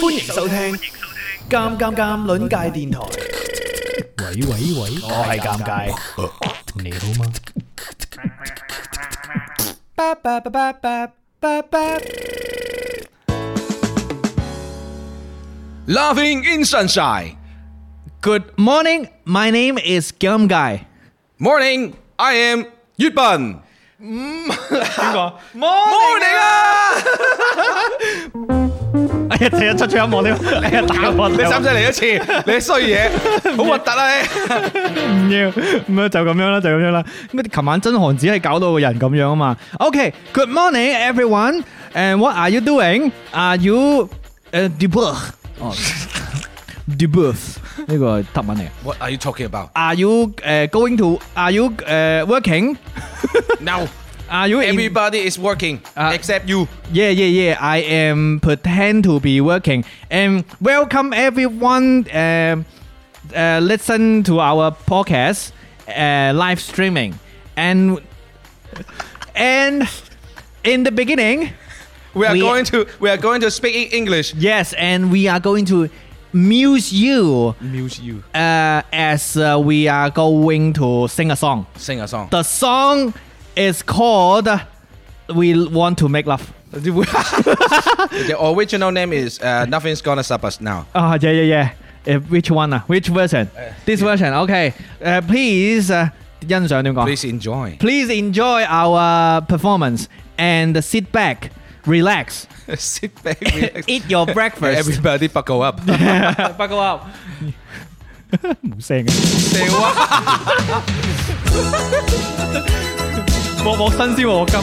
欢迎收听《尴尴尴》邻界电台。喂喂喂，我係尷尬，你好嗎？巴巴巴巴巴巴巴。 Laughing in sunshine. Good morning, my name is 尴尬。 Morning, I am 月斌。 边个？Morning 啊！哎呀，成日出咗音樂添，哎呀打我，你你使唔使嚟一 次？你衰嘢，好核突啊！你唔要，咁啊就咁樣啦，就咁樣啦。咁啊，琴晚真寒子係搞到個人咁樣啊嘛。OK，Good、morning everyone，and what are you doing？Are you uh, 誒 debuff？哦 ，debuff 呢個係德文嚟嘅。 What are you talking about? Are you 誒 going to？Are you 誒 working？Are No, you in- everybody is working 啊 except you. Yeah, yeah, yeah. I am pretend to be working. And welcome everyone. Uh, uh, listen to our podcast, uh, live streaming, and and in the beginning, We are We- going to we are going to speak in English. yes, and we are going to muse you Muse you. uh, as uh, we are going to sing a song. Sing a song. The song is called "We Want to Make Love." The original name is uh, Nothing's Gonna Stop Us Now. Ah, yeah, yeah, yeah. Uh, which one 啊？Which version? This version. Okay. 誒，please 誒欣賞點講 Please enjoy. ？Please enjoy our performance and sit back, relax, Sit back. relax. eat your breakfast. Everybody buckle up. 不過啊，冇聲嘅，幕幕新鮮喎，今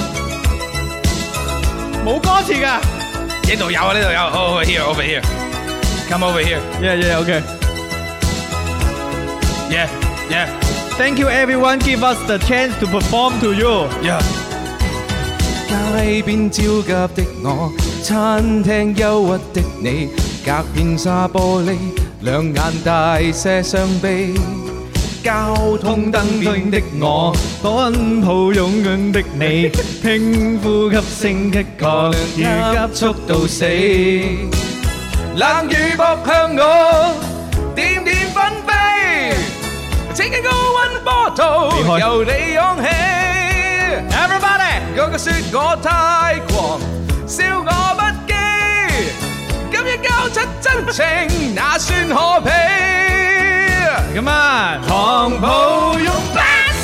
冇歌詞㗎。呢度有啊，呢度有。Over here, over here. Come over here. Yeah, yeah, okay. Yeah, yeah. Thank you, everyone. Give us the chance to perform to you. 街邊焦急的我，餐廳憂鬱的你，隔片沙玻璃，兩眼帶些傷悲。交通燈邊的我，奔抱擁緊的 你，拼呼吸聲的我我，如急急速速到到死死。。冷雨撲向我，點點紛飛，請緊高溫波濤開由你湧起。 Everybody，嗰個說我太狂，笑我不羈。今日交出真情，那算可比？咁啊，糖抱擁不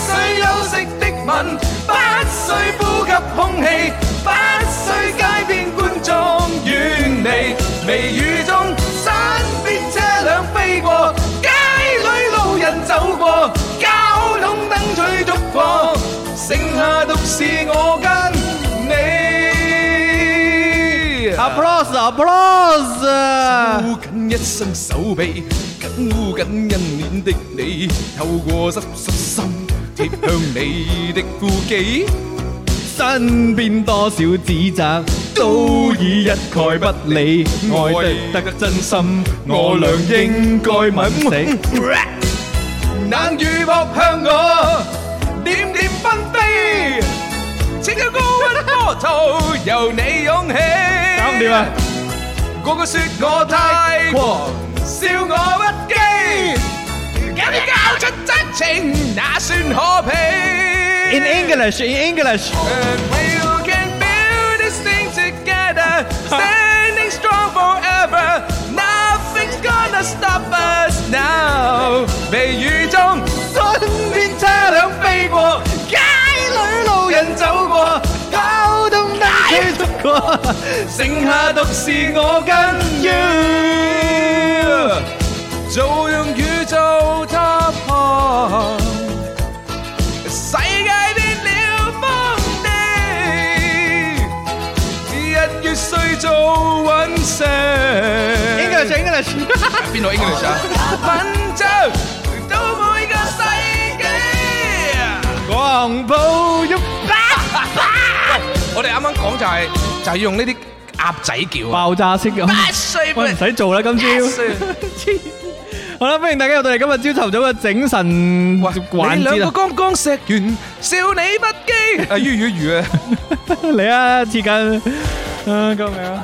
需休息的吻，不需呼吸空氣，不需街邊觀眾遠離。微雨中，山邊車輛飛過，街裏路人走過，交通燈催促過，剩下獨是我跟你。 applause，applause。箍緊一雙手臂，緊箍緊一臉的你，透過濕濕心貼向你的顧忌，身邊多少指責都已一概不理，愛得得真心，我俩應該吻死。冷雨撲向我，點點紛飛，請有高溫波濤由你湧起。搞唔掂啊！個個說我太狂，笑我不羈，今日交出真情，那算可比 In English，in English。 And we can build this thing together, standing strong forever. Nothing's gonna stop us now. 微雨中，身邊車輛飛過，街裏路人走過，交通燈催促過，剩下獨是我跟 you，做讓宇宙塌陷。世界變了荒地，日月需做隕石。 English，English。邊度 English 啊？奮鬥到每個世紀。狂暴欲我哋啱啱講就係就係要用呢啲鴨仔叫啊！爆炸式嘅。八歲喂，唔使做啦，今朝。 好啦，歡迎大家入到嚟今日朝頭早嘅整神哇！環你節兩個 啊！剛剛食完，笑你不羈。啊，魚魚魚啊！嚟啊，切緊啊，救命啊！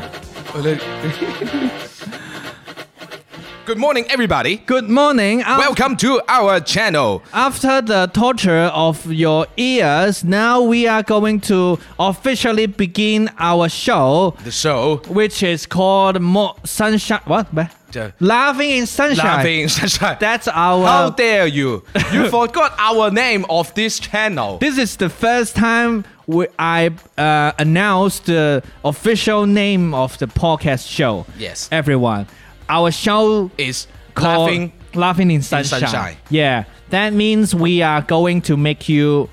Good morning, everybody. Good morning. Af- Welcome to our channel. After the torture of your ears, now we are going to officially begin our show, The show which is called Mo- Sunshine. What? Where? The- Laughing in Sunshine. Laughing Sunshine. That's our. How dare you? You forgot our name of this channel. this is the first time we, I uh, announced the official name of the podcast show. Yes. Everyone. Our show is called laughing. Laughing in sunshine. Sunshine. Yeah, that means we are going to make you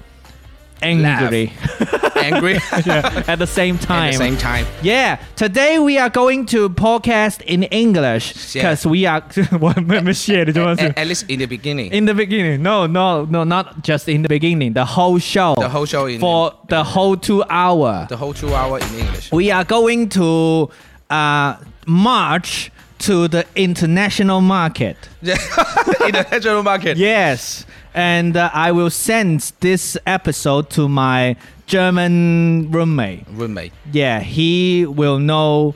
angry angry at at the same time. the same time. yeah, today we are going to podcast in English Yeah. because we are what shit At, at least in the beginning. in the beginning. No, no, no, not just in the beginning. The whole show. The whole show in- for the whole two hour. the whole two hour in English. we are going to uh, march to the international market. in the national market. Yes, and uh, I will send this episode to my German roommate. Roommate. Yeah, he will know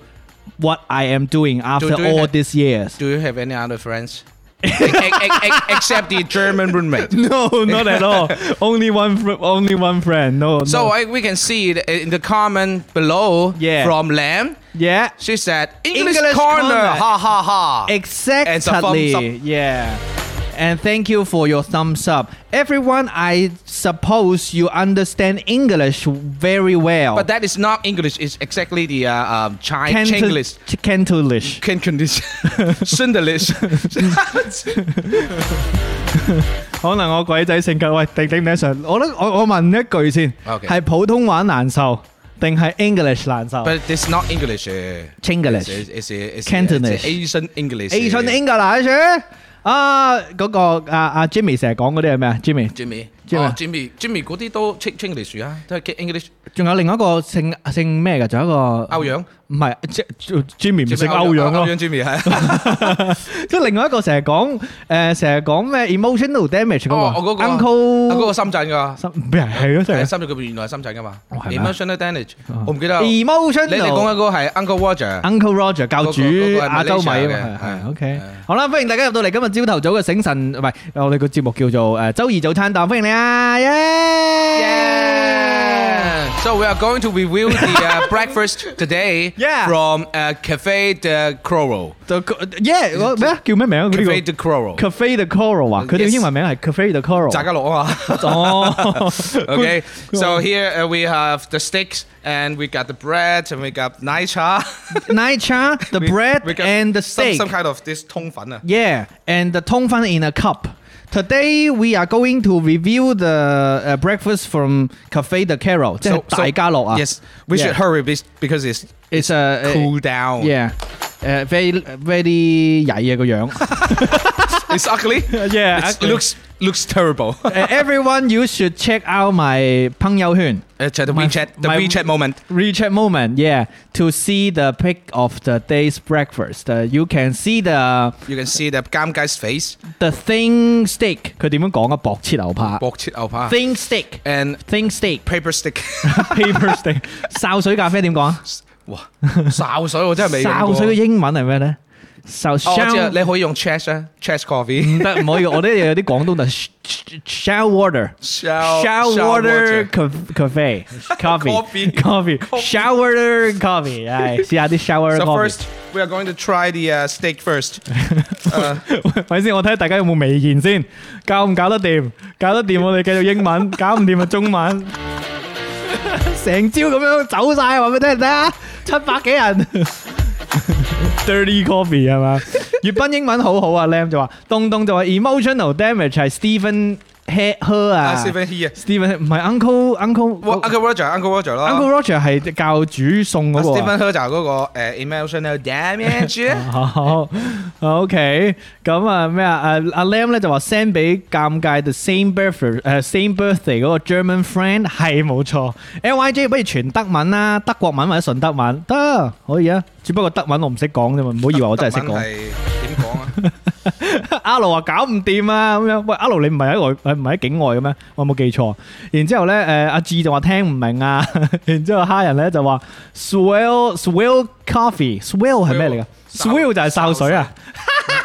what I am doing after do you all have- these years. Do you have any other friends? E- e- e- e- Except the German roommate. No, not at all. only one, fr- only one friend. No, no. So I, we can see it in the comment below Yeah. from Lam. yeah, She said, English, English corner. corner. ha ha ha. Exactly. And a thumbs up. Yeah. And thank you for your thumbs up. Everyone, I suppose you understand English very well. but that is not English, it's exactly the uh, um, Chi- Canto- Chinglish. Ch- Cantolish. Can condition. Sindalish. 可能我鬼仔性格喂，定頂唔頂上？我都我我問一句先， OK 係普通話難受定係 English 難受 but it's not English. eh. It's, ？English it's, it's, it's, Cantonese. it's Asian English. eh. Asian English 啊，嗰個啊啊 Jimmy 成日講嗰啲係咩啊？Jimmy， Jimmy， Jimmy 哦，Jimmy Jimmy 嗰啲都清清嚟樹啊，都係 English 仲有另外一個姓姓咩㗎？仲有一個歐陽，唔係即 Jimmy 唔識識歐陽咯歐。陽 Jimmy 係，即係另外一個成日講誒，成日講咩 emotional damage 嗰個哦，我嗰個啊啊嗰 uncle 個深圳㗎，心咩係咯，成係日深圳佢原來係深圳㗎嘛哦係咩，emotional damage，我唔記得，你哋講 emotional 緊嗰個係 Uncle Roger， uncle Roger 教主嗰個嗰個係亞洲米 Malaysia 啊嘅嘛，係係 OK 係。好啦，歡迎大家入到嚟今日朝頭早嘅醒神，唔係我哋個節目叫做誒週二早餐檔，歡迎你啊，耶！ So we are going to review the uh, breakfast today Yeah. from uh, Cafe de Coral. 就耶我咩啊叫咩名啊？佢 Cafe 呢 de Coral，個 Cafe the Coral 啊，佢哋 Yes 英文名係 Cafe the Coral。炸雞佬啊嘛。哦 Okay, good so here uh, we have the sticks and we got the bread and we got 奶茶 Night cha, the bread we got and the some, steak. some kind of this 通粉啊。 Yeah, and the tongfan in a cup. Today we are going to review the uh, breakfast from Cafe the Carol，即係 So- so- 大家樂啊。 Yes, we should Yeah. hurry this because it's ah. It's a cool down. Yeah. 誒 very very 曳啊個 樣。 It's ugly. Yeah, It's- ugly. looks looks terrible. Uh, everyone, you should check out my 朋友圈 It's uh, the My- WeChat, the my- WeChat moment. WeChat moment. Yeah, to see the pic of the day's breakfast. Uh, you can see the You can see the cam guy's face. the thin steak. 佢點樣講啊？薄切牛扒。薄切牛扒 Thin steak. oh, and Thin steak. paper stick. paper steak 潲水咖啡點講啊？哇，潲水我真係未用過潲水嘅英文係咩咧？潲哦，我知啦， shower 你可以用 trash 啊，trash coffee。 唔得，唔可以。我哋有啲廣東就 sh- sh- shower water。 Shower- Shower shower water water ca- cafe coffee Coffee. coffee Coffee. shower coffee，唉，試下啲 shower So coffee first,。we are going to try the uh, steak first. Uh, 咪先，我睇下大家有冇微言先，搞唔搞得掂？搞得掂我哋繼續 英文，搞唔掂就中文。成朝咁樣走晒，話俾你聽唔聽啊？七百幾人，dirty coffee 係嘛？粵賓英文好好啊，Lam 就話，東東就話 emotional damage 係 Stephen He Her 啊 uh, Stephen here. Stephen 唔係 Uncle Uncle Well, Uncle Roger, Uncle Roger 啦。 Uncle Roger 係教主送嗰個啊。 Stephen Her 就係嗰個誒 emotional damage。好，OK，咁啊咩啊？阿阿 Lam 咧就話 send 俾尷尬 the same birthday 誒、same birthday 嗰個 German friend 係冇錯，LYJ 不如全德文啦，德國文或者純德文得 oh, 可以啊，只不過德文我唔識講啫嘛，唔好以為我真係識 德文講。係點講啊？ 阿盧話搞唔掂啊咁樣。喂，阿盧你唔係喺外，唔係喺境外嘅咩？我有冇記錯？然之後咧，誒阿志就話聽唔明啊。 然之後蝦人咧就話 swell swell coffee，swell 係咩嚟㗎 Swell， ？swell 就係潲水啊。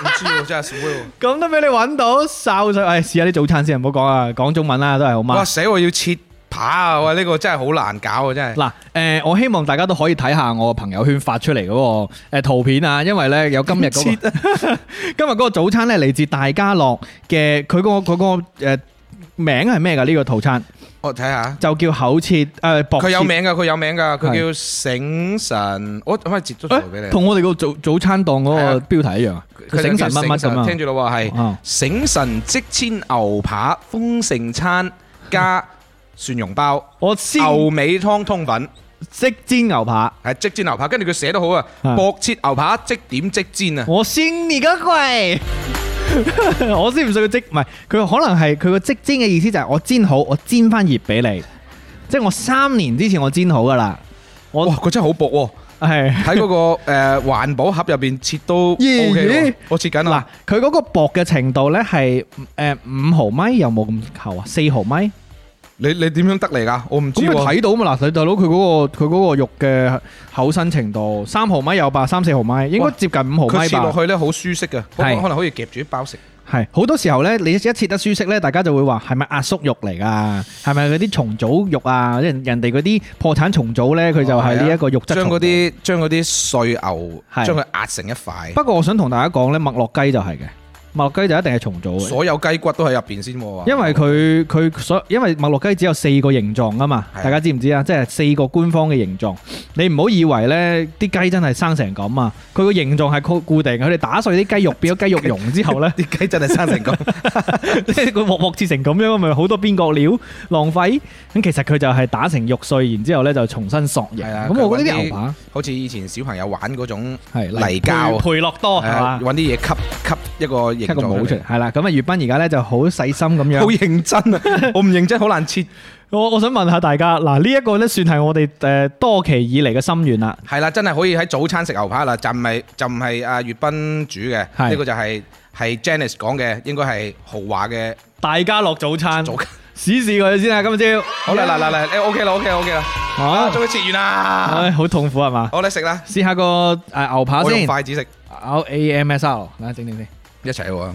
唔知喎，真係 swell。咁都俾你揾到潲水，誒試下啲早餐先，唔好講啊，講中文啦，都係好嘛哇。死！我要切扒啊！喂，呢個 uh, 真係好難搞啊！真係。嗱，誒、我希望大家都可以睇下我朋友圈發出嚟嗰、個、呃、圖片啊，因為咧有今日 嗰、個啊 今日嗰個早餐咧嚟自大家樂嘅，佢、個嗰、個、呃、名係咩㗎？呢、個套餐哦我睇下，就叫厚切誒、呃薄切佢有名㗎，佢有名㗎，佢係叫醒神。我可唔可以截咗圖俾誒你？同我哋個早早餐檔嗰係個啊標題一樣啊，佢就醒叫神乜乜咁啊聽住咯喎，係啊醒神即煎牛扒豐盛餐加蒜蓉包、我先牛尾湯通粉。即煎牛扒，係即煎牛扒，跟住佢寫得好啊，係薄切牛扒即點即煎啊！我先你個鬼！ 我先唔信佢即唔係佢可能係佢個即煎嘅意思就係我煎好，我煎翻熱俾你，即係我三年之前我煎好噶啦，我哇，佢真係好薄喎！係啊喺嗰個 誒環保盒入邊切都咦 OK 喎咦我切緊嗱啊！佢嗰個薄嘅程度咧係誒五毫米有冇咁厚啊？四毫米你你點樣得嚟㗎？我唔知咁咪喎。睇到嘛嗱，大佬佢嗰個佢嗰個肉嘅厚身程度三毫米有吧，三四毫米應該哇接近五毫佢米切落吧。去咧好舒適嘅，可係可能可以夾住啲包食。係好多時候咧，你一切得舒適咧，大家就會話係咪壓縮肉嚟㗎？係咪嗰啲重組肉啊？人人哋嗰啲破產重組咧，佢就係呢一個肉質哦啊將重組嗰。啲將嗰啲碎牛，係將佢壓成一塊，不過我想同大家講咧，麥樂雞就係嘅，麥樂雞就一定係重組嘅。所有雞骨都喺入邊先喎。因為佢佢所因為麥樂雞只有四個形狀啊嘛，係啊，大家知唔知啊？即係四個官方嘅形狀，你唔好以為咧啲雞真係生成咁啊！佢個形狀係固固定，佢哋打碎啲雞肉變咗雞肉蓉之後咧啲雞真係生 成咁，即係佢鑊鑊切成咁樣，咪好多邊角料浪費。咁其實佢就係打成肉碎，然之後咧就重新塑形。係啊咁我覺得佢啲搵啲牛扒好似以前小朋友玩嗰種係泥膠培培樂多係誒嘛，揾啲嘢吸吸一個形一個帽狀出出嚟嚟。係啦。咁啊，月斌而家咧就好細心咁樣好。認真 啊！我唔認真好難切。我我想問下大家，嗱呢一個咧算係我哋誒多期以嚟嘅心願啦。係啦，真係可以喺早餐食牛扒啦，就唔係就唔係阿粵斌煮嘅，係呢個就係係 Janice 講嘅，應該係豪華嘅大家樂早餐，早。試試佢先啊！今朝好啦，嗱嗱嗱，你 OK 啦，OK 啦，OK 啦，啊，終好，於切完啦，唉，好痛苦係嘛？好啦，食啦，試下個誒牛扒我用先，筷子食，咬 AMSR，嗱整定先。一齊喎。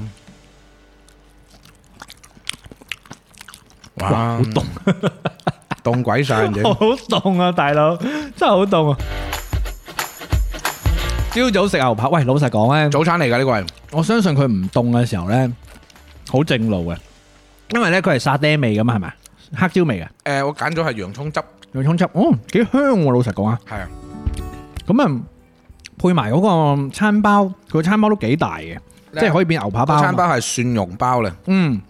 哇，好凍，凍鬼晒 唔知好凍啊，大佬，真係好凍啊！朝早食牛扒，喂，老實講咧，早餐嚟㗎呢個係，我相信佢唔凍嘅時候咧，好正路嘅，因為咧佢係沙爹味噶嘛，係咪？黑椒味嘅，誒我揀咗係洋葱汁，洋葱汁，哦，幾香喎！老實講啊。係啊，咁啊，配埋嗰個餐包，佢餐包都幾大嘅，即係可以變牛扒包啊嘛。餐包係蒜蓉包啦，嗯，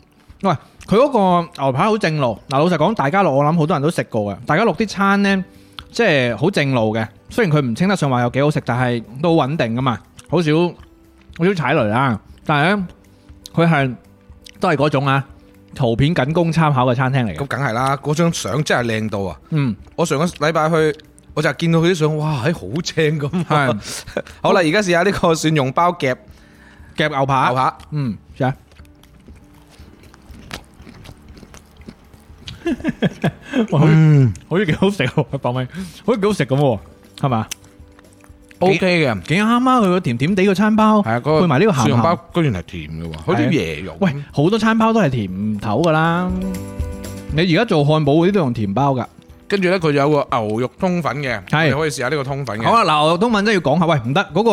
喂，佢嗰個牛扒好正路。嗱，老實講，大家樂我諗好多人都食過嘅。大家樂啲餐呢，即係好正路嘅。雖然佢唔稱得上話有幾好食，但係都好穩定噶嘛，好少好少踩雷啦。但係呢，佢係都係嗰種啊，圖片僅供參考嘅餐廳嚟咁嘅。梗係啦，嗰張相真係靚到啊！嗯，我上個禮拜去，我就見到佢啲相，哇，喺好正 咁。係好啦，而家試下呢個蒜蓉包夾夾牛牛扒。扒，嗯，試下。 哇好似嗯好似幾好食喎，白米，好似幾好食咁喎，係嘛？ ，OK 嘅。幾啱啊！佢個甜甜地個餐包，係啊，嗰個配埋呢個蒜鹹蓉包，包居然係甜嘅喎，好似係啊椰蓉。喂，好多餐包都係甜頭噶啦。你而家做漢堡嗰啲都用甜包噶。跟住咧佢有個牛肉通粉嘅，係你可以試下呢個通粉好嘅，啦，嗱，我東文真係要講下，喂，唔得，嗰個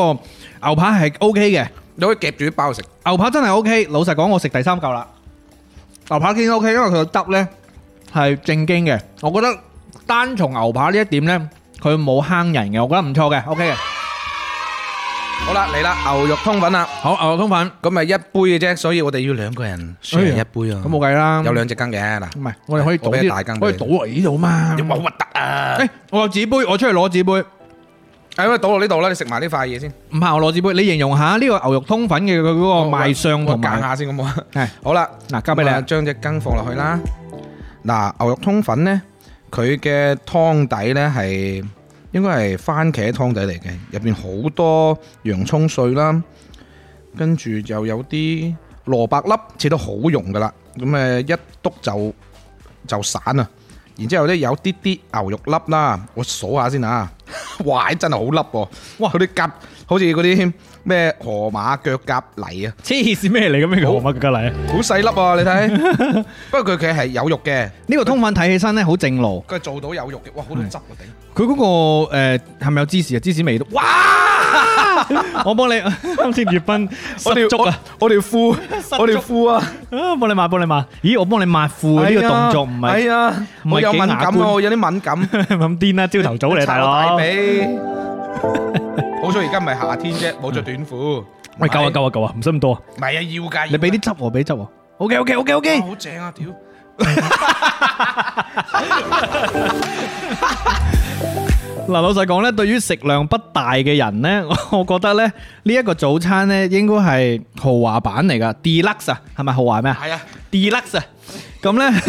牛扒係 O K 嘅，你可以夾住啲包食。牛扒真係 O K。老實講，我食第三嚿啦，牛扒先 O K，因為佢個汁咧係正經嘅。我覺得單從牛扒呢一點咧，佢冇坑人嘅，我覺得唔錯嘅，O K 嘅。好啦，嚟啦，牛肉通粉啦，好，牛肉通粉，咁咪一杯嘅啫，所以我哋要兩個人 share 一哎呀杯啊。咁冇計啦。有兩隻羹嘅嗱，唔係，我哋可以倒我俾啲大羹可俾以你倒嚟呢度嘛。有冇核突啊？誒，我有紙杯，我出去攞紙杯。誒，喂，倒落呢度啦，你食埋呢塊嘢先。唔係，我攞紙杯。你形容下呢個牛肉通粉嘅佢嗰個賣相同我夾埋下先咁啊。係好啦，嗱，交俾你咁啊啊。將只羹放落去啦。嗱，牛肉通粉呢，佢嘅湯底呢係應該係番茄湯底嚟嘅，入邊好多洋葱碎啦，跟住又有啲蘿蔔粒切到好溶噶啦，咁誒一篤就就散啊！然之後咧有啲啲牛肉粒啦，我數下先啊， 哇！真係好粒喎，哇！嗰啲夾好似嗰啲咩河馬腳甲泥啊，黐線咩嚟嘅咩叫河馬腳嚟？好細粒啊！你睇，不過佢佢係有肉嘅，呢個通粉睇起身咧好正路，佢係做到有肉嘅，哇！好多汁啊頂！佢嗰、個誒係咪有芝士啊？芝士 味都，哇！我幫你，啱先粵 斌十足啊！我條褲，我條褲啊！啊，幫你抹，幫你抹。咦，我幫你抹褲啊呢個動作唔係係啊，唔係我有幾敏雅感觀啊，我有啲敏 感。咁癲啦！朝頭早嚟，大佬大。髀。好彩而家唔係夏天啫，冇着短褲。喂，夠啊，夠啊，夠啊，唔使咁多啊！唔係啊，要㗎。你俾啲汁我，俾汁我。OK，OK，OK，OK。好正啊！屌，嗱，老實講咧，對於食量不大嘅人 咧，我覺得咧呢一個早餐咧應該係豪華版嚟㗎，deluxe 啊，係咪豪華咩啊？係啊， deluxe 啊！咁咧，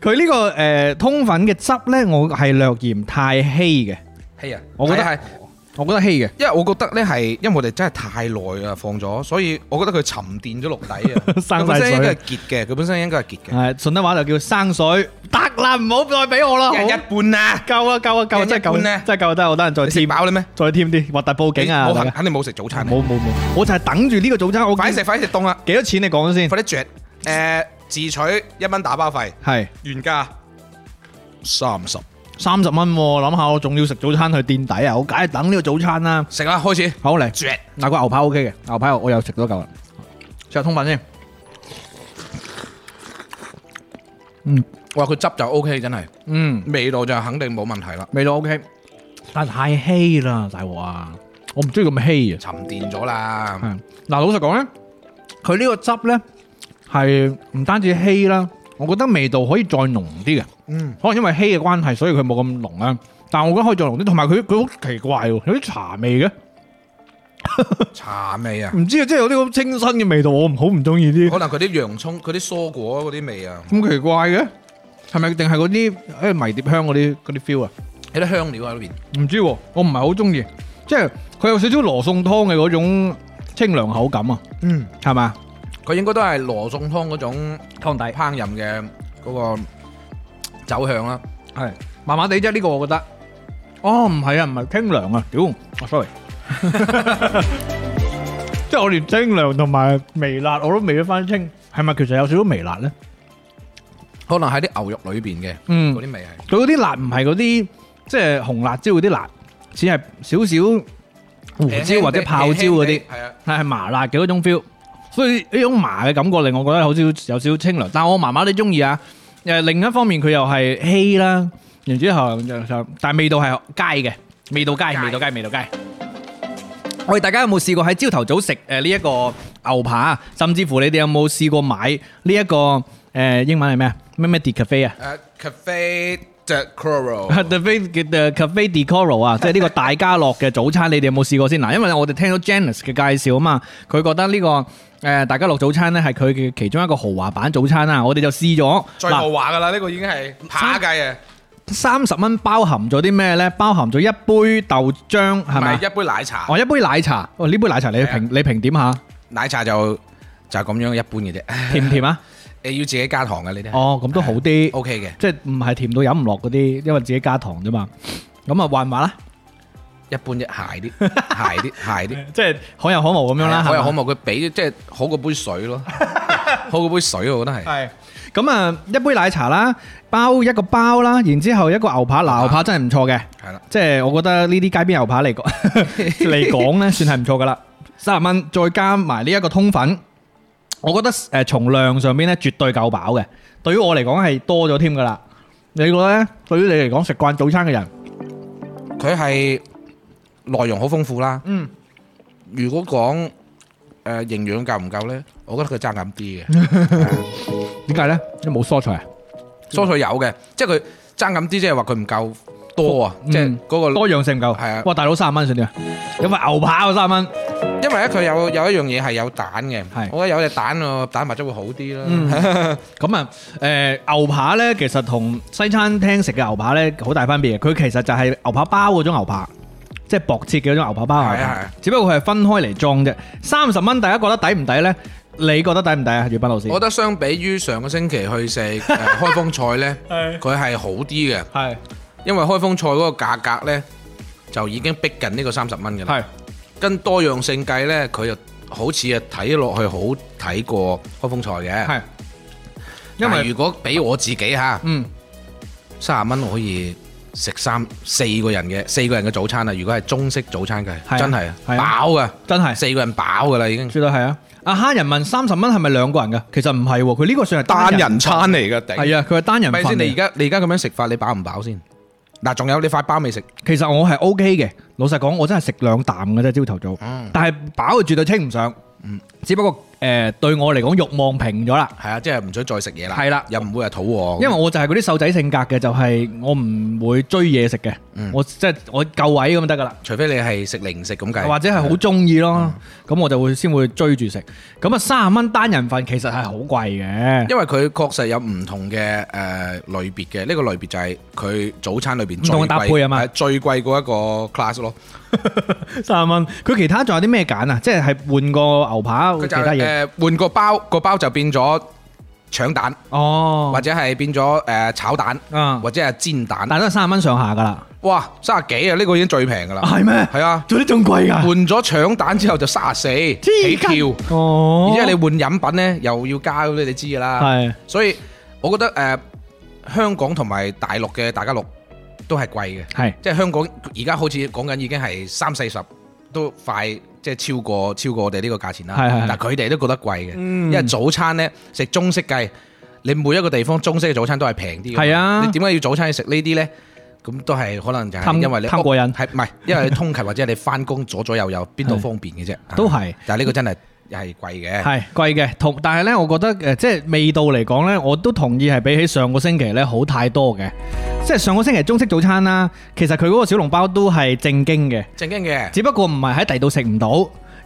佢呢、個誒、呃通粉嘅汁咧，我係略嫌太稀嘅，係啊，我覺得係啊係，我覺得稀嘅，因為我覺得咧係，因為我哋真係太耐啊放咗，所以我覺得佢沉澱咗落底啊。生佢晒本身應該水係。結嘅，佢本身應該係結誒，嘅。順德話就叫生水，得啦，唔好再俾我啦，好一人一半啊！夠啊夠啊夠啊，人一真係夠半啊真係夠得，好多人再你食添，飽啦咩？再添啲，核突報警啊！我大肯家肯定冇食早餐啊。冇冇冇，我就係等住呢個早餐，我快啲食，快啲食凍啦！幾多錢？你講先，快啲着。誒，自取一蚊打包費，係。原價三十。三十蚊喎，諗下我仲要食早餐去墊底啊！我梗係等呢個早餐啦。食啦，開始好嚟，着。嗱個牛扒 O K 嘅，牛扒我又食咗嚿啦。食下通粉先，哇！佢汁就 O K，真係嗯，味道就肯定冇問題啦，味道 O K，但太稀啦，大鑊啊！我唔中意咁稀啊。沉澱咗啦。係嗱，老實講咧，佢呢個汁咧係唔單止稀啦，我覺得味道可以再濃啲嘅。嗯，可能因為稀嘅關係，所以佢冇咁濃啦。但我覺得可以再濃啲，同埋佢佢好奇怪喎，有啲茶味嘅，茶味啊，唔知啊，即係有啲好清新嘅味道，我唔好唔中意啲可能佢啲洋葱、佢啲蔬果嗰啲味啊，咁奇怪嘅，係咪定係嗰啲誒迷迭香嗰啲嗰啲 feel 啊？有啲香料喺裏邊。唔知喎，我唔係好中意，即係佢有少少羅宋湯嘅嗰種清涼口感啊，嗯，係嘛？佢應該都係羅宋湯嗰種湯底烹飪嘅嗰個走向啦。係麻麻地啫，呢、個我覺得。哦，唔係啊，唔係清涼啊，屌、我 sorry。即係我連清涼同埋微辣我都未得翻清，係咪其實有少少微辣咧？可能喺啲牛肉裏邊嘅嗯嗰，啲味係佢嗰啲辣唔係嗰啲即係紅辣椒嗰啲辣，只係少少胡椒或者泡椒嗰啲輕輕地，係啊，係係麻辣嘅嗰種 feel。所以呢種麻嘅感覺令我覺得好少有少少清涼，但我麻麻地中意啊。誒另一方面佢又係稀啦，然之後就就但係味道係佳嘅，味道佳，佳味道佳，味道佳。我哋大家有冇試過喺朝頭早食誒呢一個牛扒，甚至乎你哋有冇試過買呢、一個誒、英文係咩啊？咩咩 d e cafe 啊？誒 cafe de coral， The Cafe 嘅 Cafe d e c o r o 啊，即係呢個大家樂嘅早餐，你哋有冇試過先？嗱，因為我哋聽到 Janice 嘅介紹啊嘛，佢覺得呢、個誒、呃大家樂早餐咧係佢嘅其中一個豪華版早餐啊，我哋就試咗最豪華㗎啦，呢個已經係扒計啊，三十蚊包含咗啲咩咧？包含咗一杯豆漿係同埋咪？一杯奶茶。哦，一杯奶茶，哦呢杯奶茶你係啊評你評點 下，奶茶就就係咁樣一般嘅啫， 甜唔甜啊？你要自己加糖嘅呢啲。哦，咁都好啲， O K 嘅，即係唔係甜到飲唔落嗰啲，因為自己加糖啫嘛。咁啊，還話啦，一般 啫，鞋啲，鞋啲，鞋啲。啊即係可有可無咁樣啦，可有係嘛可無，佢俾即係好過杯水 咯，好過杯水，我覺得係。系咁啊，一杯奶茶啦，包一個包啦，然之後一個牛扒，嗱牛扒真係唔 錯嘅，係啦，即係我覺得呢啲街邊牛扒嚟講嚟講呢，算係唔錯噶啦，三十蚊再加埋呢一個通粉，我覺得誒從量上邊呢，絕對夠飽嘅，對於我嚟講係多咗添噶啦。你覺得呢？對於你嚟講食慣早餐嘅人，佢係內容好豐富啦。嗯，如果講誒、呃、營養夠唔夠咧，我覺得佢爭咁啲嘅，點解呢？因為冇蔬菜啊，蔬菜有嘅，即係佢爭咁啲，即係話佢唔夠多啊，嗯即係嗰個。多樣性唔夠。係啊哇大佬三十蚊算點啊？有份牛扒啊三十蚊，因為咧佢有有一樣嘢係有蛋嘅係，嗯我覺得有隻蛋啊，蛋白質會好啲啦。咁啊，誒、牛扒咧，其實同西餐廳食嘅牛扒咧好大分別嘅。佢其實就係牛扒包嗰種牛扒，即係薄切嘅嗰種牛扒包牛係扒啊係啊只不過佢係分開嚟裝啫。三十蚊大家覺得抵唔抵呢？你覺得抵唔抵啊？粵斌老師，我覺得相比於上個星期去 食誒開封菜呢，係佢係好啲嘅，係因為開封菜嗰個價格呢，就已經逼近呢個三十蚊嘅啦。係跟多樣性計呢，佢又好似啊睇落去好睇過開封菜嘅。係，因但係為如果俾我自己嚇，嗯三十蚊我可以食三四個人嘅四個人嘅早餐啦。啊如果係中式早餐係啊嘅，真係係啊飽噶，真係四個人飽噶啦已經。絕對係啊！阿蝦人問三十蚊係咪兩個人㗎？其實唔係喎，佢呢個算係單人人餐嚟嘅，頂。係啊，佢係單人咪份先？你而嚟。家你而家咁樣食法，你飽唔飽先？嗱，仲有你塊包未食，其實我係 O K 嘅，老實講，我真係食兩啖嘅啫，朝頭早。嗯，但係飽就絕對稱唔上。只不過誒、呃、對我嚟講慾望平咗啦，係啊，即係唔想再食嘢啦，係啦又唔會係肚餓，因為我就係嗰啲瘦仔性格嘅，就係、我唔會追嘢食嘅，嗯我即係我夠位咁就得噶啦。除非你係食零食咁計，啊或者係嗯好中意咯，咁、我就會先會追住食。咁啊，三十蚊單人份其實係好貴嘅，因為佢確實有唔同嘅誒類別嘅，呢個類別就係佢早餐裏邊唔同嘅搭配啊嘛係最貴嗰一個 class 咯。三十蚊。佢其他仲有啲咩揀啊？即係係換個牛扒，佢其就他嘢。誒換個包，個包就變咗腸蛋，哦或，者係變咗誒炒蛋，啊，或者係煎蛋。但都係三十蚊上下噶啦。哇，三十幾啊！呢個已經最平噶啦，哦係咩係啊，做啲仲貴換㗎？咗腸蛋之後就三十四起跳。哦，而且你換飲品呢，又要加嗰啲，你知㗎啦。係所以我覺得誒、呃香港同埋大陸嘅大家樂都係貴嘅，係即係香港而家好似講緊已經係三四十都快，即係超過超過我哋呢個價錢啦。係係係但佢哋都覺得貴嘅，嗯因為早餐呢，食中式計，你每一個地方中式嘅早餐都係平啲㗎嘛。係啊你點解要早餐去食呢啲呢？咁都係可能就係貪因為你貪屋過癮係唔係？因為你通勤或者你 翻工左左右右邊度係方便嘅啫，都係。但係呢個真係係貴嘅。係貴嘅，同但係呢，我覺得誒、呃即係味道嚟講呢，我都同意係比起上個星期呢好太多嘅。即係上個星期中式早餐啦，其實佢嗰個小籠包都係正經嘅，正經嘅，只不過唔係喺第度食唔到。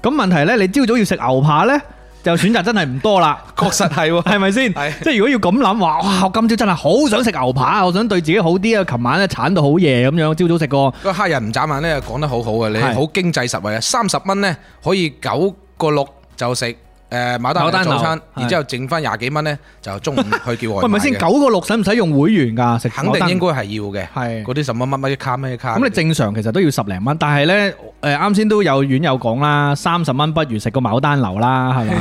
咁問題呢，你朝早要食牛扒呢，就選擇真係唔多啦。確實係喎。 係咪先？係即係如果要咁諗，話哇，我今朝真係好想食牛扒，我想對自己好啲啊！琴晚咧鏟到好夜咁樣，朝早食過，個黑人唔眨眼咧，講得好好啊！你係好經濟實惠啊，三十蚊咧可以九個六就食呃誒牡丹牡丹樓樓早餐，係然之後剩翻廿幾蚊咧就 中午去叫外喂，咪賣先嘅九個六使唔使用會員㗎？食肯定應該係要嘅。係嗰啲什麼乜乜一卡咩一卡，咁你正常其實都要十零蚊，但係呢，誒啱先都有院友講啦，三十蚊不如食個牡丹樓啦， 係嘛？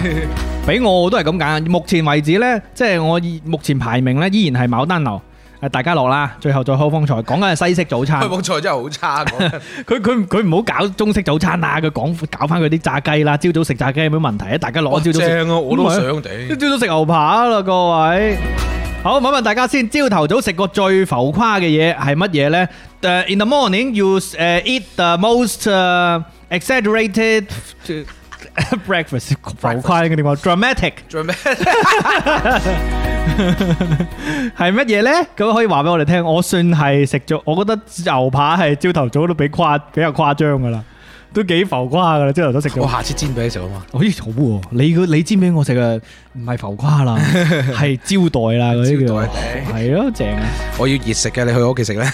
俾我我都係咁揀。目前為止呢，即係我以目前排名呢，依然係牡丹樓。誒大家樂啦，最後再開方菜，講緊係西式早餐開。網菜真係好差講 真佢佢唔佢唔好搞中式早餐啦，佢講搞翻佢啲炸雞啦，朝早食炸雞有咩問題啊？大家攞朝早食，正啊！我都想朝頂。早食牛扒啦，各位。好，問一問大家先，朝頭早食過最浮誇嘅嘢係乜嘢呢？誒 in the morning you 誒 eat the most 誒 exaggerated breakfast 浮誇應該點講？dramatic 做咩？係乜嘢呢？咁可以話俾我哋聽，我算係食咗，我覺得牛扒係朝頭早都比誇比較誇張噶啦，都幾浮誇噶啦，朝頭早食咗我。下次煎俾你食好嘛？咦，好喎！你個你煎俾我食啊，唔係浮誇 啦，係招待啦嗰啲招叫待，係咯正啊！我要熱食嘅，你去我屋 企食咧。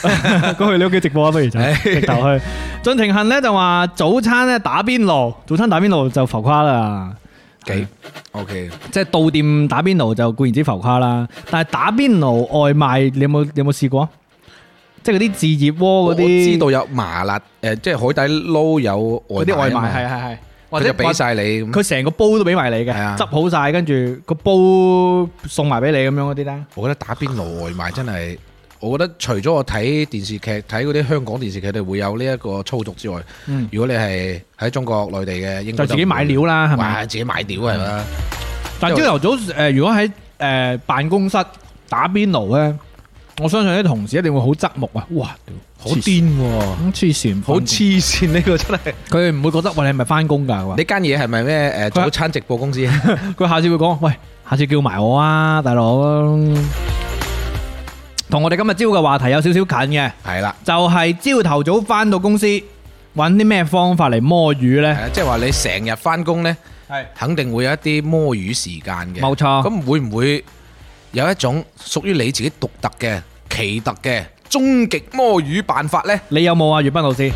過去你屋企直播啊，不如就唉直頭去。盡情恨咧就話早餐咧打邊爐，早餐打邊爐就浮誇啦，幾 OK？即係到店打邊爐就固然之浮誇啦，但係打邊爐外賣你有冇你有冇試過？即係嗰啲自熱我鍋嗰啲，知道有麻辣誒，即係海底撈有外嗰啲外啊嘛賣係係係，或或者者俾晒你咁。佢成個煲都俾埋你嘅係啊，執好晒，跟住個煲送埋俾你咁樣嗰啲咧。我覺得打邊爐外賣真係，我覺得除咗我睇電視劇、睇嗰啲香港電視劇，佢哋會有呢一個操作之外，嗯如果你係喺中國內地嘅，應就該自己買料啦，啦，係咪？哇！自己買料係啦，但朝頭早誒、呃如果喺誒、呃、辦公室打邊爐咧，我相信啲同事一定會好側目啊！哇，好癲喎！咁黐線，好黐線呢個真係！佢唔會覺得喂你係咪翻工㗎？呢間嘢係咪 咩誒早餐直播公司？佢下次會講喂，下次叫埋我啊，大佬。同我哋今日朝嘅話題有少少近嘅，係啦，就係朝頭早翻到公司揾啲咩方法嚟摸魚係呢？啦即係話你成日翻工呢，係肯定會有一啲摸魚時間嘅。冇錯咁會唔會有一種屬於你自己獨特嘅、奇特嘅終極摸魚辦法呢？你有冇啊，粵斌老師？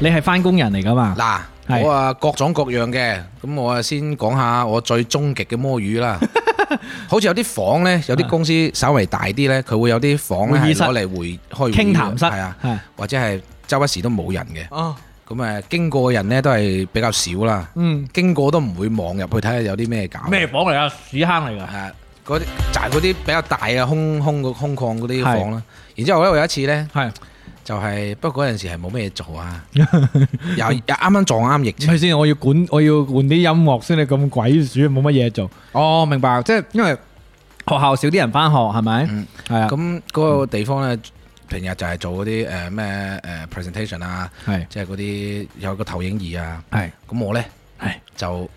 你係翻工人嚟㗎嘛？嗱，係。我啊，各種各樣嘅，咁我啊，先講下我最終極嘅魔魚啦。 好似有啲房呢，有啲公司稍微大啲呢，佢會有啲房呢，會議室。係攞嚟會-開會嘅，傾談室，係啊，係。或者係周不時都冇人嘅，咁，誒，經過嘅人呢，都係比較少啦，哦，嗯，經過都唔會望入去睇下有啲咩搞。咩房嚟啊？屎坑嚟噶，係啊，嗰啲-就係嗰啲比較大嘅空-空-空曠嗰啲係。房啦。然之後呢，我有一次呢，係就係、不過嗰陣時係冇咩嘢做 啊，又又啱啱撞啱疫唔情，係先？我要管，我要換啲音樂先，你咁鬼鼠，冇乜嘢做。哦，明白，即係因為學校少啲人翻學，係咪？嗯係啊，咁嗰個地方咧，平日就係做嗰啲誒咩誒 presentation 啊，係即係嗰啲有個投影儀啊，係咁我咧係就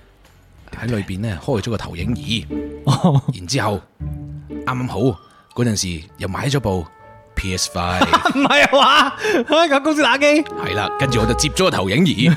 喺裏邊咧開咗個投影儀，哦然之後啱啱好嗰陣時又買咗部 PS Five。 唔係啊話香港公司打機，系啦，跟住我就接咗個投 影儀，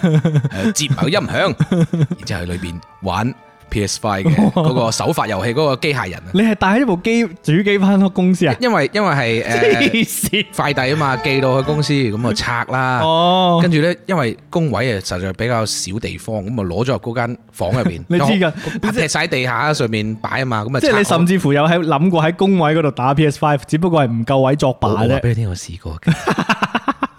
誒接埋個音響，然之後喺裏邊玩 PS Five 嘅嗰個手法遊戲嗰個機械人啊，你係帶咗部機主機翻公司啊？因為因為係呃 誒 黐線！快遞啊嘛，寄到去公司咁啊拆啦，哦，跟住咧因為工位啊實在比較少地方，咁啊攞咗入嗰間房入邊， 你知㗎㗎，劈晒地下上面擺啊嘛，咁啊即係你拆甚至乎有喺諗過喺工位嗰度打 PS Five，只不過係唔夠位作我罷話啫。俾你聽，我 試過嘅，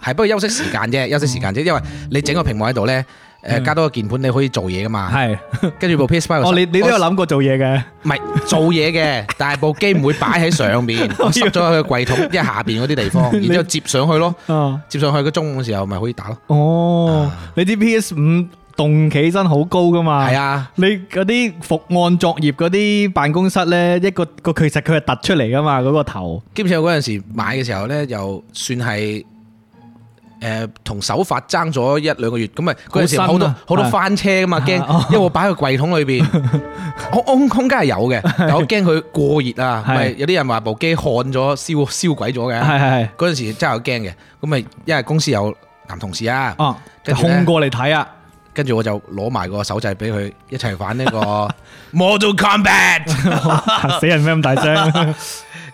係不過休息時間啫，休息時間啫，因為你整個屏幕喺度咧，誒加多個鍵盤你可以做嘢噶嘛。係，跟住部 PS Five，哦，你你都有諗過做嘢嘅。唔係做 嘢嘅，但係部機唔會擺喺上面，我塞咗喺個櫃桶，即係下邊嗰啲 地方，然之後接上去咯，啊，接上去個中午嘅時候咪可以打咯。哦，你知 PS 五動起身好高噶嘛？係。啊，你嗰啲伏案作業嗰啲辦公室咧，一個個其實佢係突出嚟噶嘛，嗰、個頭。兼且我嗰陣時買嘅時候咧，又算係誒同首發爭咗一兩個月，咁咪嗰陣時好好新多啊好多係翻車噶嘛，驚啊哦，因為我擺喺個櫃 桶裏邊，我我空間係有嘅，但我驚佢過熱啊，係咪有啲人話部機焊咗、燒燒鬼咗嘅，係係係。嗰陣時真係有驚嘅，咁咪因為公司有男同事啊。哦、啊，跟就住呢控過嚟睇 啊。跟住我就攞埋個手掣俾佢一齊玩呢個 Mortal Kombat，嚇死人咩咁大 聲？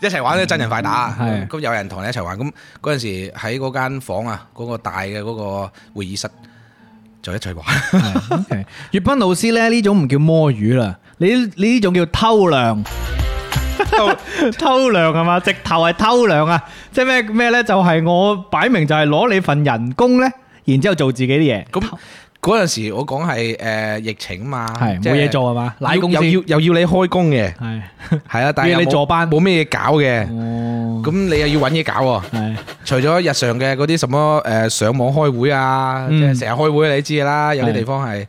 一齊玩呢真人快打。係咁有人同你一齊玩，咁嗰陣時喺嗰間房啊，嗰、個大嘅嗰個會議室就一齊 玩。係粵斌老師咧呢種唔叫摸魚啦，你呢你呢種叫偷糧。 偷糧係嘛？直頭係偷糧啊！即係咩咩咧？就係、我擺明就係攞你份人工咧，然之後做自己啲嘢。咁嗰陣時我講係誒疫情啊嘛，係即冇嘢做係嘛？要奶公司又係要又要你開工嘅，係啊，但係要你又冇坐班冇咩嘢搞嘅，哦，咁你又要揾嘢搞喎。係除咗日常嘅嗰啲什麼誒、呃上網開會啊，嗯即係成日開會你知㗎啦，有啲係地方係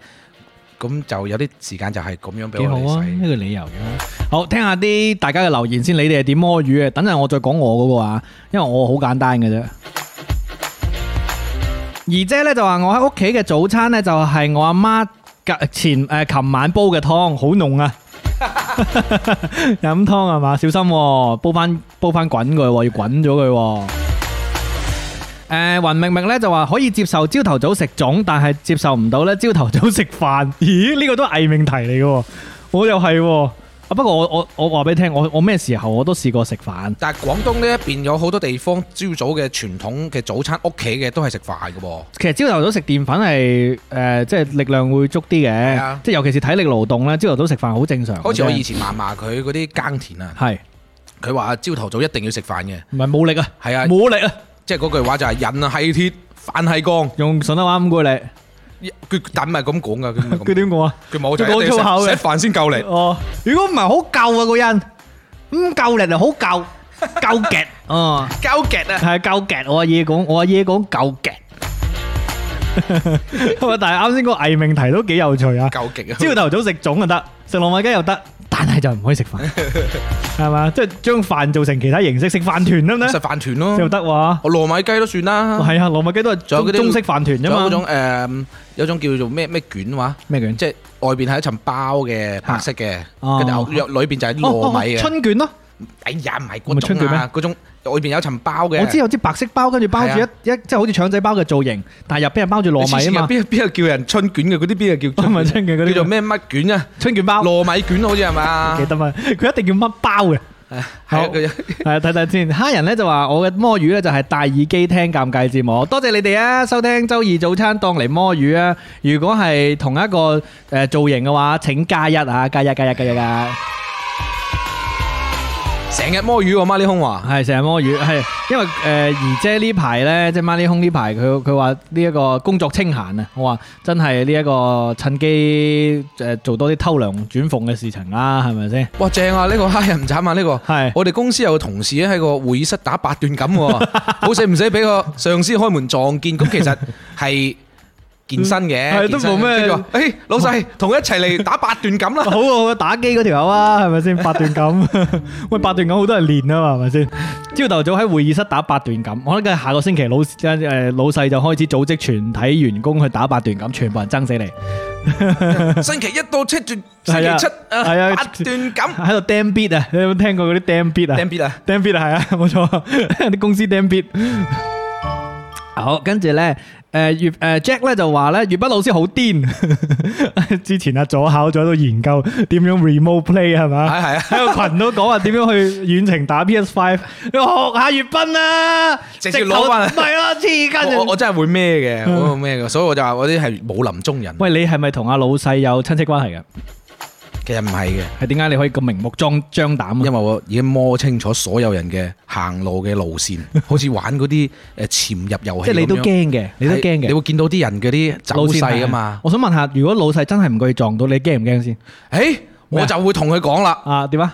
咁就有啲時間就係咁樣俾幾我好啊！哋呢使。個理由嘅。好，聽下啲大家嘅留言先，你哋係點摸魚嘅？等陣我再講我嗰個啊，因為我好簡單嘅啫。姨姐咧就話我喺屋企嘅早餐咧就係我阿媽隔前誒琴晚煲嘅湯，好濃啊！ 飲湯係嘛？小心喎，煲翻煲翻滾佢喎，要滾咗佢喎。誒雲明明咧就話可以接受朝頭早食粽，但係接受唔到咧朝頭早食飯。咦？呢個都係偽命題嚟嘅喎，我又係喎。啊不過我我我話俾你聽，我我咩時候我都試過食飯。但係廣東呢一邊有好多地方朝早嘅傳統嘅早餐，屋企嘅都係食飯嘅喎。其實朝頭早食澱粉係誒、呃即係力量會足啲嘅，啊即係尤其是體力勞動咧，朝頭早食飯好正常嘅啫。好似我以前嫲嫲佢嗰啲耕田啊，係佢話朝頭早一定要食飯嘅，唔係冇力啊？係啊，冇力啊！即係嗰句話就係人啊係鐵，飯係鋼。用順德話咁過嚟，佢但唔係咁講㗎，佢唔 係佢咁。點講啊？佢冇就佢講一定粗要口嘅食食飯先夠嚟。哦，如果唔係好夠啊個人，唔夠力就好夠，夠 勁哦。交夾啊！系夠夾，我阿爺講，我阿爺講夠夾。 喂，但係啱先個偽命題都幾有趣啊！夠極 啊！朝頭早食粽就得，食糯米雞又得，但係就唔可以食飯， 係嘛？即係將飯做成其他形式，食飯團得唔食得？飯團咯，又得喎。我糯米雞都算啦。係啊，糯米雞都係仲有中嗰啲中式飯團啫仲有嗰嘛。種誒，有種叫做咩咩卷話，咩卷？即係外邊係一層包嘅白色嘅，哦跟住入裏邊就係哦哦糯米啊嘅。春卷咯，哎呀，唔係唔嗰係春種卷咩啊，嗰種外邊有層包嘅。我知有支白色包，跟住包住啊係啊一一即係好似腸仔包嘅造型，但係入邊係包住你糯黐線米啊㗎嘛。邊邊個叫人春卷嘅？嗰啲邊個叫唔係春卷嗰啲叫做咩乜卷啊？春卷包 à, 啊糯米卷好似係嘛？記得嘛？佢一定要乜包嘅，好係一個人系啊，睇睇先。虾人咧就話我嘅摸魚咧就係戴耳機聽尷尬節目，多謝你哋啊！收聽周二早餐檔嚟摸魚啊！如果係同一個诶造型嘅話，請加一啊！加一加一加一啊！成日摸魚喎，孖呢空話。係成日摸魚，係因為诶姨姐呢排咧，即系 Money 空呢排，佢佢話呢一個工作清閒啊，我話真係呢一個趁機诶做多啲偷梁轉鳳嘅事情啦，係咪先？哇，正啊！呢個黑人唔慘啊！呢個係我哋公司有個同事咧喺個會議室打八段錦喎，好死唔死俾個上司開門撞見。咁其實係健身嘅，係健身都冇咩跟住話誒，老細同我一齊嚟打八段錦 啦！好啊好啊，打機嗰條友啊，係咪先？八段錦， 喂，八段錦好多人練啊嘛，係咪先？朝頭早喺會議室打八段錦，我諗緊下個星期老誒老細就開始組織全體員工去打八段錦，全部人爭死你，星期一到七段，星係啊期七啊，係啊八段錦喺度 damn beat 啊！你有冇聽過嗰啲 damn beat 啊 d a m b 啊！ ？damn beat 啊 係啊，冇錯，啲公司 damn beat。好，跟住咧，誒粵誒 Jack 咧就話咧，粵斌老師好 癲。之前啊，左考咗喺度研究點樣 remote play 係嘛？係係啊喺個群都講話點樣去遠程打 PS Five，你學下粵斌啊，直接攞返嚟直頭唔係啊，黐筋我我啊！真係會咩嘅，我會咩嘅，所以我就話我啲係武林中人，喂，你係咪同阿老細有親戚關係嘅？其實唔係嘅，係點解你可以咁明目張張膽因為啊？我已經摸清楚所有人嘅行路嘅 路線，好似玩嗰啲誒潛入遊戲即係你都咁樣驚嘅，你都驚嘅你。會見到啲人嗰啲走勢啊嘛。我想問下，如果老細真係唔覺意撞到你，驚唔驚先？誒，咩啊我就會同佢講啦。啊，點啊？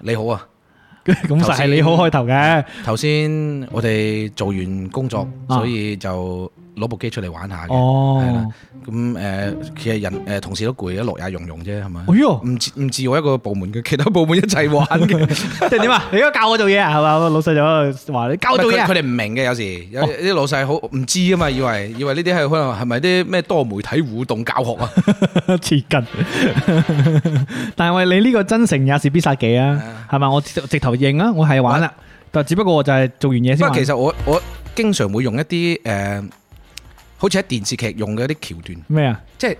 你好啊， 咁就係你好開頭 嘅，頭先我哋做完工作，啊所以就攞部機出嚟玩下嘅。哦係啦。咁誒，其實人誒同事都攰嘅，樂也融融啫，係咪？哎呦唔似唔似我一個部門嘅，其他部門一齊玩嘅。即係點啊？你而家教我做嘢啊，係嘛？老細就喺度話你教我做嘢唔係佢佢啊，哋唔明嘅，有時有哦啲老細好唔知啊嘛，以為以為呢啲係可能係咪啲咩多媒體互動教學 啊？黐筋。 但係喂，你呢個真誠也是必殺技啊，係嘛？我直直頭認啊，我係玩啦，但只不過我就係做完嘢不先過玩。其實我我經常會用一啲誒，好似喺電視劇用嘅一啲橋 段，咩啊？即係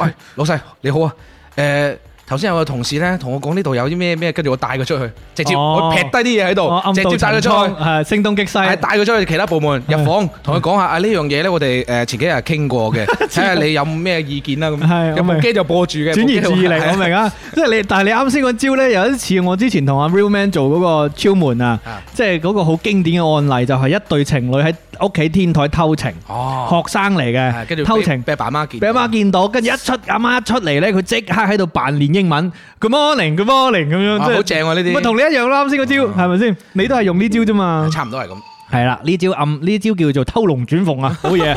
喂老細你好啊，誒頭先有個同事咧同我講呢度有啲咩咩，跟住我帶佢出去，直接哦我劈低啲嘢喺我度，暗直度接帶佢陳出倉去。，係聲東擊係西。帶佢出去其他部門入房，同佢講下啊呢樣嘢咧，我哋誒前幾日傾 過嘅，睇下你有咩意見啦係咁。我有部明機就播住嘅，轉部機移就注意力，係啊我明啊！ 即係你，但係你啱先嗰招咧，有一次我之前同阿 Real Man 做嗰個超門啊啊，即係嗰個好經典嘅案例，就係一對情侶喺屋企天台偷情，哦。學生嚟係跟住嘅，偷俾情。俾阿爸阿媽見，俾阿媽見到，跟住一出阿媽一出嚟咧，佢即刻喺度扮練英文，Good morning，Good morning 咁樣，啊即係好正喎呢啲啊咪同你一樣啦，啱先嗰招係咪先？你都係用呢招啫嘛。差唔多係咁。係啦，呢招暗呢招叫做偷龍轉鳳 啊，好嘢！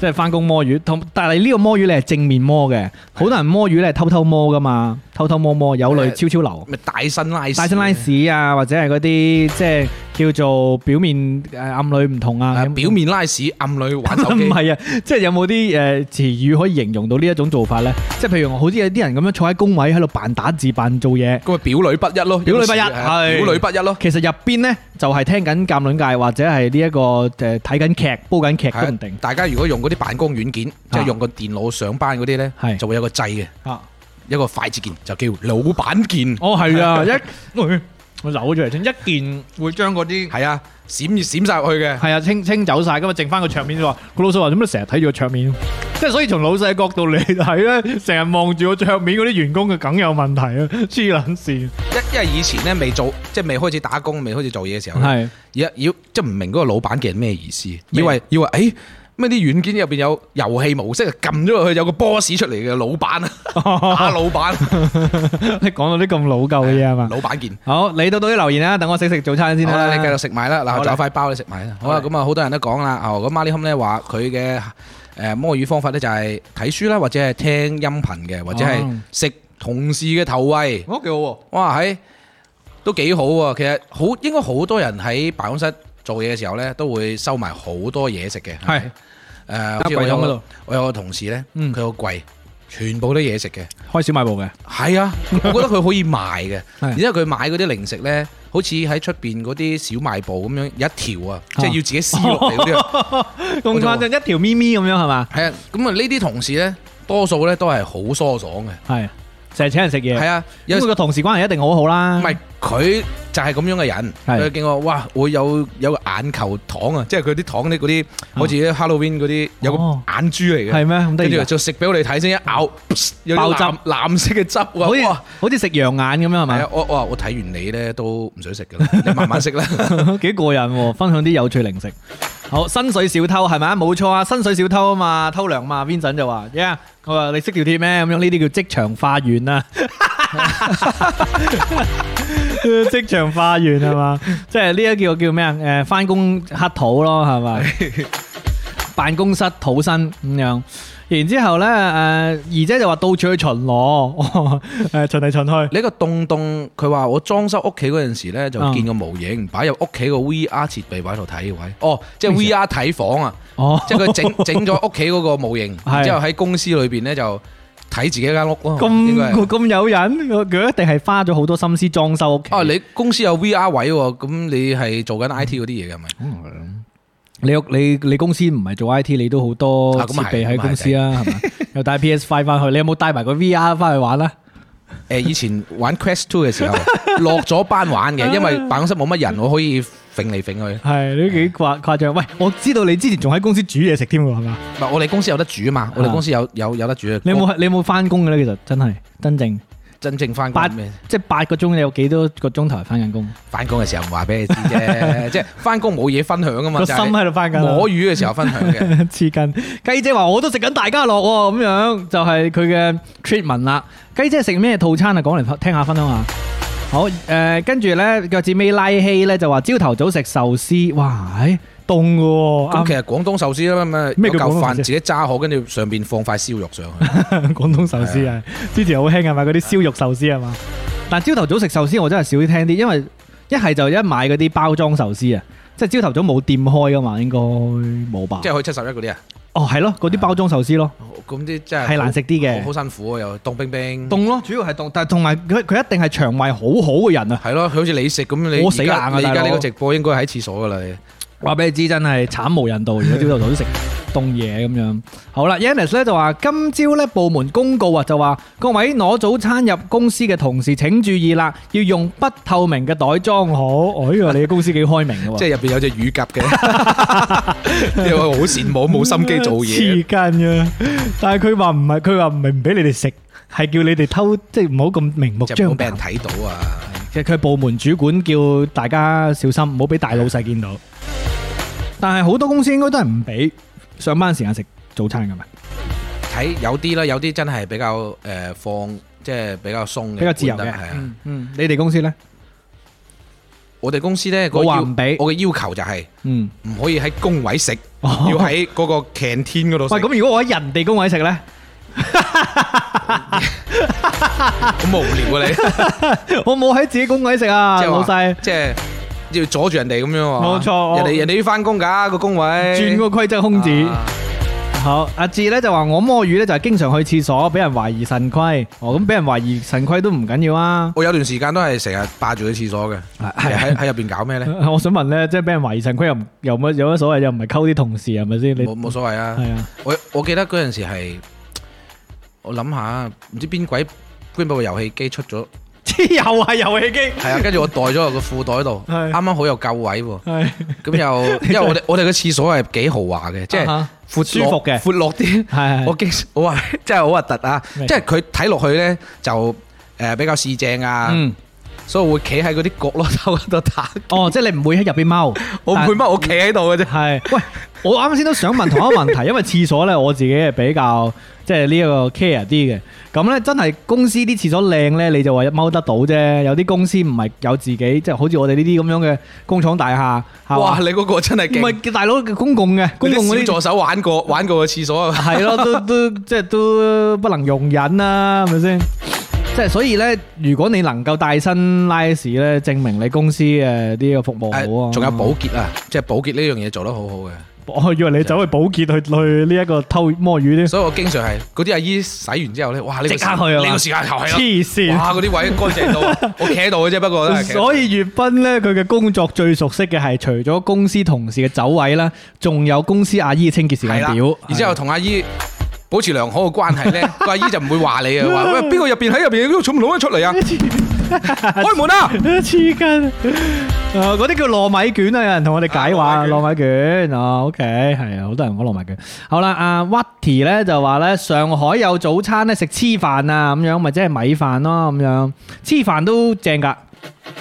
即係翻工摸魚，同但係呢個摸魚你係正面摸嘅，好多人摸魚你係偷偷摸噶嘛，偷偷摸摸有淚悄悄流。咪大身拉大身拉屎啊，或者係嗰啲即係叫做表面誒暗裏唔同啊，啊有冇表面拉屎，暗裏玩手機 唔。係啊，即係有冇啲誒詞語可以形容到呢一種做法咧？即係譬如好似有啲人咁樣坐喺工位喺度扮打字扮做嘢，咁咪表裏不一咯，表裏不一有時啊係表裏不一咯。其實入邊咧就係聽緊鑑論界或者係呢一個誒睇緊劇煲緊劇都唔定啊係啊大家如果用嗰啲辦公軟件，即係用個電腦上班嗰啲咧，係就會有個掣嘅，啊！一個快捷鍵就叫老闆鍵。哦係 啊，一哎我扭咗嚟先，一件會將嗰啲係啊，閃閃晒入去嘅。係啊清清走晒，咁啊剩翻個桌面啫喎。個老細話：做乜成日睇住個桌面？ 即係所以從老細角度嚟睇咧，成日望住個桌面嗰啲員工嘅梗有問題啊， 黐撚線。一因為以前咧未做，即係未開始打工，未開始做嘢嘅時候 呢，係要要即係唔明嗰個老闆嘅係咩意思，以咩為以為誒咩啲軟件入邊有遊戲模式，撳咗落去有個 boss 出嚟嘅老闆啊，哦打 老闆，你講到啲咁老舊嘅嘢啊係嘛？老闆見。好，你到到啲留言啊啦，等我食食早餐先好啦。啦，你繼續食埋啦，好嗱，啦仲有塊包你食埋啦。好啦，好啦咁啊，好多人都講啦，哦，咁 m a r i h u m 咧話佢嘅誒摸魚方法咧就係睇書啦，或者係聽音頻嘅，或者係哦食同事嘅頭位。我哦幾好喎。哇，喺都幾好喎！其實好應該好多人喺辦公室做嘢嘅時候咧，都會收埋好多嘢食嘅。係誒，呃喺好似我啊櫃有桶嗰個度我有個同事咧，佢嗯個櫃全部都嘢食嘅。開小賣部嘅，係啊，我覺得佢可以賣嘅。 係然之後佢買嗰啲零食咧，好似喺出邊嗰啲小賣部咁樣有一條啊，即係要自己撕落 嚟嗰啲哦啊。咁誇張一條咪咪咁樣係嘛？係啊，咁啊呢啲同事咧，多數咧都係好疏爽嘅。係，成日請人食嘢。係啊，有因為個同事關係一定好好啦。唔係佢就係咁樣嘅人，係佢見我哇，我有有個眼球糖啊，即係佢啲糖咧嗰啲好似啲 Halloween 嗰啲有個啊哦眼珠嚟嘅，係咩咁得跟意啊㗎住就食俾我哋睇先，一咬嗯有爆啲汁藍藍色嘅汁喎，好似哇！好似食羊眼咁樣係係啊咪？我我話我睇完你咧都唔想食噶啦， 你慢慢食 啦。幾過癮喎！分享啲有趣零食。好，薪水小偷係咪啊？冇錯啊，薪水小偷啊嘛，偷糧嘛。Vincent 就話：，yeah，佢話你識條鐵咩？咁樣呢啲叫職場化緣啊。 職場化緣係嘛？即係呢一叫叫咩啊？誒，翻工乞討咯，係嘛？辦公室討薪咁樣。然之後咧，誒、姨姐就話到處去巡邏， 誒巡嚟巡去。你個洞洞，佢話我裝修屋企嗰陣時咧，就嗯見個模型擺入屋企個 VR 設備位度睇嘅位。哦，即係咩意 VR 睇房啊，哦，即係 佢整整咗屋企嗰個模型，係然之後喺公司裏邊咧就睇自己間屋咯。應該咁係咁有癮，佢佢一定係花咗好多心思裝修屋企。哦，你公司有 VR 位喎，咁你係做緊 IT 嗰啲嘢嘅係咪？你屋你你公司唔係做 I T，你都好多啊咁設係備喺咁係公司啊，係嘛？又帶 P S Five 翻去，你有冇帶埋個 V R 翻去玩啊？誒以前玩 Quest Two 嘅時候落咗班嗯玩嘅，因為辦公室冇乜人，我可以揈嚟揈去。係都幾誇誇張。喂，我知道你之前仲喺公司煮嘢食添喎，係嘛？唔係我哋公司有得煮啊嘛，我哋公司有有有得煮啊。你有冇你有冇翻工嘅咧？其實真係真正真正翻八工咩？即係八個鐘，你有幾多個鐘頭係翻緊工？翻工嘅時候唔話俾你知 啫，即係翻工冇嘢分享啊嘛，個就心係喺度翻緊啊。摸魚嘅時候分享 嘅。黐筋。雞姐話我都食緊大家樂喎，咁樣就係佢嘅 treatment 啦。雞姐食咩套餐啊？講嚟聽下分享下。好誒，呃跟住咧腳趾尾拉稀咧就話朝頭早食壽司，哇，唉凍嘅喎，咁啱啊其實廣東壽司啦，咁啊咩有叫嚿廣東壽飯司嗯自己揸好，跟住上邊放塊燒肉上去。廣東壽司啊，之前好興係咪嗰啲燒肉壽司係嘛？但朝頭早食壽司我真係少啲聽啲，因為一係就一買嗰啲包裝壽司啊，即係朝頭早冇店開噶嘛，應該冇吧即？係去七十一嗰啲啊，哦，係咯，嗰啲包裝壽司咯，咁啲真係係難食啲嘅好好辛苦啊，又凍冰冰。凍咯，主要係凍，但係同埋佢佢一定係腸胃好好嘅人啊。係咯，佢好似你食咁，你我死而硬家啊你而家大佬呢個直播應該喺廁所噶啦，你話俾你知真係慘無人道，如果朝頭早都食凍嘢咁樣。好啦，Yannis 咧就話今朝咧部門公告啊，就話各位攞早餐入公司嘅同事請注意啦，要用不透明嘅袋裝好。哎呀，你嘅公司幾開明嘅 喎，即係入邊有隻乳鴿嘅， 你話好羨慕冇心機做黐嘢。筋啊！但係佢話唔係，佢話唔係唔俾你哋食，係叫你哋偷，即係唔好咁明目就唔好張俾人膽。睇到啊！其實佢係部門主管叫大家小心，唔好俾大老細見到。但係好多公司應該都係唔俾上班時間食早餐㗎嘛。睇有啲啦，有啲真係比較誒放，即係比較鬆嘅，比較自由嘅管得係啊。嗯，你哋公司呢？我哋公司咧，我個話要唔俾我嘅要求就係嗯，唔可以喺工位食，哦要喺嗰個 canteen 嗰度食。喂，咁如果我喺人哋工位食呢， 好無聊啊你，即我冇喺自己工位食 啊，係話老細。即係要阻住人哋咁樣喎。冇錯人哋人哋要翻工㗎個工位，轉個規則空子，啊好阿志呢就話我摸魚呢，就係經常去廁所，俾人懷疑腎虧。哦，咁俾人懷疑腎虧都唔緊要啊。我有段時間都係成日霸住去廁所嘅，係喺喺入邊搞咩咧？ 我想問呢，即係俾人懷疑腎虧又唔又乜有乜所謂？又唔係溝啲同事係咪先？你冇冇所謂啊！係啊，我我記得嗰陣時係，我諗下唔知邊鬼邊部遊戲機出咗，黐又係遊戲機，係啊，跟住我袋咗落個褲袋度， 係啱啱好有夠位喎。係 咁又，因為我哋我哋嘅廁所係幾豪華嘅，即係啊闊舒服嘅闊落啲。係我經我話 真係好核突啊！明即係佢睇落去咧就誒比較市正啊，嗯，所以我會企喺嗰啲角落頭嗰度打。哦，即係你唔會喺入邊踎，我唔會乜，我企喺度嘅啫。係，喂，我啱先都想問同一個問題，因為廁所咧我自己係比較即係呢一個 care 啲嘅。咁咧真係公司啲廁所靚咧，你就話踎得到啫。有啲公司唔係有自己，即係好似我哋呢啲咁樣嘅工廠大廈，係哇！嘛？你嗰個真係唔勁，係大佬公共嘅，公你共嗰啲小啲助手玩過玩過嘅廁所啊，係咯，都都即係都不能容忍啦，係咪先？即係所以咧，如果你能夠帶薪拉屎咧，證明你公司嘅呢個服務好啊。誒呃仲有保潔啊，即係保潔呢樣嘢做得好好嘅。我哦以為你走去保潔去去呢一個偷摸魚添，所以我經常係嗰啲阿姨洗完之後咧，哇！呢個即刻去啊嘛呢個時間頭係黐線咯，。哇！嗰啲位乾淨到，啊 我企喺度嘅啫，不過都係企喺度所以粵斌呢，佢嘅工作最熟悉嘅係除咗公司同事嘅走位啦，仲有公司阿姨嘅清潔時間係啦表。，然之後同阿姨 保持良好嘅關係咧，個阿姨就唔會話你啊，話喂邊個入邊喺入邊，你都做唔到得出嚟啊！ 開門 啊！黐筋。誒嗰啲叫糯米卷啊，有人同我哋解話啊糯米卷啊，OK，係啊，好多人講糯米卷。好啦，阿 Watty 咧就話咧上海有早餐咧食黐飯啊，咁樣咪即係米飯咯，咁樣黐飯都正㗎，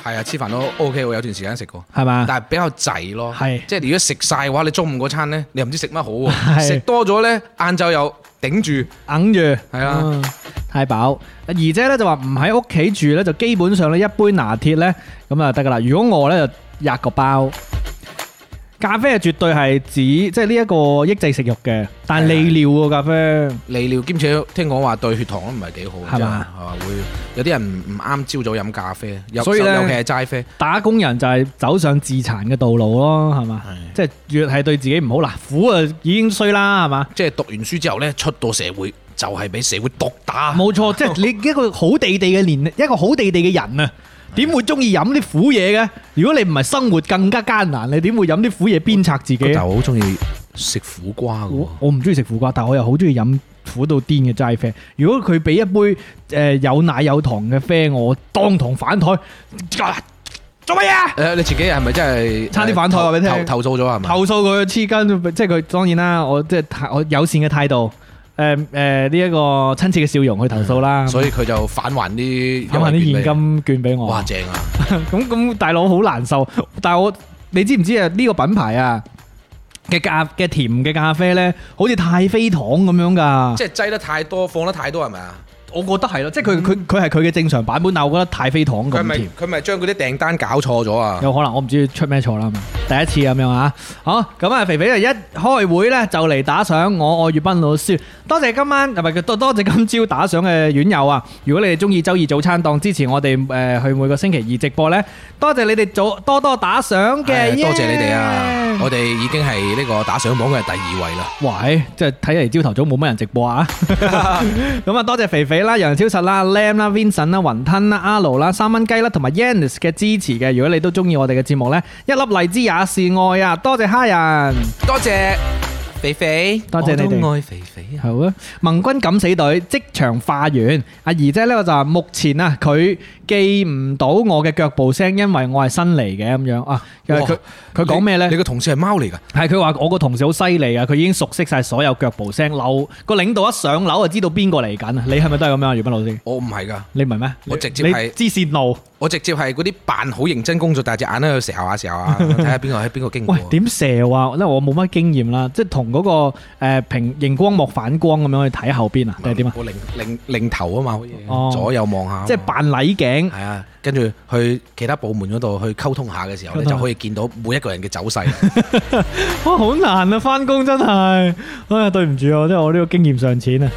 係啊，黐飯都 OK 喎，有段時間食過。係嘛？但係比較滯咯，啊係即係如果食晒嘅話，你中午嗰餐咧，你又唔知食乜好喎。 係食多咗咧，晏晝又頂住，硬住係啊嗯太飽。而姐咧就話唔喺屋企住咧，就基本上咧一杯拿鐵咧咁啊得噶啦。如果餓咧就吔個包。咖啡啊，絕對係指即係呢一個抑制食欲嘅，但係啊利尿喎咖啡。利尿兼且聽講話對血糖都唔係幾好，係嘛真係係嘛？會有啲人唔唔啱朝早飲咖啡，尤所以呢尤其係齋啡，打工人就係走上自殘嘅道路咯，係嘛？即係越係對自己唔好啦，苦啊已經衰啦，係嘛？即係讀完書之後咧，出到社會就係俾社會毒打。冇 錯，即係你一個好地地嘅年，一個好地地嘅人啊，點會中意飲啲苦嘢嘅？如果你唔係生活更加艱難，你點會飲啲苦嘢鞭策自己我啊？就好中意食苦瓜嘅我喎。我唔中意食苦瓜，但我又好中意飲苦到癲嘅齋啡。如果佢俾一杯誒、呃有奶有糖嘅啡，我當堂反台，啊做乜嘢啊？誒，你自己係咪真係差啲誒反台話俾你聽投投投訴咗係咪？投訴佢黐筋，即係佢當然啦，我即係太我友善嘅態度，誒誒呢一個親切嘅笑容去投訴啦，所以佢就返還啲咁還優啲現惠券俾你。金券俾我哇，。正啊！咁咁大佬好難受，但係我你知唔知啊？呢個品牌啊嘅咖嘅甜嘅咖啡咧，好似太妃糖咁樣㗎。即係擠得太多，放得太多係咪啊？我覺得係咯，即係佢佢佢係佢嘅正常版本，但我覺得太妃糖佢咁嗯咪甜。佢咪將嗰啲訂單搞錯咗啊！有可能我唔知出咩錯啦，係咪第一次咁樣啊，好咁啊，肥肥就一開會咧就嚟打賞我愛粵斌老師，多謝今晚唔係多多謝今朝打賞嘅院友啊！如果你哋中意周二早餐檔，支持我哋誒、呃去每個星期二直播呢，多謝你哋早多多打賞嘅，係多謝你哋啊！耶！我哋已經係呢個打上榜嘅第二位啦。喂，即係睇嚟朝頭早冇乜人直播啊！咁啊，多謝肥肥啦、楊超實啦、Lam 啦、Vincent 啦、雲吞啦、阿盧啦、三蚊雞啦，同埋 Yannis 嘅支持嘅。如果你都中意我哋嘅節目呢，一粒荔枝也是愛啊！多謝蝦人，多謝肥肥，多謝你哋我都愛肥肥啊！好啊！盟軍敢死隊職場化緣，阿姨姐呢，我就話目前啊，佢記唔到我嘅腳步聲，因為我係新嚟嘅咁樣啊。哇佢佢講咩呢你你？個同事係貓嚟㗎，係佢話我個同事好犀利啊！佢已經熟悉晒所有腳步聲，樓個領導一上樓就知道邊個嚟緊啊！你係咪都係咁樣啊？葉斌老師，我唔係㗎，你唔係咩？我直接你係知線路。我直接係嗰啲扮好認真工作，但係隻眼喺度睄下睄 下，睇下邊個喺邊個經過喂，。點射啊？因為我冇乜經驗啦，即係同嗰個誒平熒光幕反光咁樣去睇後邊啊，定係點啊？我擰擰擰頭啊嘛，可以哦左右望下。即係扮禮頸，係啊，跟住去其他部門嗰度去溝通下嘅時候，溝你通下就可以見到每一個人嘅走勢啦。哇，好難啊！翻工真係，哎呀，對唔住啊，即係我呢個經驗尚淺啊。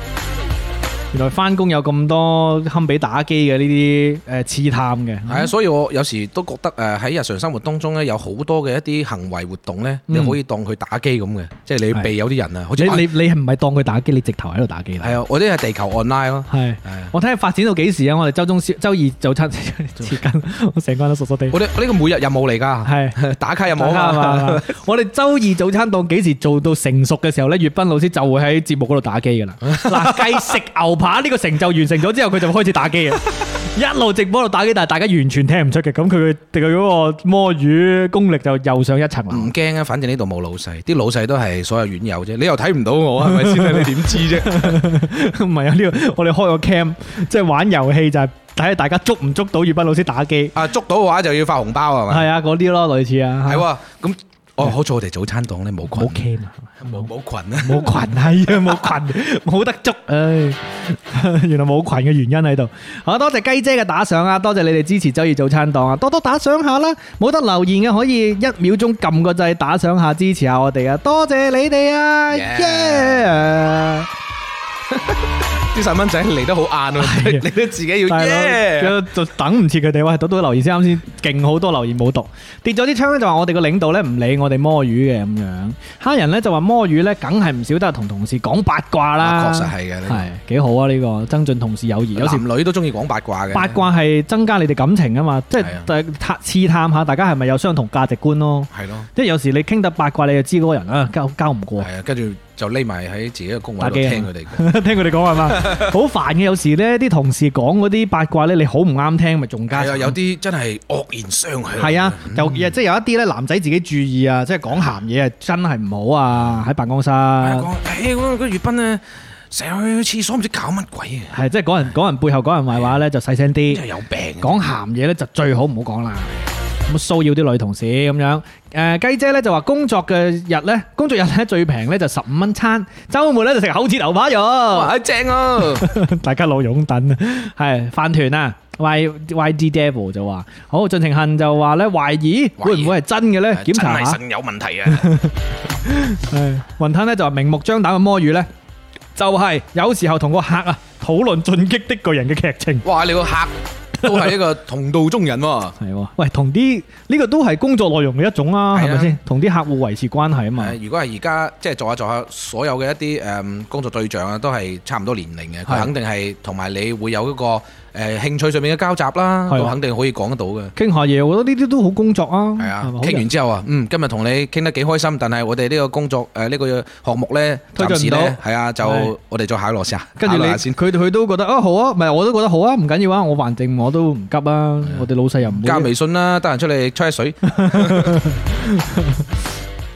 原來翻工有咁多堪比打機嘅呢啲誒刺探嘅，係啊，所以我有時都覺得誒喺日常生活當中咧，有好多嘅一啲行為活動咧，你嗯可以當佢打機咁嘅，即係你要避有啲人啊，好似你你你係唔係當佢打機？你直頭喺度打機啦。係啊，我啲係地球 online 咯，係，係啊，我睇下發展到幾時啊！我哋周中宵、周二早餐 時間，我成個人都傻傻地。我哋我呢個每日任務嚟 㗎，係。打卡任務冇啊嘛，嘛！我哋周二早餐檔幾時做到成熟嘅時候咧，粵斌老師就會喺節目嗰度打機噶 啦。嗱，計食牛扒呢個成就完成咗之後，佢就開始打 機嘅，一路直播度打機，但係大家完全聽唔出嘅。咁佢佢嗰個摸魚功力就又上一層 唔啦。驚啊，反正呢度冇老細，啲老細都係所有院友啫，你又睇唔到我啊係咪先？你點知 啫？唔係啊，呢個我哋開個 cam，即係玩遊戲就係睇下大家捉唔捉到粵斌老師打機。啊，捉到嘅話就要發紅包係咪？係啊，嗰啲咯，類似啊。係喎，咁哦，好彩我哋早餐檔咧冇冇群， cam 啊。冇冇群啊。冇群係啊，冇群冇得捉，唉， 原來冇群嘅原因喺度。好多謝雞姐嘅打賞啊，多謝你哋支持周二早餐檔啊，多多打賞下啦，冇得留言嘅可以一秒鐘撳個掣打賞下支持下我哋啊，多謝你哋啊，耶！啲細 蚊仔嚟得好晏喎，你都自己要大佬 yeah。就等唔切佢哋，喂，讀到留言先啱先，勁好多留言冇讀。跌咗啲槍咧就話我哋個領導咧唔理我哋摸魚嘅咁樣，黑人咧就話摸魚咧梗係唔少得同同事講八卦啦。啊確實係嘅呢個係幾好啊呢個增進同事友誼。有時男女都中意講八卦嘅。八卦係增加你哋感情啊嘛，即係係啊探試探下大家係咪有相同價值觀咯。係咯，即係有時你傾得八卦，你就知嗰個人啊交交唔過。係啊，跟住就匿埋喺自己嘅工位打度機啊聽佢哋講。 聽佢哋講係 嘛，好煩嘅。有時咧，啲同事講嗰啲八卦咧，你好唔啱聽，咪仲加係啊，慘有啲嗯真係惡言相向。係啊，有即係有一啲咧男仔自己注意啊，即係講鹹嘢啊，真係唔好啊，喺辦公室係啊，講誒嗰個粵賓咧，成日去廁所唔知搞乜鬼啊，係即係講人講人背後講人壞話咧，就細聲啲真係。有病啊。講鹹嘢咧就最好唔好講啦，咁騷擾啲女同事咁樣。誒、雞姐咧就話工作嘅日咧，工作日咧最平咧就十五蚊餐，週末咧就食口切牛扒肉。哇，正啊！ 大家老擁趸，係飯團啊！Y Y D Devil 就話好，盡情恨就話咧懷疑會唔會係真嘅咧？檢查真係下。腎有問題啊！係雲吞咧就話明目張膽嘅摸魚咧，就係、有時候同個客啊討論進擊的巨人嘅劇情。哇，你個客都係一個同道中人喎。系喎，喂，同啲呢個都係工作內容嘅一種啊，係啊係咪先？同啲客戶維持關係啊嘛，誒，如果係而家即係做下做下，所有嘅一啲誒工作對象啊，都係差唔多年齡嘅，佢係肯定係同埋你會有一個誒興趣上面嘅交集啦，係啊佢肯定可以講得到嘅。傾下嘢，我覺得呢啲都好工作啊，係啊係咪，好傾人完之後啊，嗯，今日同你傾得幾開心，但係我哋呢個工作誒呢個項目咧，嗯推進唔暫時到咧係啊，係就我哋再考慮下，跟住考你慮下先。佢佢都覺得啊好啊，唔係我都覺得好啊，唔緊要啊，我還定我都唔急啊，我哋老細又唔加會微信啦，得閒出嚟 吹下水。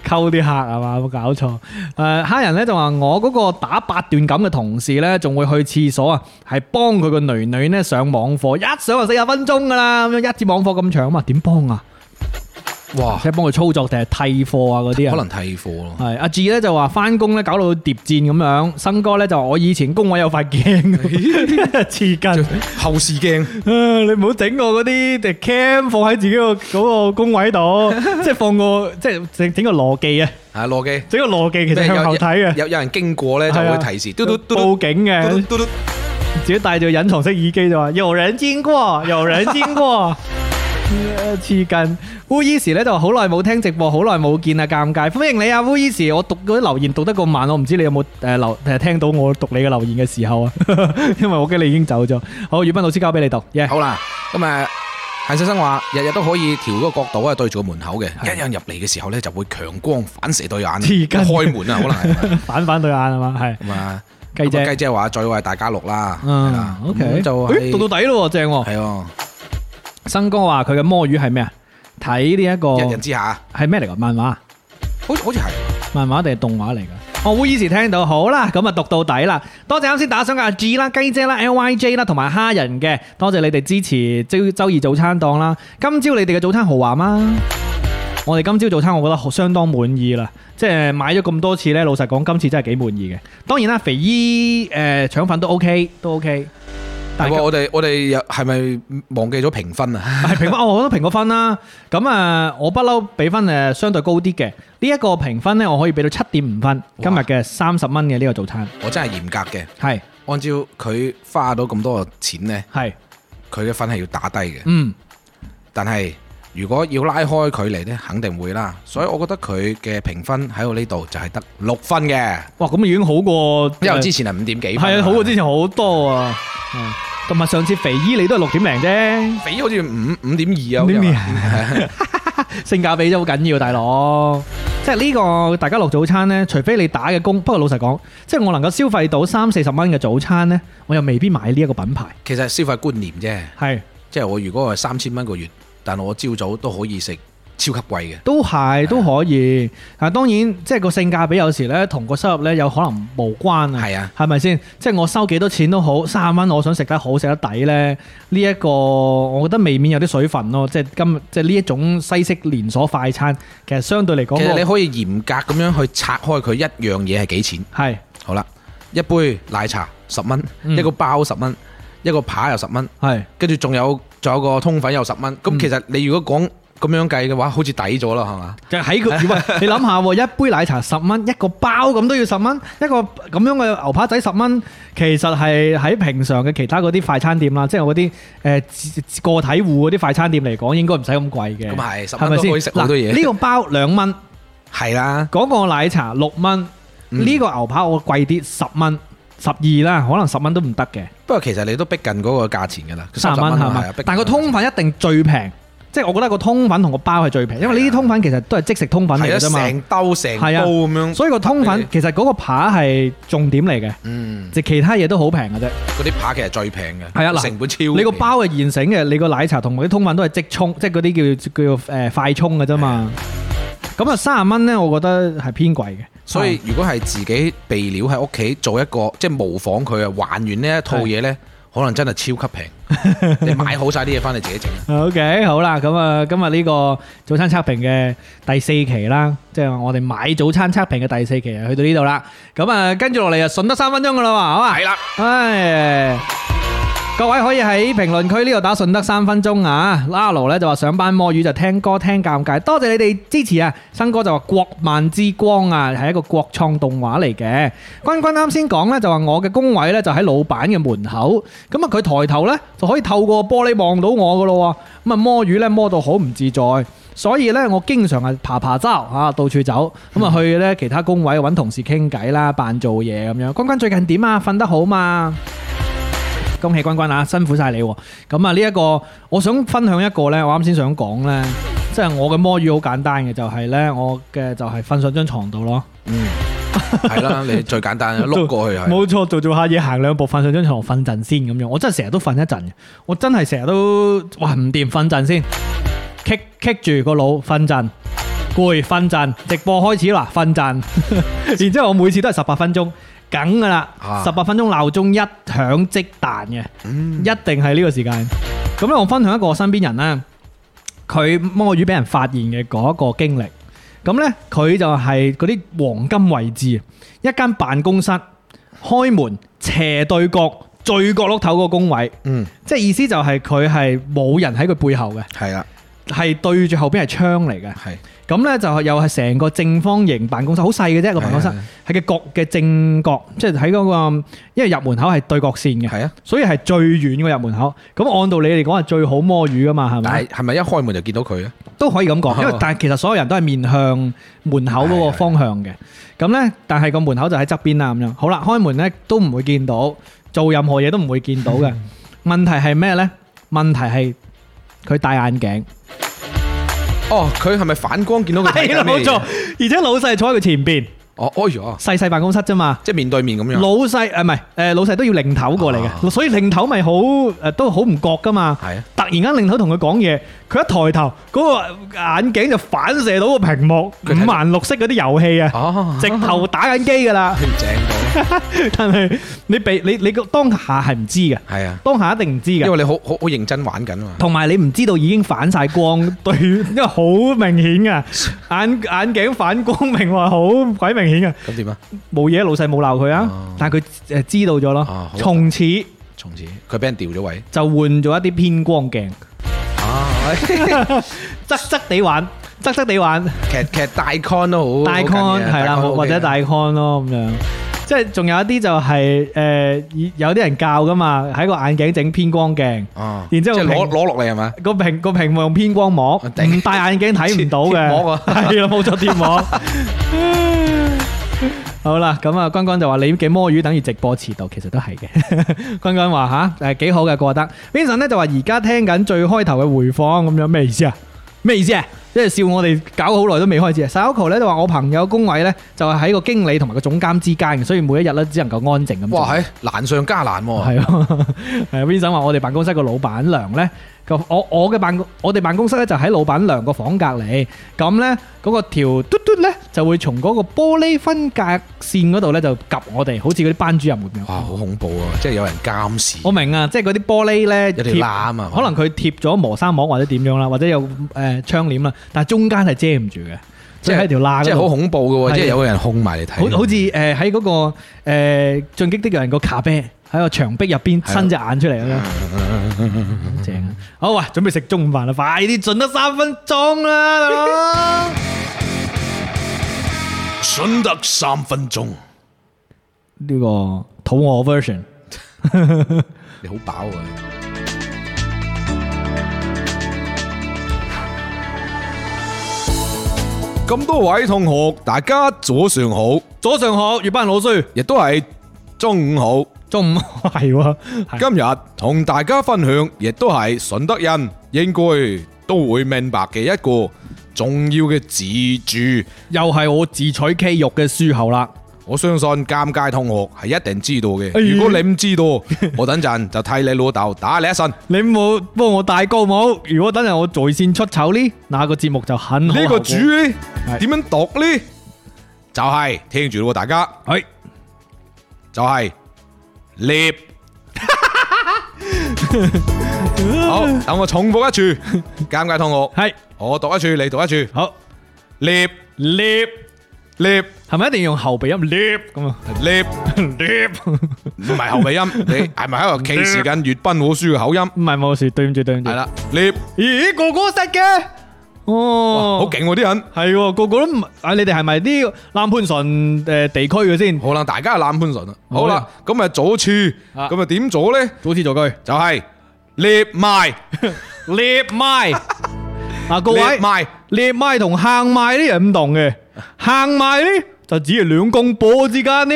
溝啲客係嘛，冇搞錯。誒，黑人咧就話我嗰個打八段錦嘅同事咧，仲會去廁所啊，係幫佢個女女咧上網課，一上就四十分鐘㗎啦，咁樣一節網課咁長啊嘛，點幫啊？哇， 即係幫佢操作定係替課啊嗰啲啊？可能替貨咯。系阿志咧就話翻工咧搞到碟戰咁樣，生哥咧就話我以前工位有塊鏡，哎 黐筋，後視鏡啊你唔好整我嗰啲 cam 放喺自己個嗰個工位度，即係放個即係整整個羅技啊，啊，羅記。整個羅技其實咩向後睇嘅，有有有人經過咧就係啊會提示，嘟嘟嘟嘟報警嘟嘅，嘟 嘟嘟，自己戴住隱藏式耳機就話有人經過，有人經過。黐筋，烏伊時咧就話好耐冇聽直播，好耐冇見啊，尷尬！歡迎你啊，烏伊時，我讀嗰啲留言讀得咁慢，我唔知你有冇誒留誒聽到我讀你嘅留言嘅時候啊， 因為我驚你已經走咗。好，宇斌老師交俾你讀，耶、好啦，咁啊。陳先生話：日日都可以調嗰個角度啊，對住個門口嘅。一有人入嚟嘅時候咧，就會強光反射對眼，黐筋開門啊，可能係反反對眼啊嘛，係咁啊。雞咁啊雞姐，姐話最愛大家樂啦，係嗯啦，OK，咁就誒讀係到底咯喎，正喎。係哦，生哥話佢嘅魔語係咩啊？睇呢一個一人之下，係咩嚟㗎？漫畫啊？好似好似係漫畫定係動畫嚟噶？我會以前聽到，好啦，咁啊讀到底啦。多謝啱先打賞嘅阿 G 啦、雞姐啦、LYJ 啦，同埋蝦人嘅，多謝你哋支持周周二早餐檔啦。今朝你哋嘅早餐豪華嗎？我哋今朝早餐，我覺得好相當滿意啦，即係買咗咁多次呢，老實講，今次真係幾滿意嘅。當然啦，肥姨誒、呃、腸粉都 OK，都 OK。但係係喎。我哋我哋又係咪忘記咗評分啊？ 係評分，哦我覺得評個分啦。咁啊，我不嬲俾分誒相對高啲嘅。呢、一個評分呢，我可以俾到七點五分。今日嘅三十蚊嘅呢個早餐，我真係嚴格嘅，係按照佢花咗咁多錢咧，係佢嘅分係要打低嘅。嗯但係如果要拉開距離呢，肯定會啦。所以我覺得佢嘅評分喺我呢度就係得六分嘅，哇，咁已經好過呃因為之前係五點幾分。係啊，好過之前好多啊。嗯同埋上次肥姨你都係六點零肥好似五五點二啊，啫，五點好似零話，性價比真係好緊要，大佬。即係呢個大家樂早餐呢，除非你打嘅工，不過老實講，即係我能夠消費到三四十蚊嘅早餐呢，我又未必買呢一個品牌。 其實係消費觀念啫，係。即係我如果係三千蚊個月，但我朝早都可以食超級貴嘅。都係都可以，但係當然即係個性價比有時咧同個收入咧有可能無關啊，係啊，係咪先？即係我收幾多錢都好，三十蚊我想食得好食得抵咧，呢、一個我覺得未免有啲水分咯。即係今即係呢一種西式連鎖快餐，其實相對嚟講，其實你我可以嚴格咁樣去拆開佢一樣嘢係幾錢。係好啦，一杯奶茶十蚊，嗯一個包十蚊，一個扒又十蚊。係嗯跟住仲有仲有個通粉有十蚊。咁其實你如果講咁樣計嘅話，好似抵咗啦，係嘛？就喺佢， 喂，你諗下喎，一杯奶茶十蚊，一個包咁都要十蚊，一個咁樣嘅牛扒仔十蚊，其實係喺平常嘅其他嗰啲快餐店啦，即係嗰啲誒自自個體戶嗰啲快餐店嚟講，應該唔使咁貴嘅。咁係10係咪蚊都可先以食好多嘢嗱呢個包兩蚊，係啦，嗰個奶茶六蚊，嗯呢個牛扒我貴啲十蚊，十二啦，可能十蚊都唔得嘅，不過其實你都逼近嗰個價錢㗎啦，三十30蚊係啊嘛係啊逼近？但係個通粉一定最平。即係我覺得個通粉同個包係最平，因為呢啲通粉其實都係即食通粉嚟係嘅啊，啫嘛。成兜成煲係啊咁樣，所以個通俾粉你其實嗰個扒係重點嚟嘅，嗯，即係其他嘢都好平嘅啫。嗰啲扒其實最平嘅，係啊嗱成本超你個平包係現成嘅，你個奶茶同埋啲通粉都係即沖，即係嗰啲叫叫誒、呃快沖嘅啫嘛。咁啊，三十蚊咧，我覺得係偏貴嘅。所以如果係自己備料喺屋企做一個，即係模仿佢啊，還原呢一套嘢呢，可能真係超 級平。你買好晒啲嘢翻嚟自己整，啊 OK，好啦，咁啊，今日呢個早餐測評嘅第四期啦，即係我哋買早餐測評嘅第四期啊，去到呢度啦。咁啊，跟住落嚟啊，順得三分鐘噶啦嘛，好嘛？係啦，唉，各位可以喺評論區呢度打順德三分鐘啊！拉羅咧就話上班摸魚就聽歌聽尷尬，多謝你哋支持啊！新哥就話《國漫之光》啊，係一個國創動畫嚟嘅。君君啱先講咧就話我嘅工位咧就喺老闆嘅門口，咁啊佢抬頭咧就可以透過玻璃望到我噶咯喎，咁啊摸魚咧摸到好唔自在。所以咧，我經常係爬爬洲啊，到處走，咁啊去咧其他工位揾同事傾偈啦，扮做嘢咁樣。君君最近點啊？瞓得好嘛？恭喜君君啊，辛苦晒你喎！咁啊呢一個，我想分享一個呢，我啱先想講呢，即係我嘅摸魚好簡單嘅，就係呢，我嘅就係瞓上張床度咯。嗯，係 啦，你最簡單啊碌過去係，冇錯，做做下嘢，行兩步，瞓上張床瞓陣先咁樣。我真係成日都瞓一陣嘅，我真係成日都哇唔掂，瞓陣先，棘棘住個腦瞓陣，攰瞓陣，直播開始啦，瞓 陣。然之後我每次都係十八分鐘，梗噶啦啊，十八分鐘鬧鐘一響即彈嘅。嗯一定係呢個時間。咁咧，我分享一個我身邊人咧，佢摸魚俾人發現嘅嗰一個經歷。咁呢，佢就係嗰啲黃金位置，一間辦公室開門斜對角最角落頭個工位，嗯，即係意思就係佢係冇人喺佢背後嘅，係啦，係對住後邊係窗嚟嘅。係咁呢，就係又係成個正方形辦公室，好細嘅啫個辦公室係啊，喺個角嘅正角，即係喺嗰個，因為入門口係對角線嘅。係啊，所以係最遠嘅入門口。咁按道理嚟講係最好摸魚噶嘛，係但係咪？係咪一開門就見到佢啊咧？都可以 咁講，因為但係其實所有人都係面向門口嗰個方向嘅。咁呢，但係個門口就喺側邊啦，咁樣。好啦，開門呢都唔會見到，做任何嘢都唔會見 到嘅。問題係咩呢？問題係佢戴眼鏡，哦，佢 係咪反光見到佢睇緊咩嘢？而且老細坐喺佢前邊，哦，哎呀，細細辦公室啫嘛。即係面對面咁樣，老細誒唔係誒老細都要擰頭過嚟嘅，啊所以擰頭咪好誒都好唔覺噶嘛。係啊，突然間擰頭同佢講嘢，佢一抬頭，嗰、個眼鏡就反射到個屏幕，五佢睇到顏六色嗰啲遊戲啊，哦，直頭打緊機噶啦。 正到，但係你被你你個當下係唔知嘅，係 啊，當下一定唔知因嘅。為你好好好認真玩緊啊嘛，同埋你唔知道已經反晒光，對， 因為好明顯噶，眼眼鏡反光明話好鬼明顯嘅，咁點啊？冇嘢，老細冇鬧佢啊哦，但係佢誒知道咗啊咯好，從此從此佢俾人調咗 位就換咗一啲偏光鏡，啊！側側地玩，側側地玩。其實其實大 con 都啊好，大 con 係啦，或者大 con 咯咁樣。即係仲有一啲就係、誒、有啲人教噶嘛，喺個眼鏡整偏光鏡，哦，然之後即係攞平攞落嚟係嘛？個屏個屏幕用偏光膜，我頂唔戴眼鏡睇唔到嘅，貼貼膜啊 係啦，冇咗貼 膜。好啦，咁啊，君君就話你嘅摸魚等於直播遲到，其實都係嘅。 君君話吓，誒幾好嘅過得。Vincent 咧就話而家聽緊最開頭嘅回放咁樣，咩意思啊？咩意思啊？即係笑我哋搞好耐都未開始啊 s a o k o 咧就話我朋友工位咧就係喺個經理同埋個總監之間嘅，所以每一日咧只能夠安靜咁做。哇，係難上加難喎，哦係咯， 係啊 Vincent 話我哋辦公室個老闆娘咧，個我我嘅辦公我哋辦公室咧就喺老闆娘個房隔離，咁咧嗰個條嘟嘟咧就會從嗰個玻璃分隔線嗰度咧就及我哋，好似嗰啲班主任咁樣。哇，好恐怖啊！即係有人監視，我明啊，即係嗰啲玻璃咧有條貼，攬啊，可能佢貼咗磨砂膜或者點樣啦，或者有誒窗簾啦，但係中間係遮唔住嘅，即係喺條罅即嗰係好度。恐怖嘅係呃喎，即係有個人控埋嚟睇，好好似誒喺嗰個誒進擊的巨人個卡啤喺個牆壁入邊伸隻眼出嚟咁樣，嗯正啊！好啊，準備食中午飯啦，快啲盡得三分鐘啦，大佬！信得三分鐘，呢個肚餓 version，你好飽啊！咁多位同學，大家早上好，早上好，粵班老師，亦都係中午好。中午 係喎，係今日同大家分享，亦都係順德人應該都會明白嘅一個重要嘅自主。又係我自取其辱嘅書後啦。我相信尷尬同學係一定知道嘅。哎如果你唔知道，我等陣就替你老豆打你一身。呢你冇幫我戴高帽，如果等陣我在線出醜呢，那個節目就很好個後果主呢係點樣讀呢？就係聽住咯，大家 係就係獵。好，等我重複一處，尷尬同學，係我讀一處，你讀一處，好獵，lift 獵係咪一定要用後鼻音 lift 咁啊獵。 ？lift 唔係後 尾音，你係咪喺度歧視緊粵賓好書嘅口音？唔係冇事，對唔住對唔住。係，啦，你咦個個識嘅，哦，好勁喎啲人，係喎，個個都唔啊！你哋係咪啲南潘順誒地區嘅先？可能大家係濫潘神啦。好啦好，咁啊早處，啊咁啊點早咧？早知做句就係獵賣， lift 麥嗱，各獵位。賣，猎賣同行賣呢係唔同嘅，行賣呢就只係兩公婆之間 呢。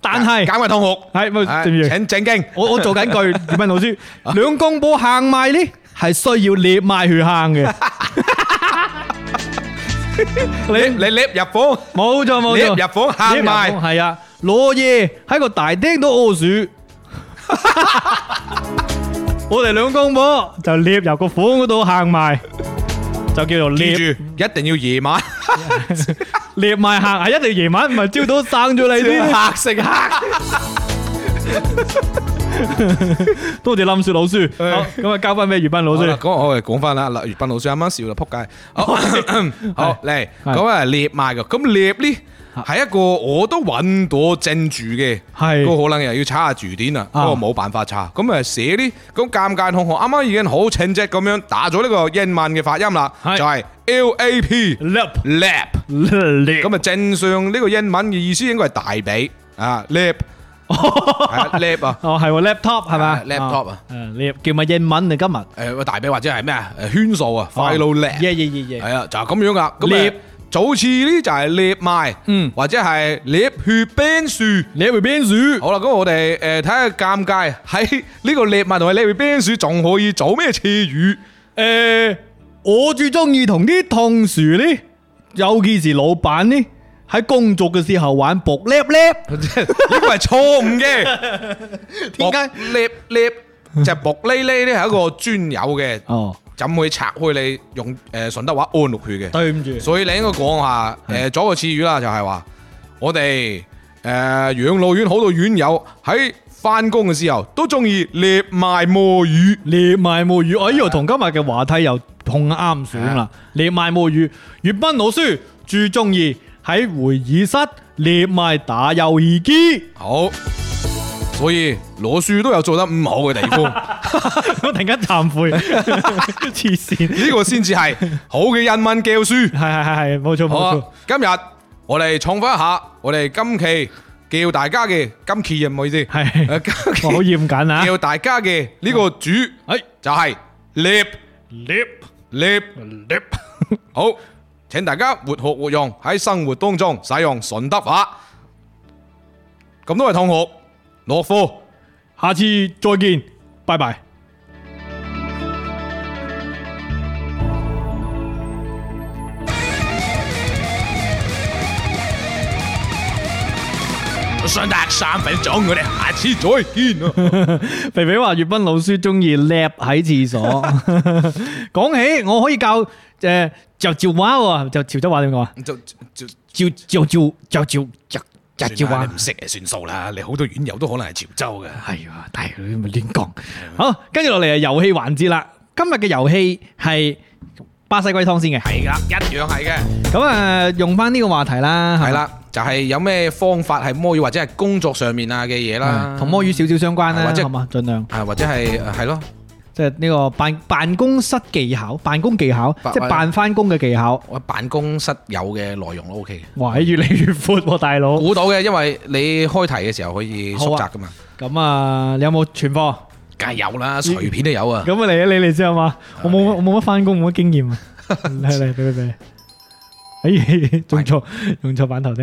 但係簡位同學，係咪係對唔住？請正經，我 我做緊句，葉斌老師，兩公婆行賣呢係需要猎賣去行嘅。 你你你獵入房，冇錯冇獵錯，入房行賣，係啊，攞嘢喺個大廳度屙 鼠。我哋兩公婆就猎入個房嗰度行埋，就叫做記猎住。一定要夜晚猎埋行系一定夜晚，唔系朝早生咗 你啲。黑食黑，多謝林雪老師，唉好咁啊，交翻俾葉斌老好啦師。講我哋講翻啦，嗱，粵賓老師啱啱笑啦，撲街，好 好嚟，咁啊獵賣嘅，咁獵呢係一個我都揾到正住嘅。係嗰個可能又要查下字典啊，啊不過冇辦法查。咁啊寫啲咁尷尬同學啱啱已經好稱職咁樣打咗呢個英文嘅發音啦，係就係 L A P lap lap。 lap 咁啊正常呢個英文嘅意思應該係大髀啊 lap 係 啊 lap 啊哦係喎 Ờ. À, laptop 係咪，laptop 啊，誒你叫乜英文啊今日？誒大髀或者係咩啊誒圈數啊 Ờ. final lap 耶耶耶耶，係啊就係咁樣噶。咁 Lap 啊早次呢就係 lap 嗯賣，或者係 lap 血冰樹。你會邊鼠？好啦，咁我哋誒睇下尷尬喺 呢個獵物同埋獵邊鼠仲可以做咩 詞語？誒，我最中意同啲同事呢，尤其是老闆呢，喺工作嘅時候玩薄 lap lap。呢個係錯誤嘅。 點解獵 獵就薄呢呢咧係一個專有嘅，哦，就唔會拆開你用誒順德話安落去嘅。對唔住，所以你應該講下誒左個詞語啦，就係話我哋誒養老院好多院友喺翻工嘅時候都中意獵賣摸魚。猎埋母語，哎呀，同今日嘅話題又碰啱選啦。猎埋母語，粵斌老師最中意喺會議室猎埋打遊戲 機。好，所以攞書都有做得唔好嘅 地方。我突然間慚 悔，黐線。呢個先至係好嘅英文教書。 係係係係，冇錯好冇啊錯。，今日我哋重翻一下，我哋今期叫大家嘅今期啊，唔好意思，係誒今我好期厭緊啊！叫大家嘅呢個主哎就係 lip ，lip lip。 lip，好，請大家活學活用喺生活當中使用順德話。咁多位同學落課，下次再見，拜 拜。上達三分鐘，我哋下次再見啊！ 肥肥話：粵斌老師中意 lap 喺廁所。 講起我可以教誒就照話喎，就潮州話點講啊？就就照照照照照照照照啊算啦話你唔。識就算數啦，你好多院友都可能係潮州嘅。係啊，但係佢咪亂講。好，跟住落嚟係遊戲環節啦。今日嘅遊戲係巴西龜湯先嘅。係啦，一樣係嘅。咁啊，用翻呢個話題啦。係係嘛啦，就係有咩方法係摸魚或者係工作上面啊嘅嘢啦，同摸魚少少相關啦，或者好嘛？盡量啊或者係係咯，即係呢個辦辦公室技巧、辦公技巧，辦即係辦翻工嘅技巧。我辦公室有嘅內容都 OK 嘅，哇！越嚟越闊喎，大佬。估到嘅，因為你開題嘅時候可以縮窄噶嘛，咁啊，你有冇存貨？ 梗係有啦，隨便都有啊。咁啊嚟啊，你嚟先好嘛？我冇我冇乜翻工，冇乜經 驗啊。嚟嚟，俾俾俾。哎， 用錯用錯版頭啫。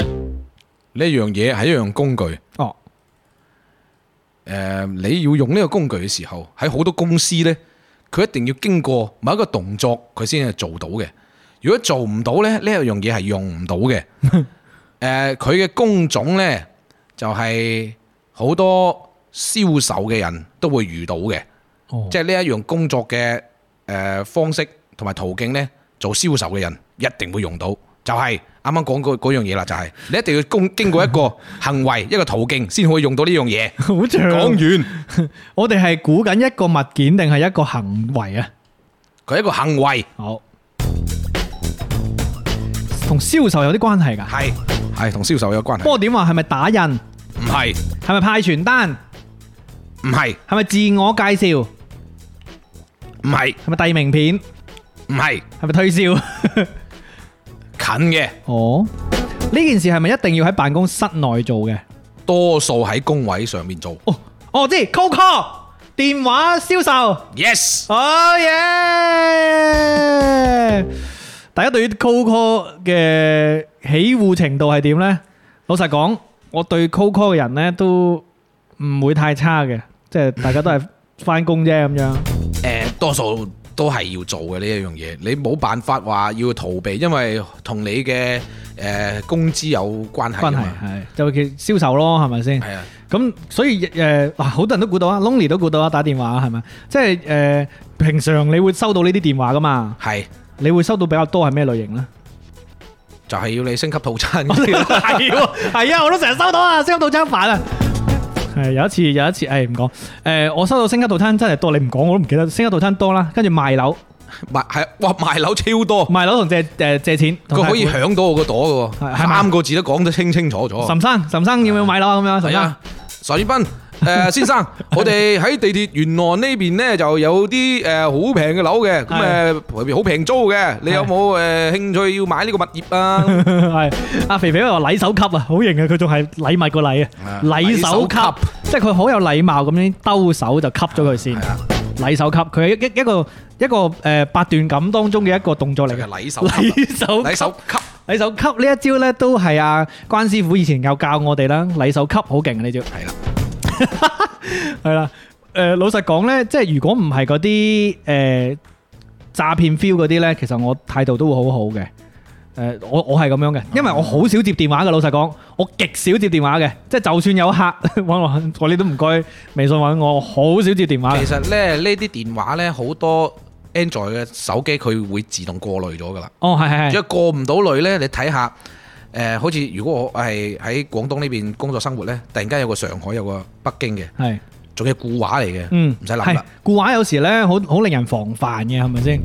呢樣嘢係一樣工具，誒、哦，呃你要用呢個工具嘅時候，喺好多公司呢，佢一定要經過某一個動作，佢先係做到嘅。如果做唔到呢，呢一樣嘢係用唔到嘅。誒、佢嘅工種呢，就係、好多銷售嘅人都會遇到嘅，哦即係呢一樣工作嘅誒、呃方式同埋途徑呢，做銷售嘅人一定會用到，就係啱啱講嗰嗰樣嘢啦，就係、你一定要經經過一個行為一個途徑先可以用到呢樣嘢。好長。講完，我哋係估緊一個物件定係一個行為啊？ 佢一個行為好，同銷售有啲關係㗎。係係同銷售有關不係，過點話係咪打印？唔係係咪派傳單？唔係係咪自我介紹？唔係係咪遞名片？唔係係咪推銷？近嘅，哦，呢件事係咪一定要喺辦公室內做嘅？多數喺工位上面做。哦，我知 cold call 電話銷售。 Yes，哦耶！大家對於 cold call 嘅喜惡程度係點呢？老實講，我對 cold call 嘅人呢都唔會太差嘅，即係大家都係翻工啫咁樣。誒、多數都係要做嘅呢一樣嘢，你冇辦法話要逃避，因為同你嘅誒、工資有關係啊關係嘛。係就叫銷售咯，係咪先？係啊，咁所以誒，哇好多人都估到啊，Lonely 都估到啊，打電話係咪？即係誒，平常你會收到呢啲電話噶嘛？係你會收到比較多係咩類型呢？就係、要你升級 套餐嗰啲係喎，係啊，我都成日收到啊，升級套餐煩啊。係有一次，有一次，誒唔講，誒、呃我收到升級套餐真係多，你唔講我都唔記得。升級套餐多啦，跟住賣樓，賣係哇賣樓超多，賣樓同借誒、呃借錢，同佢可以貸款響到我個朵嘅係喎，係咪三個字都講得清清楚楚。岑生，岑生要唔要買樓啊？咁樣，岑係生啊，岑宇斌。誒、Ờ, 先生，我哋喺地鐵元朗呢邊咧就有啲誒 ờ, 好平嘅樓嘅，咁誒好平租嘅，你有冇 ờ, 誒興趣要買呢個物業啊？係阿肥肥話禮手級啊，好型啊，佢仲係禮物個禮啊啊，禮禮手手級級，即係佢好有禮貌咁樣兜手就吸咗佢先係啊，禮手級，佢係一一一個一個誒八段錦當中嘅一個動作嚟就係嘅，禮手級啊禮手禮禮手級。禮手級呢一招咧都係阿關師傅以前有教我哋啦，禮手級好勁啊呢招。係啦， 係啦，誒、老實講咧，即係如果唔係嗰啲誒詐騙 feel 嗰啲咧，其實我態度都會好好嘅。誒、我我係咁哦樣嘅，因為我好少接電話嘅。老實講，我極少接電話嘅，即係就算有客 揾我，我你都唔該微信揾我，我好少接電啊話嘅。其實咧呢啲電話咧好多 Android 嘅手機佢會自動過濾咗噶啦，哦，係係如係，果過唔到濾咧，你睇下。誒、好似如果我係喺廣東呢邊工作生活咧，突然間有個上海，有個北京嘅，係仲要固話嚟嘅，嗯，唔使諗啦。係。固話有時咧，好好令人防範嘅，係咪先？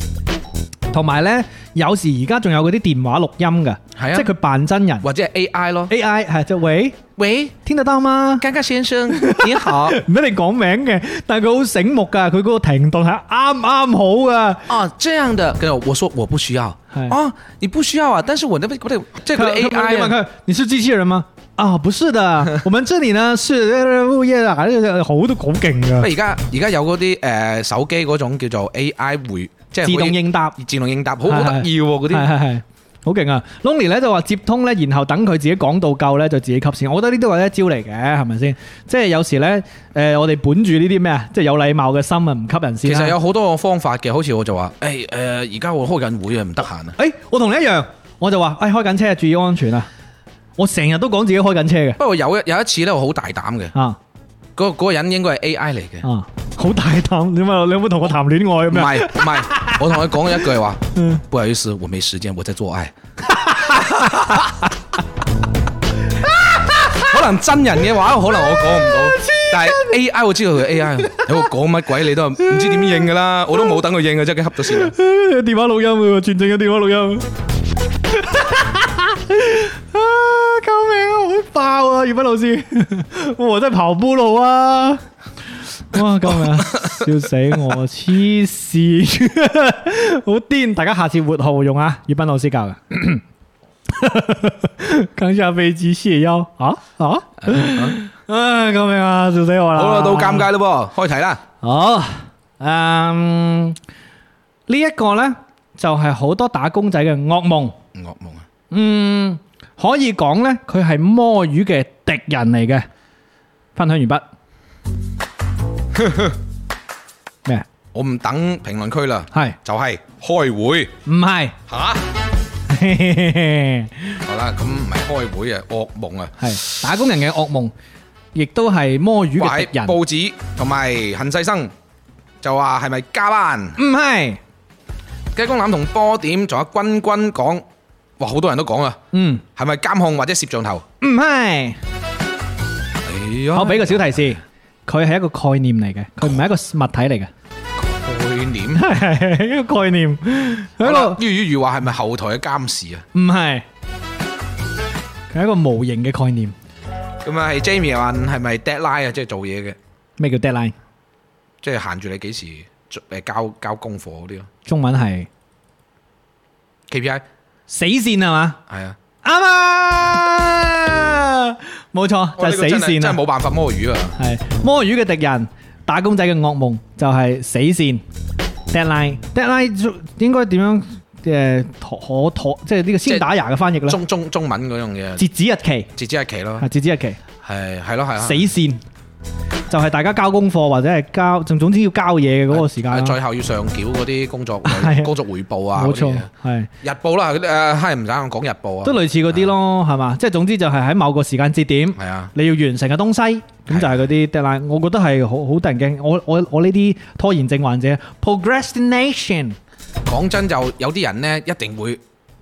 同埋咧，有時而家仲有嗰啲電話錄音㗎，係啊即係佢扮真人或者係 AI 咯。 AI 係即係喂，喂，聽得到嗎？ 尷尬先生，你好。唔一定講名嘅，但係佢好醒目噶，佢嗰個停頓係啱啱好噶。哦，這樣的。跟住我說我不需要。係哦，你不需要啊，但是我那邊嗰啲即係佢佢啲佢你問 AI 啊佢，你是機器人嗎？啊，不是 的，我們這裡呢是物業啊，好都好勁噶，喂而家而家有嗰啲誒手機嗰種叫做 AI 回，即係自動應應答，自動應答，好好得意喎嗰係啊啲。係係。好勁啊！Lonely 咧就話接通咧，然後等佢自己講到夠咧，就自己吸線。我覺得呢都係一招嚟嘅，係咪先？即係有時咧，誒、我哋本住呢啲咩啊，即係有禮貌嘅心啊，唔吸人先其啦。實有好多個方法嘅，好似我就話，誒誒，而家我開緊會啊，唔得閒啊。誒、我同你一樣，我就話誒、哎開緊車注意安全啊！我成日都講自己開緊車 嘅不過有一有一次咧，我好大膽嘅，啊嗰嗰個人應該係 AI 嚟嘅，啊，好大膽點啊！你有冇同我談戀愛 咁唔樣？係唔係，我同佢講咗一句話嗯，不好意思，我沒時間，我 在做愛。可能真人嘅話，可能我講唔到，但係 AI 我知道佢 AI，有個講乜鬼你 ờ, 都唔知點應噶啦，我都冇等佢應嘅啫，佢恰 哎咗先啦。啊誒電話錄音喎，全程嘅電話錄音。爆啊！宇斌老 師，我真係跑步路啊！哇，救命啊！笑死我，黐線， 好癲！大家下次活號用啊，宇斌老師教嘅。 扛下飛機卸腰啊啊！啊，救命啊！笑死我啦！好啦，到啊尷尬啦噃，開題啦。好，嗯，呢一個呢，就係好多打工仔嘅噩夢。噩夢啊！嗯，可以講呢，佢係摸魚嘅敵人嚟嘅。分享完畢。 咩？我唔等評論區啦，係就係開會唔係？吓。係好啦，咁唔係開會啊，噩夢啊，打工人嘅噩夢，亦都係摸魚嘅怪敵人。報紙同埋恨世生就話係咪加班？唔係，雞公欖同波點仲有君君講，哇，好多人都講啊，嗯，係咪監控或者攝像頭？唔係。哎呀我俾個小提示，佢係一個概念嚟嘅，佢唔係一個物體 嚟嘅。概念。係一個概念好喺啦度，於於如話係咪後台嘅監視啊？唔係，佢係一個無形嘅概念。咁啊，係 Jamie 話係咪 deadline 啊？即係做嘢嘅，咩叫 deadline？即係限住你幾時做誒交交功課嗰啲咯。中文係 KPI 死線係嘛？係啊，啱啊！冇錯，就哇係哦呢個真死線真係啊！冇辦法摸魚啊！係摸魚嘅敵人，打工仔嘅噩夢就係死線 deadline。deadline 應該點樣誒妥妥？即係呢個先打牙嘅翻譯咧？中中中文嗰樣嘢，截止日期截止日期咯啊！，截止日期。係係咯係啊。死線，就係大家交功課或者係交，總總之要交嘢嘅嗰個時間啦。最後要上繳嗰啲工作 係啊工作回報啊，冇嗰啲錯嘢，係日報啦，誒係唔使我講日報啊，都類似嗰啲咯，係嘛？即係總之就係喺某個時間節點，係啊，你要完成嘅東西，咁就係嗰啲 deadline。我覺得係好好突然驚，我我我呢啲拖延症患者，procrastination 講真就有啲人呢，一定會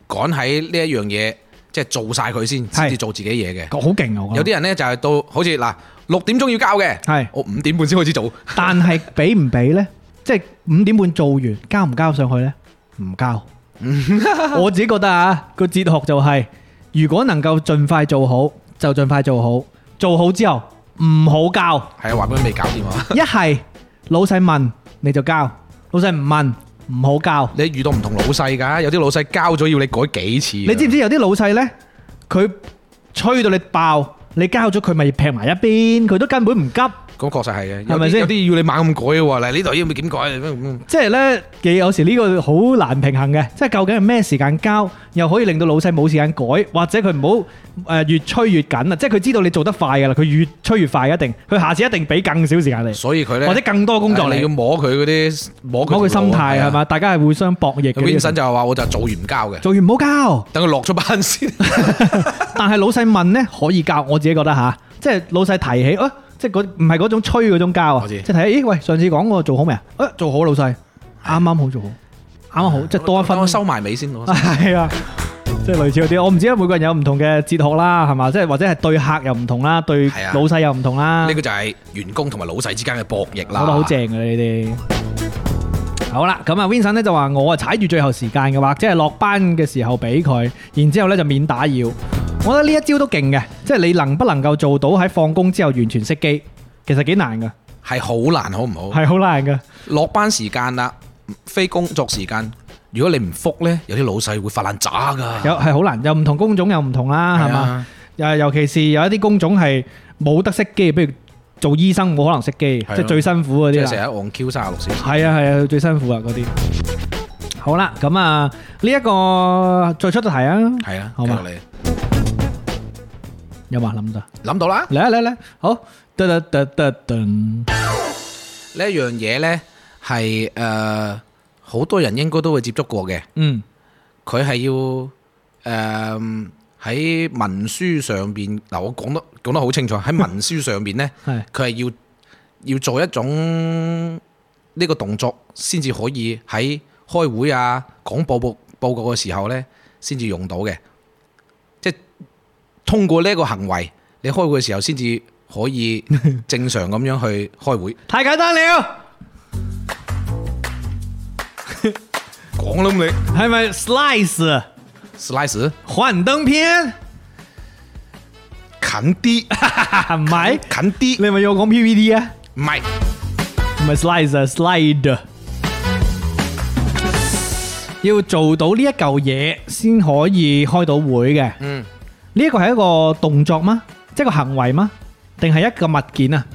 趕喺呢一樣嘢，即係做晒佢先，先至做自己嘢嘅。好勁啊！我覺有得啲人呢，就係到好似嗱六點鐘要交嘅，係我五點半先開始做，但係俾唔俾呢？ 即係五點半做完，交唔交上去呢？唔 交。我自己覺得啊，個哲學就係、如果能夠盡快做好，就盡快做好。做好之後唔好交，係啊，話俾佢未搞掂啊！一係老細問你就交，老細唔問唔好交。你遇到唔同老細㗎，有啲老細交咗要你改幾次，啊你知唔知？知有啲老細呢？佢吹到你爆，你交咗佢咪劈埋一邊，佢都根本唔急。咁確實係嘅，有係咪啲先嗯有啲要你猛咁改喎，嗱呢度要唔要點改？咁即係呢，嘅有時呢個好難平衡嘅，即係究竟係咩時間交，又可以令到老細冇時間改，或者佢唔好誒越吹越緊啊！即係佢知道你做得快㗎啦，佢越吹越快一定，佢下次一定俾更少時間你，所以佢呢，或者更多工作你你要。摸佢嗰啲摸我佢條心路啊態係啊係嘛，大家係互相博弈嘅咁呢樣嘢。 Vincent 就話我就做完交嘅，做完唔好交，等佢落咗班先。但係老細問呢，可以交，我自己覺得吓，即係老細提起啊，即係嗰唔係嗰種吹嗰種交啊，我即知係睇咦喂，上次講過做好未啊？誒做好老細，啱啱好做好，啱啱好即係 多一等我分。收埋尾先。我係啊，即係類似嗰啲，我唔知啊，每個人有唔同嘅哲學啦，係嘛，即係或者係對客又唔同啦，對係啊老細又唔同啦呢，個就係員工同埋老細之間嘅博弈我覺啦。得好正嘅呢啲。好啦，咁啊，Vincent 咧就話我啊踩住最後時間嘅，或者係落班嘅時候俾佢，然之後咧就免打擾。我覺得呢一招都勁嘅，即係你能不能夠做到喺放工之後完全熄機，其實幾難噶，係好難，好唔好？係好難噶。落班時間啦，非工作時間，如果你唔復呢，有啲老細會發爛渣有㗎。啊係好難，有唔同工種有唔同啦，係嘛？又尤其是有一啲工種係冇得熄機，比如做醫生冇可能熄機，係咯即係最辛苦嗰即啲係成日啦。按 Q 三十六小時。係啊係啊，最辛苦啊嗰啲。好啦，咁啊呢一個再出題啊，係啊，好嘛繼續你有冇啊諗到？諗到啦？嚟啊嚟啊嚟啊，好，得得得得噔，呢一樣嘢呢，係誒好多人應該都會接觸過嘅。嗯，佢係要誒喺、文書上邊嗱，我講得講得好清楚，喺文書上邊呢，係佢係要要做一種呢個動作，先至可以喺開會啊、講報報報告嘅時候呢，先至用到嘅。即係通過呢一個行為，你開會嘅時候先至 可以正常咁樣去開會。太簡單了，講啦咁你係咪 slice slice 幻燈片？近啲，唔係，近啲，你咪要我講 PPT 啊？唔係唔係 slide 啊，slide。要做到呢一嚿嘢先可以開到會嘅。嗯，呢一個係一個動作嗎？即係個行為嗎？定係一個物件啊？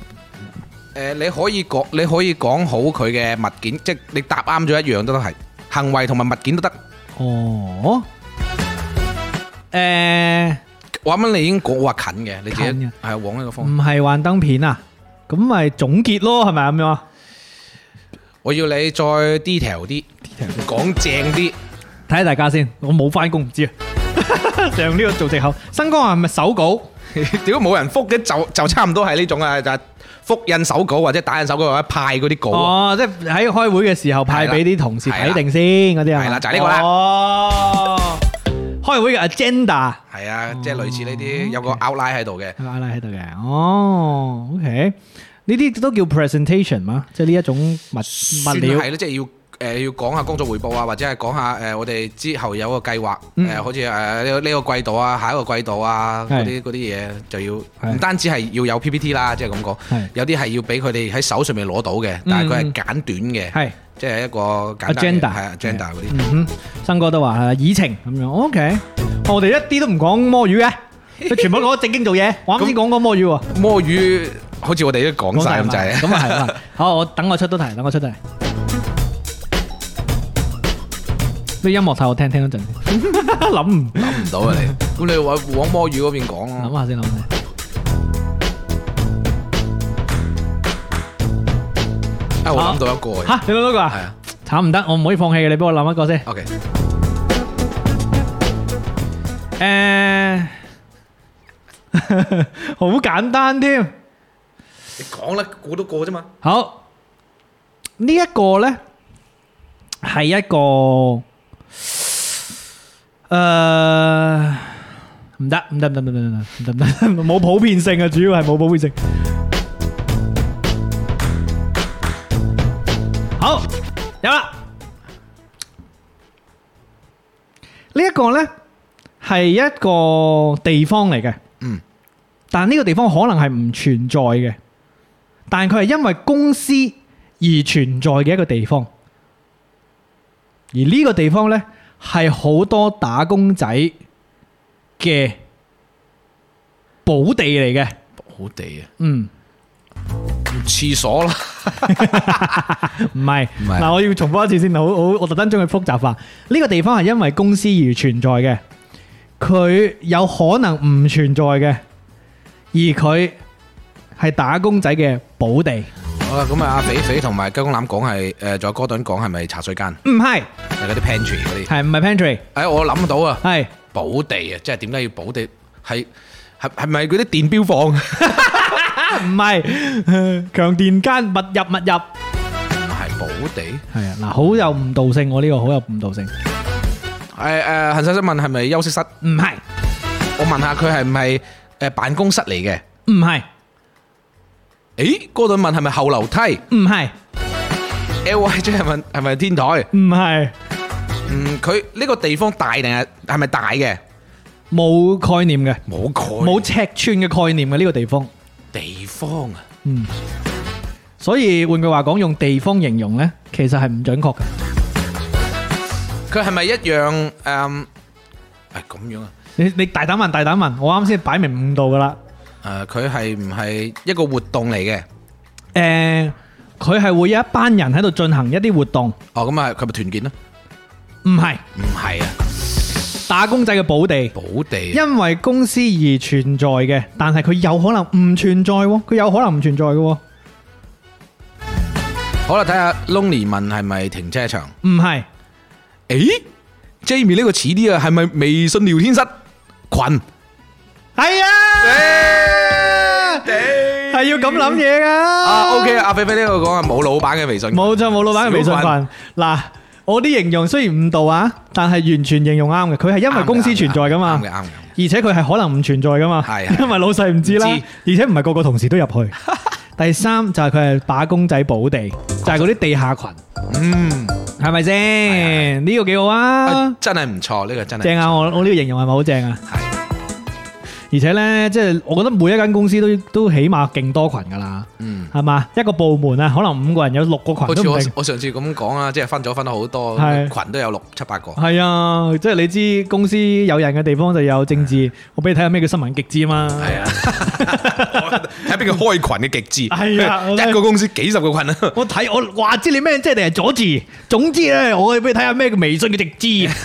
誒，你可以講，你可以講好佢嘅物件，即係你答啱咗一樣都得係行為同埋物件都得。哦，Ờ. 誒，我啱啱你已經講我話近嘅，你自己近嘅係往呢個方向。唔係幻燈片啊？咁咪總結咯，係咪咁樣啊？ 我要你再 detail 啲，講正啲。睇下大家先，我冇翻工唔知啊。成呢個做藉口，新哥係咪手稿？ 屌冇人覆嘅就就差唔多係呢種啊，就係複印手稿或者打印手稿或者派嗰啲稿啊。哦，即係喺開會嘅時候派俾啲同事睇定先嗰啲啊。係啦就係呢個啦哦，開會嘅 agenda 係啊，即係類似呢啲哦有個 outline 喺度嘅。係咪拉喺度嘅？哦，OK，呢啲都叫 presentation 嘛，即係呢一種物物算料。係啦，即係要。誒、要講下工作匯報啊，或者係講下誒、我哋之後有個計劃，誒、好似誒呢個呢個季度啊，下一個季度啊係嗰啲嗰啲嘢就要係唔單止係要有 PPT 啦，即係咁講係，有啲係要俾佢哋喺手上面攞到嘅，但係佢係嗯簡短嘅，係。即係一個簡單嘅 Agenda 係 agenda 嗰啲。嗯哼，新哥都話係啦議程咁樣，OK，我哦哋一啲都唔講摸魚 嘅，佢全部攞正經做嘢。我啱先講過摸魚喎，摸魚好似我哋都講晒咁講晒滯係嘛咁啊係咁啊，好，我等我出到題，等我出到題。啲音樂太好聽，聽嗰陣 諗唔諗唔到啊你。咁你話往摸魚嗰邊講諗咯，下先諗下先。啊我諗到一個嘅，吓，你諗到個係啊？啊慘唔得，我唔可以放棄嘅，你幫我諗一個先。 ，OK，誒， 好簡單添。你講啦，估到個啫嘛。好，呢一個呢，係一個誒，唔得唔得唔得唔得唔得唔得唔得，冇普遍性啊，主要係冇普遍性。好，有啦。呢一個呢，係一個地方嚟嘅，嗯，但呢個地方可能係唔存在嘅。但佢係因為公司而存在嘅一個地方，而呢個地方呢，係好多打工仔嘅寶地嚟嘅。好地啊，嗯，廁所啦。唔係，唔係嗱，我要重複一次先，好好，我特登將佢複雜化。呢、個地方係因為公司而存在嘅，佢有可能唔存在嘅，而佢係打工仔嘅寶地， 好啦，咁啊，阿肥肥同埋雞公欖講係，誒，仲有哥頓講係咪茶水間，唔係，係嗰啲 pantry 嗰啲。係唔係 pantry？誒，我諗到啊，係。寶地啊，即係點解要寶地？係係係咪嗰啲電錶房？唔係，強電間密入密入。係寶地。係啊，嗱，好有誤導性，我呢個好有誤導性。誒誒，陳生想問係咪休息室？唔係，我問下佢係唔係誒辦公室嚟嘅？唔係，誒，哥頓問係咪後樓梯唔係， ？L Y 即係問係咪天台？唔係，嗯，佢呢個地方大定係係咪大嘅？冇概念嘅，冇概冇尺寸嘅概念嘅呢個地方。地方啊！嗯，所以換句話講，用地方形容呢，其實係唔準確嘅。佢係咪一樣誒？係咁樣啊！你你大膽問，大膽問，我啱先擺明誤導噶啦。誒，佢係唔係一個活動嚟嘅？誒、佢係會有一班人喺度進行一啲活動，哦，咁啊，佢咪團建咯？唔係唔係啊，打工仔嘅寶地。寶地啊因為公司而存在嘅，但係佢有可能唔存在喎，佢有可能唔存在嘅喎，唔好啦，睇下 Lonely 問係咪停車場？係誒，Jamie 呢個似啲啊，係咪微信聊天室群？係啊，係要咁諗嘢啊噶。 ，OK 啊，阿菲菲呢個講啊，冇老闆嘅微信群，冇錯，冇老闆嘅微信小群群嗱，我啲形容雖然誤導啊，但係完全形容啱嘅，佢係因為公司存在噶嘛啱嘅，，啱嘅。而且佢係可能唔存在噶嘛，係係因為老細唔知啦，唔知而且唔係個個同事都 入去。第三就係佢係打工仔寶地，就係嗰啲地下群，嗯，係咪先？呢個幾好啊！真係唔錯，呢個真係正啊！我我呢個形容係咪好正啊？係而而且咧，即係我覺得每一間公司都都起碼勁多群噶啦，嗯，係嘛？一個部門啊，可能五個人有六個好群似都唔我定。我上次咁講啊，即係分咗分得好多，係群都有六七八個。係啊，即係你知公司有人嘅地方就有政治，我俾你睇下咩叫新聞極致啊嘛。啊係啊， 睇邊個開群嘅極致。係啊一個公司幾十個群啊。我睇我話知你咩，即係定係阻字。總之咧，我俾你睇下咩叫微信嘅直知。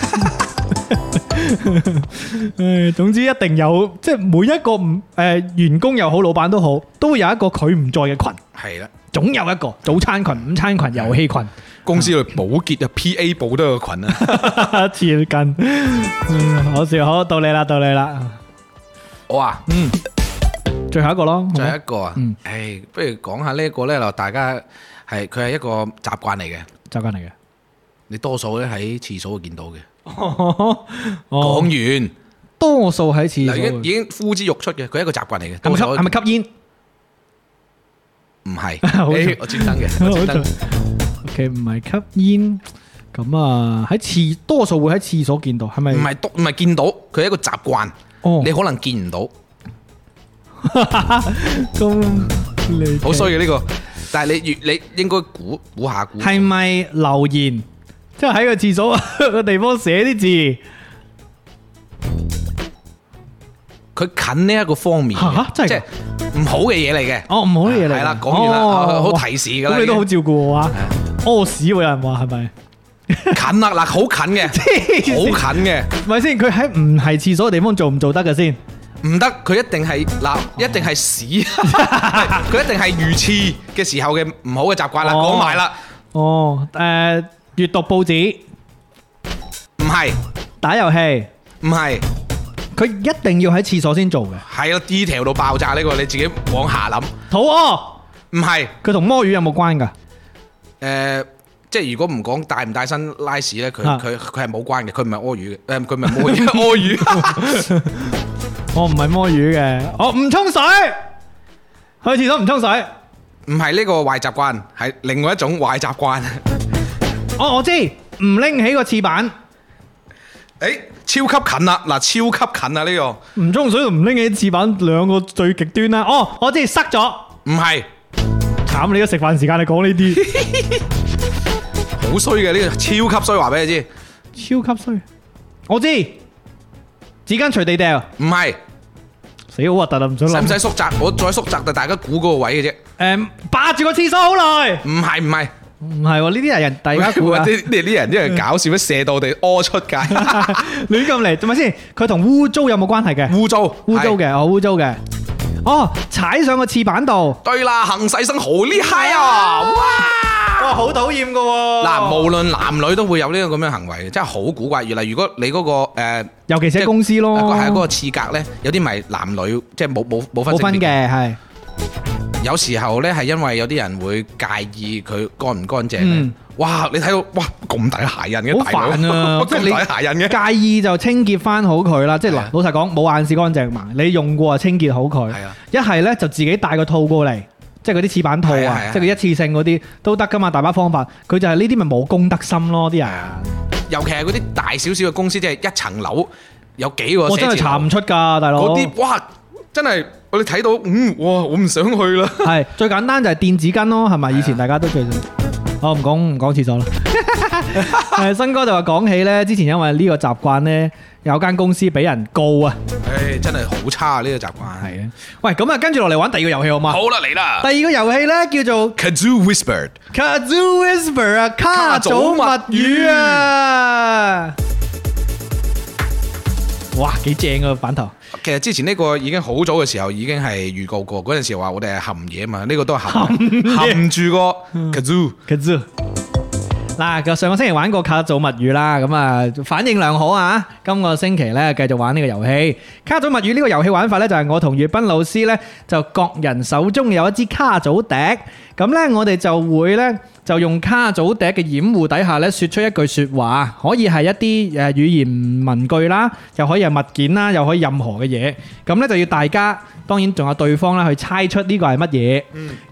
唉，總之一定有，即係每一個唔誒、呃員工又好，老闆都好，都會有一個佢唔在嘅群，係啦，總有一個早餐群、午餐群、遊 戲群，公司裏保潔啊，P.A. 部都有個群啊。接近。嗯，好笑，好到你啦，到你啦，我啊，最後一個咯，好仲有嗎一個啊嗯，唉，不如講下呢一個咧，嗱，大家係佢係一個習慣嚟嘅，習慣嚟嘅。你多數咧喺廁所會見到嘅。講 哦，完。多數喺廁嗱，已經所已。經呼之欲出嘅，佢係一個習慣嚟嘅。係咪吸多數係咪吸煙唔係， 好誒彩我專登 嘅，我專登。 ？OK，唔係吸煙。咁啊，喺廁多數會喺廁所見到，係咪？唔係多，唔係見到，佢係一個習慣。哦你可能見唔到，咁你好衰嘅呢個。但係你越你應該估估下估。係咪留言？即 係喺個廁所 個地方寫啲字佢近呢一個方面嘅嚇真係㗎即係唔好嘅嘢嚟嘅。哦，唔好嘢嚟。係啦，講完啦，哦好好提示㗎啦。咁你都好已照顧我啊！屙屎喎，有人話係 咪？經近啦，嗱，好 近嘅，線好近嘅，咪先，佢喺唔係廁所嘅地方做唔做得嘅先？唔得，佢一定係嗱，一定 係屎，佢一定係魚翅嘅時候嘅唔好嘅習慣啦。哦講埋啦，哦，誒，閱讀報紙、唔係打遊戲，唔係。佢一定要喺廁所先做嘅。係咯，detail 到爆炸呢個，你自己往下諗。肚屙，唔係，佢同摸魚有冇關㗎？誒，即係如果唔講帶唔帶身拉屎咧，佢啊佢佢係冇關嘅，佢唔係屙魚嘅，誒，佢唔 係摸魚，屙魚。我唔係摸魚嘅，我唔沖水，去廁所唔沖水。唔係呢個壞習慣，係另外一種壞習慣。哦，我知，唔拎起個廁板，誒，超級近啦，嗱，超級近啦啊呢個，唔沖水同唔拎起廁板兩個最極端啦。哦，我知，塞咗。唔係慘，你而家食飯時間你講呢好衰嘅呢個，超級衰，話俾你知，啲，超級衰。我知，紙巾隨地掉，唔係，死好核突啊！唔想使唔使諗。縮窄？我再縮窄就大家估嗰個位嘅啫，誒，霸住個廁所好耐。唔係唔係。唔係喎，呢啲係人 大家估喂啊。啲啲啲人因為搞笑，一射到地屙出街， 亂咁嚟，做咪先？佢同污糟有冇關係嘅？污糟污糟。嘅，哦，污糟嘅。哦，踩上個廁板度。對啦，行世生好呢嗨啊！哇！哇，好討厭噶喎！ 嗱，無論男女都會有呢個咁樣行為，真係好古怪。原來如果你嗰個誒，尤其是喺公司咯，係嗰個廁格咧，有啲咪男女即係冇冇冇分冇分性別。嘅係，有時候咧係因為有啲人會介意佢乾唔乾淨咧嗯。哇！你睇到哇咁大嘅鞋印嘅，好煩啊！即咁大嘅鞋印嘅，係你介意就清潔翻好佢啦。即係係啊嗱，老實講，冇眼屎乾淨嘛，你用過啊，清潔好佢係啊。一係咧就自己帶個套過嚟，即係嗰啲廁板套係啊係啊啊，即係佢一次性嗰啲都得噶嘛，大把方法。佢就係呢啲咪冇公德心咯，啲人。啊尤其係嗰啲大少少嘅公司，即係一層樓有幾個我寫真係字查樓唔。出㗎，大佬嗰。啲哇，真係我哋睇到，嗯，哇，我唔想去 啦。 係最簡單就係電子巾咯，係咪？以啊前大家都最，我唔講唔講廁所啦。 誒，新哥就話講起咧，之前因為呢個習慣咧，有間公司俾人告啊。唉，真係好差啊！呢個習慣。係啊。喂，咁啊，跟住落嚟玩第二個遊戲好嘛？好啦，嚟啦第。二個遊戲咧叫做 Kazoo whispered， Kazoo Whisper 啊，卡祖密語啊。哇，幾正啊版頭！其實之前呢個已經好早嘅時候已經係預告過，嗰陣時話我哋係含嘢嘛，呢、個都係含含住個嗯 Kazoo。 Kazoo。嗱，就上個星期玩過卡組物語啦，咁啊反應良好啊！今個星期咧繼續玩呢個遊戲。卡組物語呢個遊戲玩法咧就係我同粵斌老師咧就各人手中有一支卡組笛，咁咧我哋就會咧就用卡組笛嘅掩護底下咧説出一句説話，可以係一啲誒語言文句啦，又可以係物件啦，又可以任何嘅嘢。咁咧就要大家當然仲有對方啦去猜出呢個係乜嘢。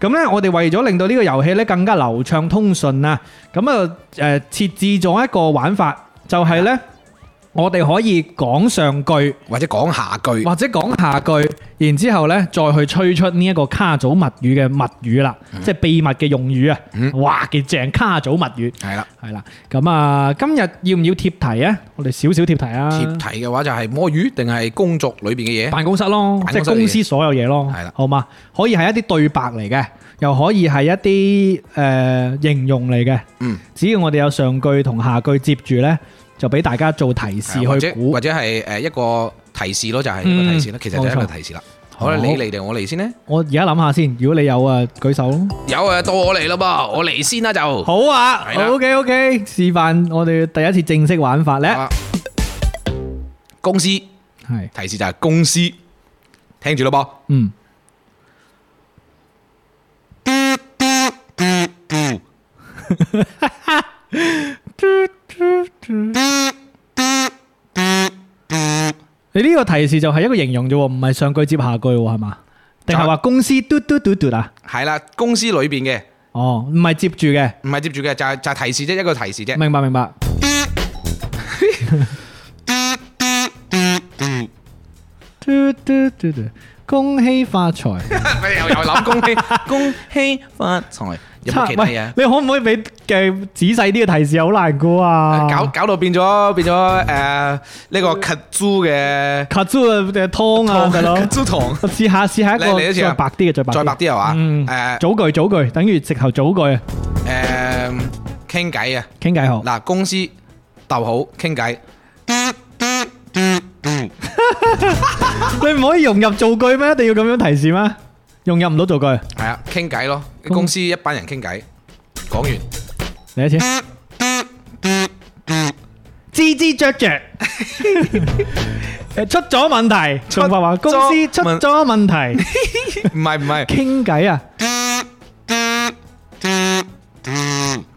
咁咧，我哋為咗令到呢個遊戲咧更加流呃暢通順啊，咁啊誒設置咗一個玩法，就係咧我哋可以講上句或者講下句，或者講下句，然之後呢再去吹出呢一個卡祖密語嘅密語啦，嗯即係秘密嘅用語啊！哇，幾正卡祖密語係啦。係啦。咁啊，今日要唔要貼題啊？我哋少少貼題啊，貼題嘅話就係摸魚定係工作裏邊嘅嘢，辦公室咯，辦即公室嘅嘢係公司所有嘢咯，係啦好嘛？可以係一啲對白嚟嘅，又可以係一啲誒、呃形容嚟嘅。嗯，只要我哋有上句同下句接住呢，就俾大家做提示啊或去者估或。者係誒一個提示咯，就係一個提示啦嗯，其實就係一個冇錯提示啦。好啦，好你嚟定我嚟先呢？我而家諗下先，如果你有啊，舉手咯。有啊，到我嚟啦噃，我嚟先啦就。好好啊係啦，OK OK，示範我哋第一次正式玩法呢。啊公司 提係，示就係公司，聽住啦噃。嗯， 你呢個提示就係一個形容啫喎，唔係上句接下句喎，係嘛？定係話公司嘟嘟嘟嘟啊？係啦，公司裏邊嘅哦，唔係接住嘅，唔係接住嘅，就係就係提示啫，一個提示啫。明白明 白。嘟嘟嘟嘟，恭喜發財。咪又又諗恭 喜恭喜發財，有冇其他嘢啊？喂你可唔可以俾嘅仔細啲嘅提示？好難估啊！搞搞到變咗變咗誒呢個 cut 租嘅卡珠嘅湯啊， 大佬， cut 租堂。試下試下一嚟個嚟一次啊再白啲嘅，再白再白啲係嘛嗯，誒早句早句，等於直頭早句啊，誒傾偈啊！傾偈好。嗱，公司逗好傾偈，你唔可以融入造句咩？一定要咁樣提示咩？融入唔到造句，係啊，傾偈咯。公公司一班人傾偈，講完嚟一次。吱吱雀雀，誒出咗問題，出仲話話公司出咗問題，唔係唔 係，傾偈啊！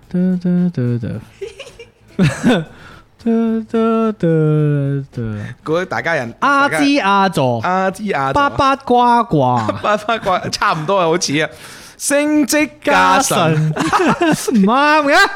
嘟嘟嘟嘟嘟嘟嘟嘟嗰大家人阿大家支阿座，阿芝阿八八卦卦， 八八卦差唔多啊，好似啊，升職加家薪神唔啱嘅。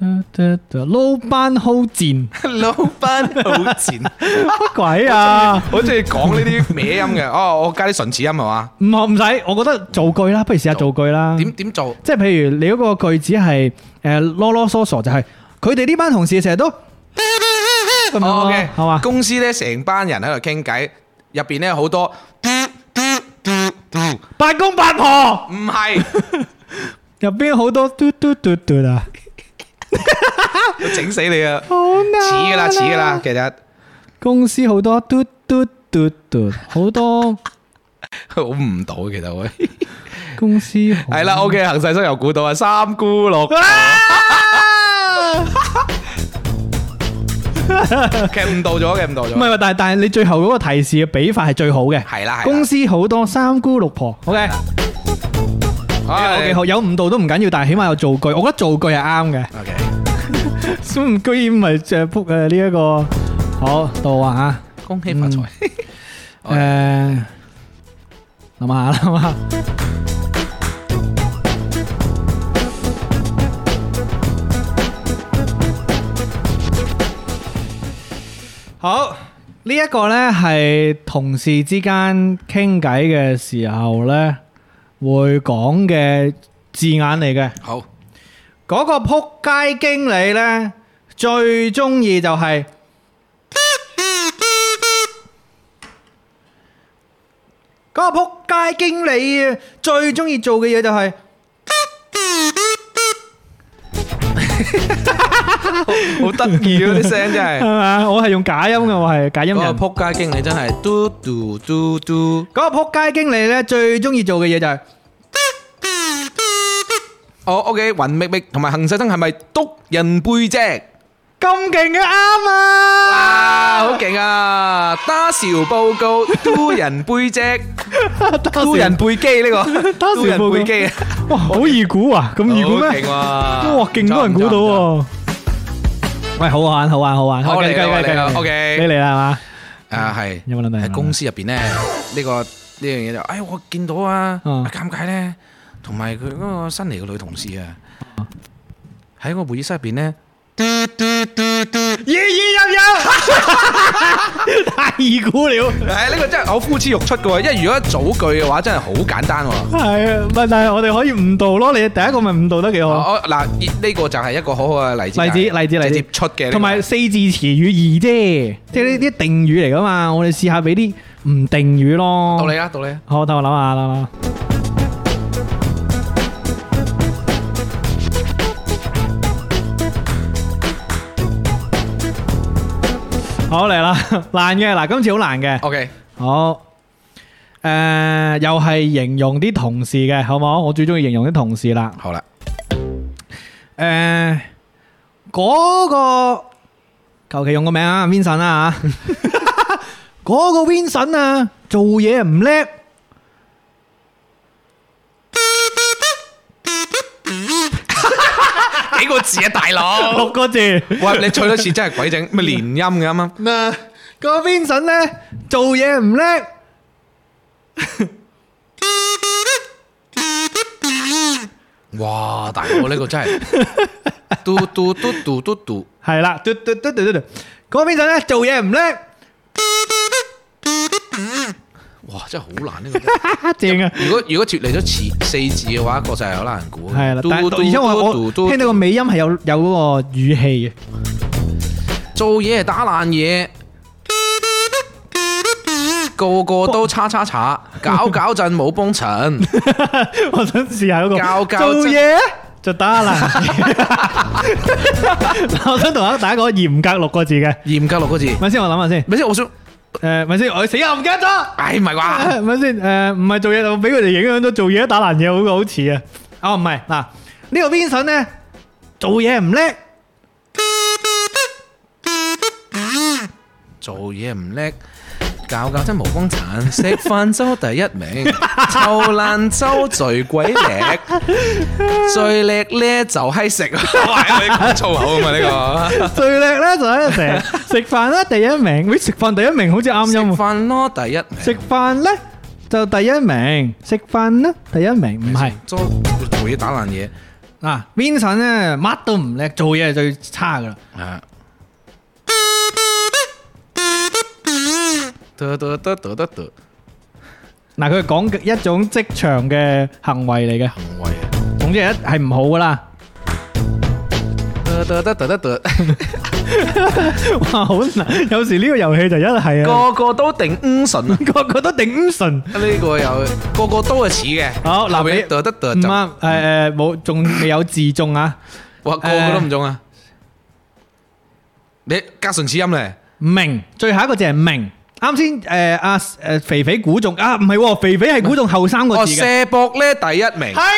嘟嘟嘟撈班好賤， 老闆好 賤，乜鬼啊！我中意講呢啲歪音嘅。哦，我加啲唇齒音係嘛？唔學唔使，我覺得造句啦，不如試下造句啦。點點做？即係譬如你嗰個句子係誒囉囉嗦嗦，就係佢哋呢班同事成日都咁樣哦咯， ，OK，係嘛？公司咧成班人喺度傾偈，入邊咧好多 八公八婆唔係入邊好多嘟嘟嘟嘟啊，整死你啊！好難似噶啦，啊似噶啦，其實公司好多嘟嘟嘟嘟，好多 好唔到，其實會公司係啦。OK，行世生又估到啊，三姑 六婆，其實誤導咗嘅，誤 導唔係咗。喎，但係但係你最後嗰個提示嘅比法係最好嘅，係啦係啦公司好多三姑六婆，OK 唉 OK，好有誤導都唔緊要，但係起碼有造句，我覺得造句係啱嘅。 OK，咁唔居然唔係着仆誒呢一個好到啊恭喜發財。嚇誒諗下諗下，好呢一個呢係同事之間傾偈嘅時候呢會講嘅字眼嚟嘅。好，嗰個撲街經理呢，最中意就 係嗰個撲街經理啊，最中意做嘅嘢就係好得意啊！啲 聲真係係。嘛？我係用假音嘅，我係假音嗰人。個撲街經理真係嘟嘟嘟嘟。嗰個撲街經理呢，最中意做嘅嘢就係哦，OK，雲 Ờ, 密密同埋行世生係咪督人背脊？咁勁嘅啱啊！啊，好勁啊！打潮報告嘟人背脊，嘟人背肌呢個，打嘟潮報告人背肌啊！哇，好易估啊！咁易估好咩勁？哇！哇，勁多人估到喎！喂，好玩，好玩，好玩！好繼嚟啦繼我嚟繼啦繼 OK 你嚟啦係嘛？啊，係有冇諗到有冇諗喺到公司入邊咧，呢個呢樣嘢就，哎，我見到啊，嗯阿尷尬咧，à. 同埋佢嗰個新嚟嘅女同事啊，喺個會議室入邊咧，嘟 太二估了。誒呢個真係好呼之欲出嘅喎，因為如果組句嘅話，真係好簡單喎。係啊，咪但係我哋可以誤導咯。你第一個咪誤導得幾好，哦，嗱，呢呢個就係一個好好嘅例子，例子例子直例接子出嘅呢個，同埋四字詞語二啫，即係呢啲定語嚟噶嘛。我哋試下俾啲唔定語咯。道理啦，道理啦，好，等我諗下諗下。好嚟啦，難嘅嗱，今次好 難嘅。 OK，好，诶、又係形容啲同事嘅，好唔好？我最中意形容啲同事啦。好啦，诶、嗰、個求其用個名啊，Vincent 啊吓， 嗰個 Vincent 啊，做嘢唔叻。幾個字啊，大佬，六個字，喂，你吹多次真係鬼整，咪連音嘅啱啱，嗱，個 Vincent 咧做嘢唔叻，哇，大佬呢個 真係，嘟嘟嘟嘟嘟嘟，係啦，嘟嘟嘟嘟嘟嘟，個 Vincent 咧做嘢唔叻，哇，真係好難呢個真係。啊正啊！如果如果脱離咗詞四字嘅話，確實係好難估嘅。係啦，嘟但係嘟而且我嘟我嘟聽到個尾音係有有嗰個語氣 嘅，做嘢係打爛嘢，個個都叉叉叉，搞搞震冇幫襯。我想試下嗰個教教做嘢就得啦。 我想同大家講嚴格六個字嘅，嚴格六個字，咪先我諗下先，咪先，我想，誒咪先我死啊唔記得咗。唉唔係啩？ 係咪先？誒，唔係做嘢就俾佢哋影響咗，做嘢都打爛嘢好過好似啊！哦，唔係嗱，呢個 Vincent 咧做嘢唔叻，做嘢唔叻，搞搞真冇幫襯，食飯周第一名， 臭爛周最 鬼叻，最叻咧就係食。喂，你講粗口啊嘛呢 個？最叻咧就係成日食飯咧第一名，喂食飯第一名好似啱食音喎，飯咯第一名，食飯咧就第一名，食飯咧第一名，唔係做做嘢打爛嘢嗱 Vincent 咧乜都唔叻，做嘢係最差噶啦，啊！得得得得得得， 嗱佢係講嘅一種職場嘅行為嚟嘅，行為啊！總之係一係唔好噶 啦，得得得得得得，哇好難，有時呢個遊戲就一係啊，個個都定五神啊！個個都頂唔順。呢個又個個都係似 嘅。好，嗱，後面俾一得得得唔就，哇啱，誒誒，冇，仲未有字中啊，個 À. 個都唔中啊！你加唇齒音咧，明，最後一個字係明。啱先誒阿誒肥肥估中啊，唔係喎，肥肥係估中後三個哦，字嘅，射博咧第一名係，啊，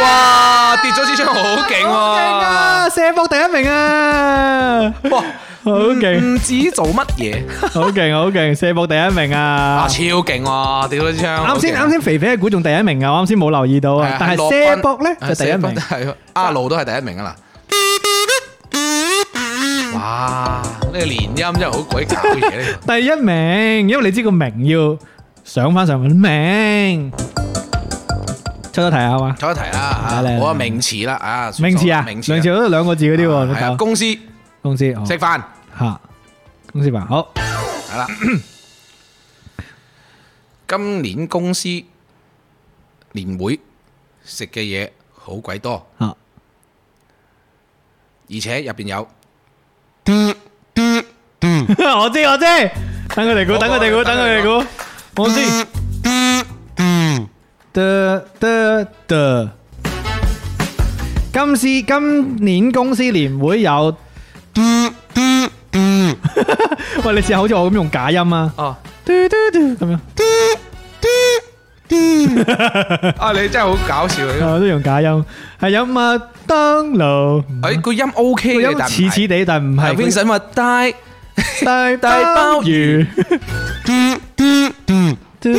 哇，跌咗支槍好勁好勁喎！啊，射博第一名啊，哇，好勁，唔知做乜嘢 好勁，好勁，射博第一名 À, 啊，啊超。勁喎！掉咗支槍，啱先好勁啱先肥肥係估中第一名啊，我啱先冇留意到 À, 啊，但係射博咧就第一名， 係阿路都係第一名啊嗱。哇！呢個連音真係好鬼搞嘢 呢個。第一名，因為你知個名要上翻上面名，出咗題啊嘛。再一題啦，啊嚟嚟嚟我話名詞啦，啊，名詞啊，名名詞啊詞都兩個字嗰啲喎，係啊老豆公司食公司哦飯嚇公司吧，好係啦。今年公司年會食嘅嘢好鬼多，嚇而且入邊有 我知我知，等佢哋估，等佢哋估，等佢哋估，我知。的的的，今次今年公司年會有， 喂，你試下好似我咁用假音啊，哦，嘟嘟嘟咁樣， 啊你真係好搞笑啊！我都用假音，係有麥當勞，誒個音 OK 個嘅，音但唔似係似地，但唔係係 Vincent 話帶大鮑魚，嘟嘟嘟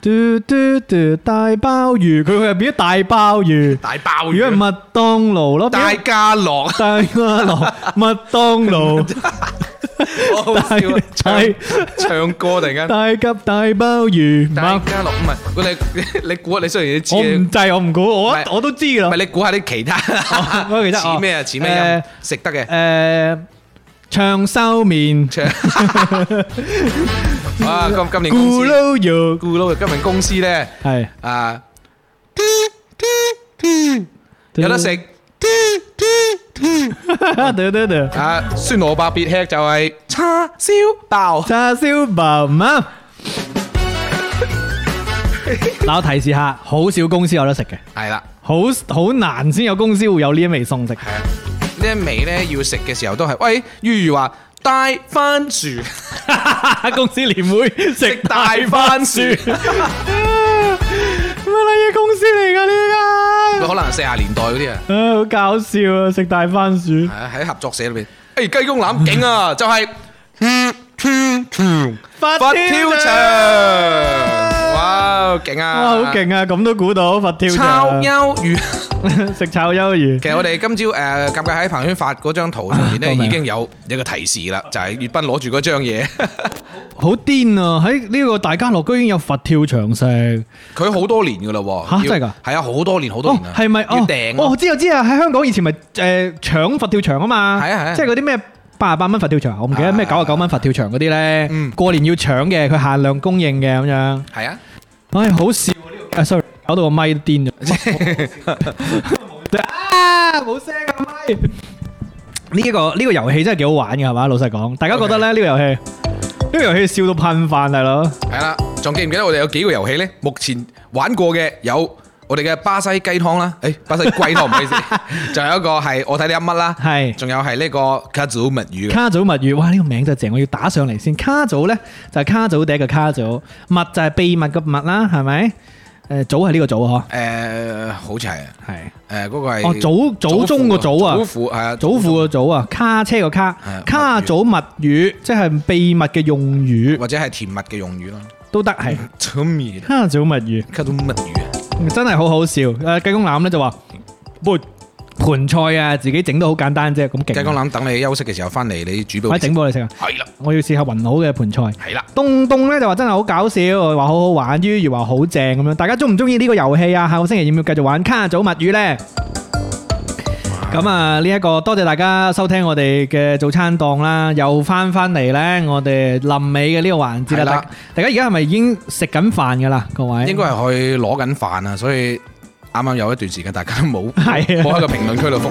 嘟嘟嘟大鮑魚，佢佢入邊大鮑魚，大鮑如果係魚啊，麥當勞咯，大家樂。大家樂麥當勞，好好笑啊！但係唱唱歌突然間，大急大鮑魚，唔大係家樂唔係，喂你你估啊你雖然你知我嘅唔制，我唔估，唔我係我都知㗎唔係啦。你估下啲其他，我其他似咩啊？哦似誒咩音？食 得嘅，誒，長壽面、啊！今今年公咕司，嚕肉，咕嚕今年公司咧，係啊，有 得食。得得得。啊，酸蘿蔔別吃就係叉燒包。叉燒包唔啱。嗱，我提示下，好少公司有得食嘅，係啦，好好難先有公司會有呢一味餸食。係啊，呢一味咧要食嘅時候都係，喂，於如話帶番薯，公司年會食大帶番番 薯，乜撚嘢公司嚟㗎呢可能四十年代嗰啲啊，家？啊，好搞笑啊！食大番薯係，啊喺合作社裏邊，誒雞公欖勁啊，就係佛佛跳牆，哇，勁哇，好啊，！勁啊！咁都估到佛跳抄牆， 魷魚，食炒魷魚其實我哋今朝誒尷尬喺朋友圈發嗰張圖上面咧，報名已經有一個提示啦，就係粵斌攞住嗰張嘢， 好癲啊！喺呢個大家樂居然有佛跳牆食。佢好多年噶啦喎，嚇要真係㗎係啊，好多年好多哦年啊，，係咪？要哦，訂哦，咯我知我知啊！喺香港以前咪誒搶佛跳牆啊嘛，係啊係啊即係嗰啲咩八十八蚊佛跳牆，我唔記得咩九啊十九蚊佛跳牆嗰啲咧嗯，過年要搶嘅，佢限量供應嘅咁樣。係啊，唉，好笑啊！呢個啊，sorry，搞到個咪都癲 咗。啊，冇聲啊咪！呢一個呢個遊戲真係幾好玩嘅係嘛？老實講，大家覺得咧呢個遊戲，呢個遊戲笑到噴飯大佬。係啦，仲記唔記得我哋有幾個遊戲咧？目前玩過嘅有我哋嘅巴西雞湯啦，誒巴西龜湯唔好意思，仲有一個係我睇你噏乜啦，係仲有係呢個卡祖密語嘅，卡祖密語，哇！呢、個名就正，我要打上嚟先。卡祖呢，就係、卡祖第一個卡祖，密就係秘密個密啦，係咪？誒、祖係呢個祖嗬，誒好似係啊，係誒嗰個係哦祖祖宗個祖啊祖父係啊，祖父個祖啊，卡車個卡係啊，卡祖密語即係秘密嘅用語或者係甜蜜嘅用語啦，都得係。祖密卡祖密語卡祖密語啊，真係好好笑。誒、雞公欖呢就話，盤盤菜啊，自己整都好簡單啫，咁勁。啊雞公欖等你休息嘅時候翻嚟，你煮俾快我整食，俾我哋食啊！係啦我要試下雲好嘅盤菜。係啦，東東咧就話真係好搞笑，話好好玩，於如話好正咁樣。大家中唔中意呢個遊戲啊？下個星期要唔要繼續玩卡祖密語呢？咁啊，呢、一個多謝大家收聽我哋嘅早餐檔啦，又翻翻嚟呢，我哋臨尾嘅呢個環節係啦啦。大大家而家係咪已經食緊飯噶啦？各位應該係去攞緊飯啊，所以啱啱有一段時間大家都 冇係啊冇喺個評論區度覆。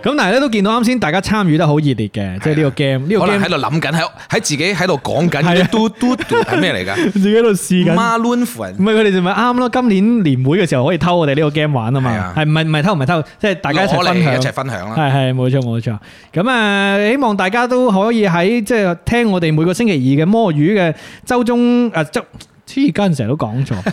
咁，但係咧都見到啱先大家參與得好熱烈嘅，即係呢個 game 呢個啊可能 game 喺度諗緊，喺喺自己喺度講緊係啊嘟嘟嘟係咩嚟㗎自己喺度試緊。 ？Marlon 夫人唔係佢哋就咪啱咯，今年年會嘅時候可以偷我哋呢個 game 玩啊係嘛啊，係唔係唔係偷唔係偷，即係 大家一齊攞分嚟一享齊。分享啦。係係冇錯冇錯，咁啊希望大家都可以喺即係聽我哋每個星期二嘅摸魚嘅周中誒周黐筋成日都講 錯，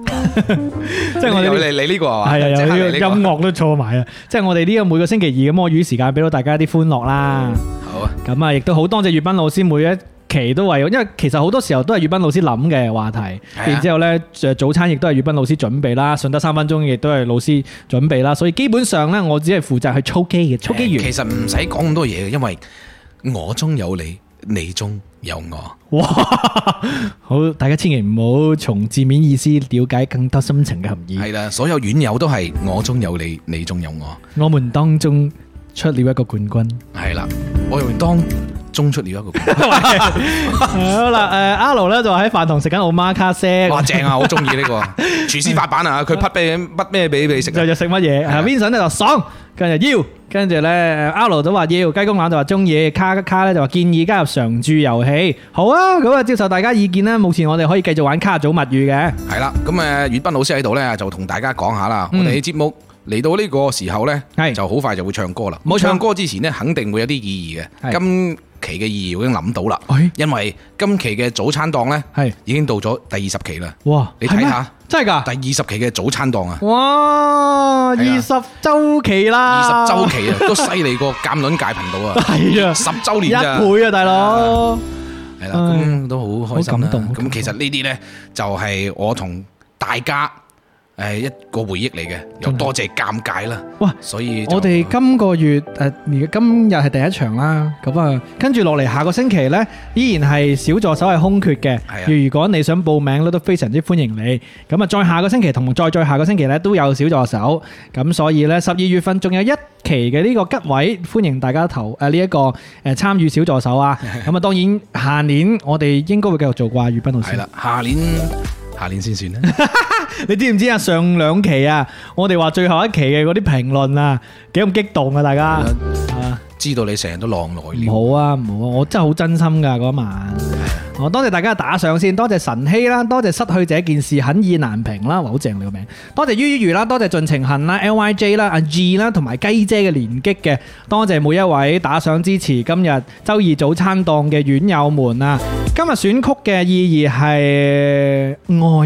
即係我哋有呢你你呢個係嘛？係啊有即呢個係你音呢個樂都錯埋啊！即係我哋呢個每個星期二嘅摸魚時間，俾到大家一啲歡樂啦。好啊，咁啊，亦都好多謝粵斌老師每一期都為，因為其實好多時候都係粵斌老師諗嘅話題，啊然之後呢，誒早餐亦都係粵斌老師準備啦，順德三分鐘亦都係老師準備啦，所以基本上呢，我只係負責去操機嘅，操機員其。實唔使講咁多嘢嘅，因為我中有你，你中有我。哇，好，大家千祈唔好從字面意思了解更多深層嘅含義。係啦，所有院友都係我中有你，你中有我。我們當中出了一個冠 軍。係啦，我用當中出了 一個冠軍，好啦，誒阿盧咧就話喺飯堂食緊奧馬卡西。哇正啊！我中意呢個 廚師發版啊，佢匹俾匹咩俾你食就啊？就食乜嘢？係啊啊 Vincent 咧就爽，跟住要，跟住咧 a l 都話要，雞公欖就話中意，卡卡咧就話建議加入常駐遊戲。好啊，咁啊接受大家意見啦。目前我哋可以繼續玩卡組物語嘅。係啦，咁呃誒，粵斌老師喺度咧，就同大家講下啦。我嗯哋節目嚟到呢個時候咧，係就好快就會唱歌啦。冇錯唱歌之前咧，肯定會有啲意義嘅。係今期嘅意義我已經諗到啦哎，因為今期嘅早餐檔咧係，已經到咗第二十期啦。哇，你睇係咩下，真係第㗎？二十期嘅早餐檔啊，哇，係啊二十周期啦，二十周期啊，都犀利過鑑論界頻道啊， 係啊，十週年咋。一倍啊，大佬。係啦，咁都好開心啦。好感動好感動咁其實呢啲呢，就係我同大家誒、誒一個回憶嚟嘅，又多謝尷尬啦。哇所以就我哋今個月誒而家今日係第一場啦，咁啊，跟住落嚟下個星期呢，依然係小助手係空缺嘅。係啊如果你想報名咧，都非常之歡迎你。咁啊，再下個星期同埋再再下個星期呢，都有小助手。咁所以呢，十二月份仲有一期嘅呢個吉位，歡迎大家投呃誒呢一個誒參與小助手 啊。咁啊，當然下年我哋應該會繼續做啩，宇斌老師係。啦，下年下年先算啦。你知唔知啊？上兩期啊，我哋話最後一期嘅嗰啲評論啊，幾咁激動啊，大家啊！知道你成日都浪來了。唔好啊，唔好啊，我真係好真心噶嗰晚。我多謝大家嘅打賞先，多謝晨曦啦，多謝失去這件事很意難平啦，哇好正你個名。多謝於於魚啦，多謝盡情恨啦，L Y J 啦，阿 G 啦，同埋雞姐嘅連擊嘅，多謝每一位打賞支持今日周二早餐檔嘅院友們啊。今日選曲嘅意義係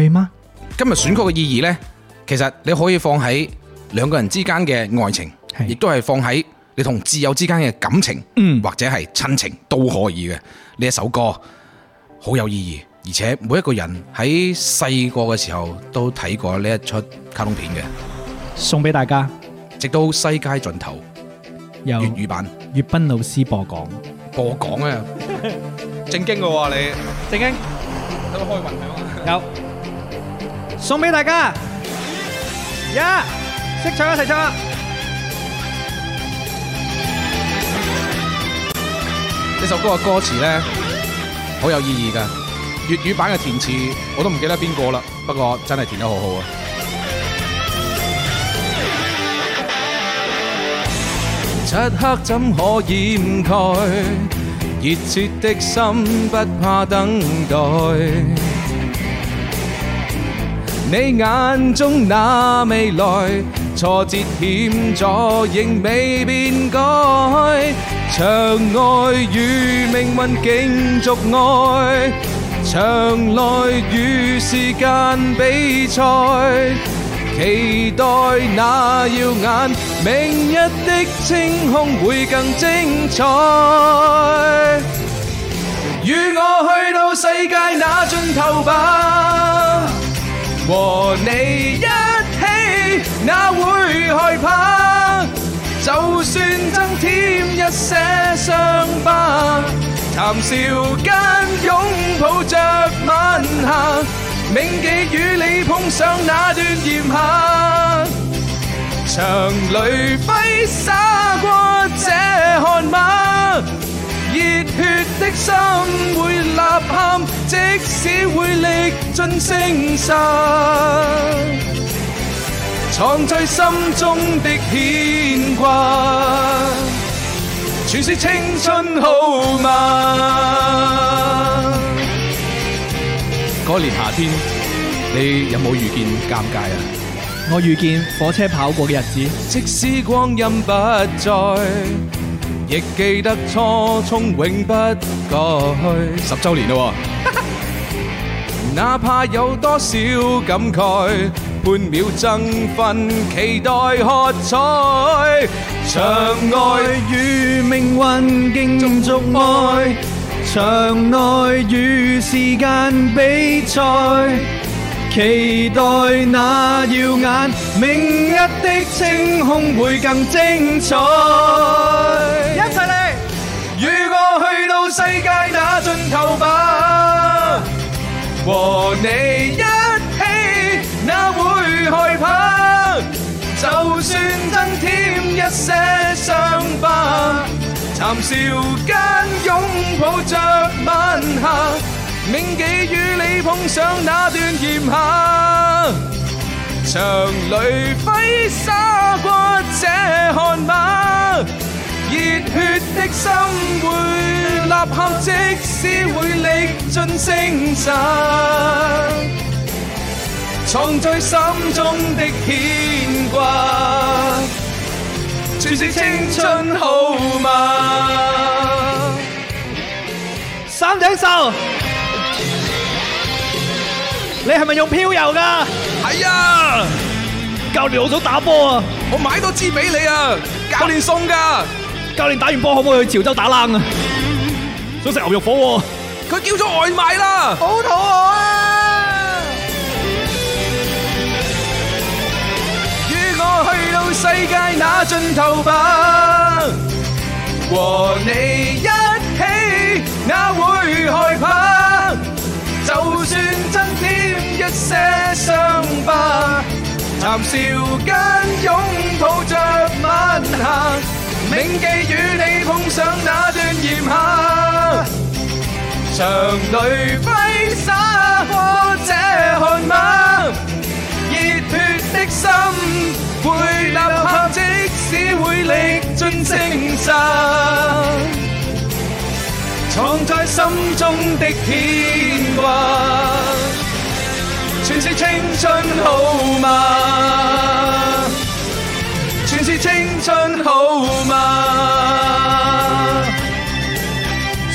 愛嗎？今日選曲嘅意義呢，其實你可以放喺兩個人之間嘅愛情，係亦都係放喺你同摯友之間嘅感情，嗯或者係親情都可以嘅。呢一首歌好有意義，而且每一個人喺細個嘅時候都睇過呢一出卡通片嘅，送俾大家，直到世界盡頭由粵語版粵斌老師播講。播講啊，正經嘅喎你，正經。都開運響啊！有送俾大家，呀，識唱一齊唱啊！呢首歌嘅歌詞呢，好有意義噶。粵語版嘅填詞我都唔記得邊個啦，不過真係填得好好啊！漆黑怎可掩蓋？熱切的心不怕等待。你眼中那未來，挫折險阻仍未變改。場外與命運競逐愛，場內與時間比賽。期待那耀眼明日的星空會更精彩。與我去到世界那盡頭吧，和你一起哪會害怕？就算增添一些傷疤，談笑間擁抱着晚霞，銘記與你碰上那段炎夏。長雷揮灑過這汗馬，熱血的心會吶喊，即使會歷盡聲沙。藏在心中的牽掛，全是青春好嗎？嗰年夏天，你有冇遇見尷尬啊？我遇見火車跑過嘅日子，即使光陰不再，亦記得初衷永不改。十周年啦，哪怕有多少感慨，半秒爭分，期待喝彩。場外與命運競逐愛，場內與時間比賽，期待那耀眼明日的星空會更精彩。一齊嚟，與我去到世界那盡頭吧，和你一起，哪會害怕？就算增添一些傷疤，談笑間擁抱着晚霞，銘記與你碰上那段炎夏。長雷揮灑過這汗馬，熱血的心會吶喊，即使會歷盡聲沙，藏在心中的牽掛，全是青春好嗎？三井壽，你係咪用漂遊噶？係啊，教練好想打波啊！我買多支俾你啊，教練送㗎，教練打完波可唔可以去潮州打冷啊？想食牛肉火鍋。啊佢叫咗外賣啦。 Hãy subscribe cho kênh Ghiền Mì Gõ Để không bỏ lỡ 世界那盡頭吧，和你一起哪會害怕？就算增添一些傷疤，談笑間擁抱着晚霞，銘記與你碰上那段炎夏。長雷揮灑過這汗馬，熱血的心會吶喊，即使會歷盡星辰，藏在心中的牽掛，全是青春好嗎？全是青春好嗎？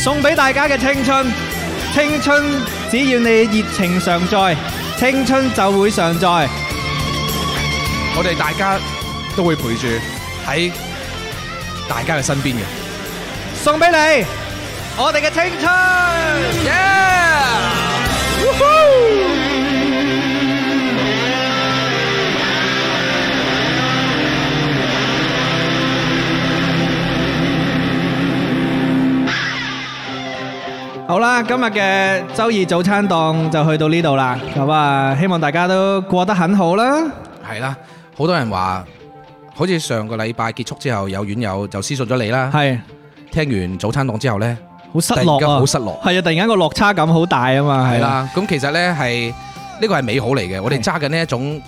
送俾大家嘅青春，青春只要你熱情常在，青春就會常在。我哋大家都會陪住喺大家嘅身邊嘅。送俾你，我哋嘅青春。好啦，今日嘅周二早餐檔就去到呢度啦。咁啊，希望大家都過得很好啦。係啦，好多人話，好似上個禮拜結束之後，有院友就私信咗你啦。係，聽完早餐檔之後呢，好失突然落間啊，好失落。係啊，突然間個落差感好大啊嘛。係係啦，啦，咁其實呢係呢個係美好嚟嘅。我哋揸緊呢一種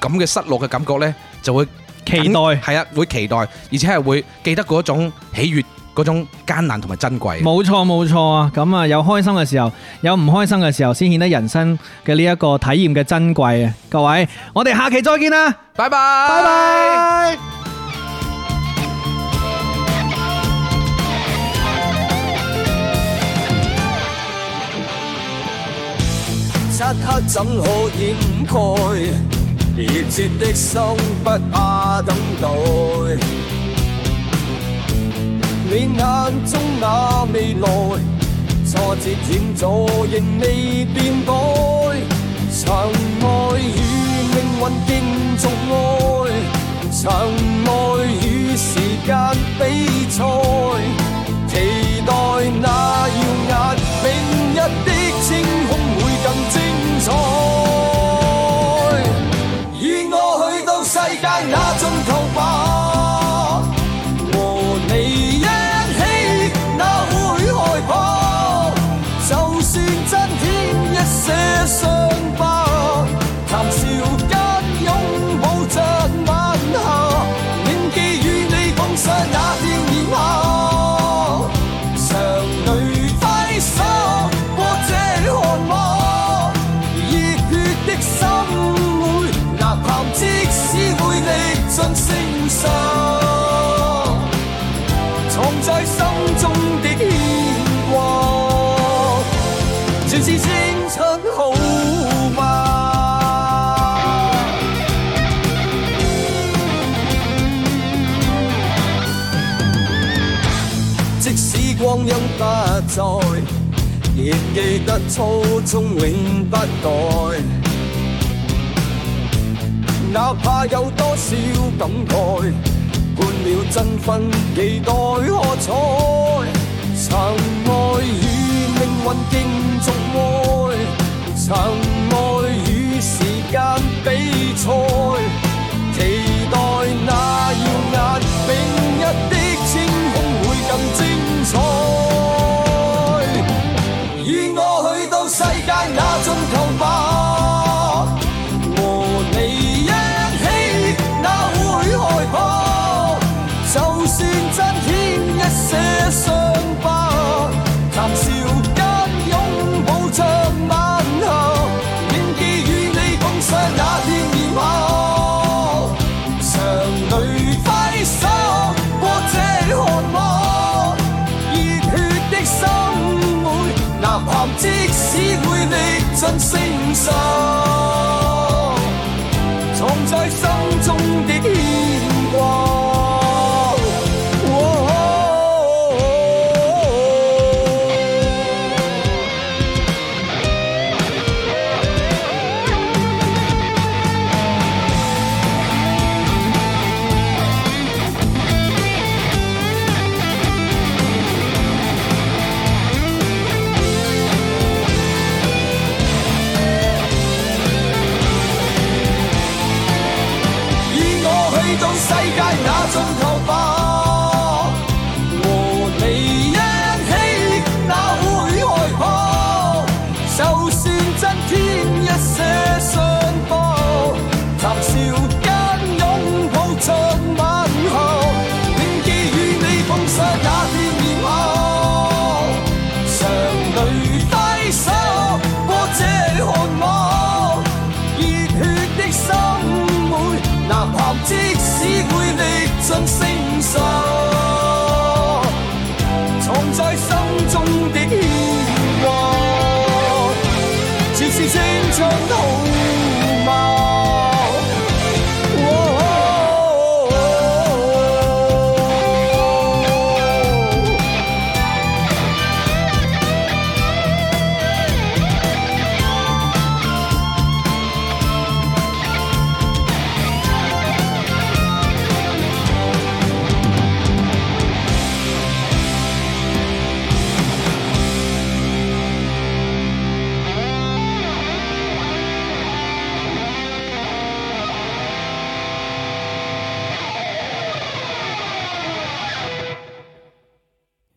咁嘅失落嘅感覺呢，就會期緊待。係啊，會期待，而且係會記得嗰種喜悅、嗰種艱難同埋珍貴。冇錯冇錯啊！咁啊，有開心嘅時候，有唔開心嘅時候，先顯得人生嘅呢一個體驗嘅珍貴啊！各位，我哋下期再見啦，拜拜，拜拜拜。漆黑怎可掩蓋？熱切的心不怕等待。你眼中那未來，挫折險阻仍未變改。曾愛與命運競逐愛，曾愛與時間比賽，期待那耀眼明日的星空會更精彩。與我去到世界那盡頭吧，和你一起哪會害怕？就算增添一些傷疤，談笑間擁抱着晚霞，銘記與你碰上那段炎夏。常淚揮灑過這汗馬，熱血的心會吶喊，即使會歷盡星辰，藏在心中的牽掛，全是青春好嗎？即使光陰不再，亦記得初衷永不改。哪怕有多少感慨，半秒爭分期待喝彩。曾愛與命運競逐愛，曾愛與時間比賽，期待那耀眼明日的星空會更精彩。與我去到世界那盡頭吧，和你一起哪會害怕？就算增添一些傷疤，談笑間擁抱着晚霞，銘記與你碰上那片炎夏。常淚揮灑過這汗馬，熱血的心會吶喊，即使會歷盡星辰，藏在心中的牽掛。哦 Hãy subscribe cho kênh Ghiền Mì Gõ Để không bỏ lỡ 種世界那盡頭吧。和你一起哪會害怕？就算增添一些傷疤，談笑間擁抱着晚霞，銘記與你碰上那片炎夏。常淚揮手過這汗馬，熱血的心每吶喊，即使會歷盡聲沙，藏在心中的牽掛，全是青春好嗎？哦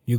如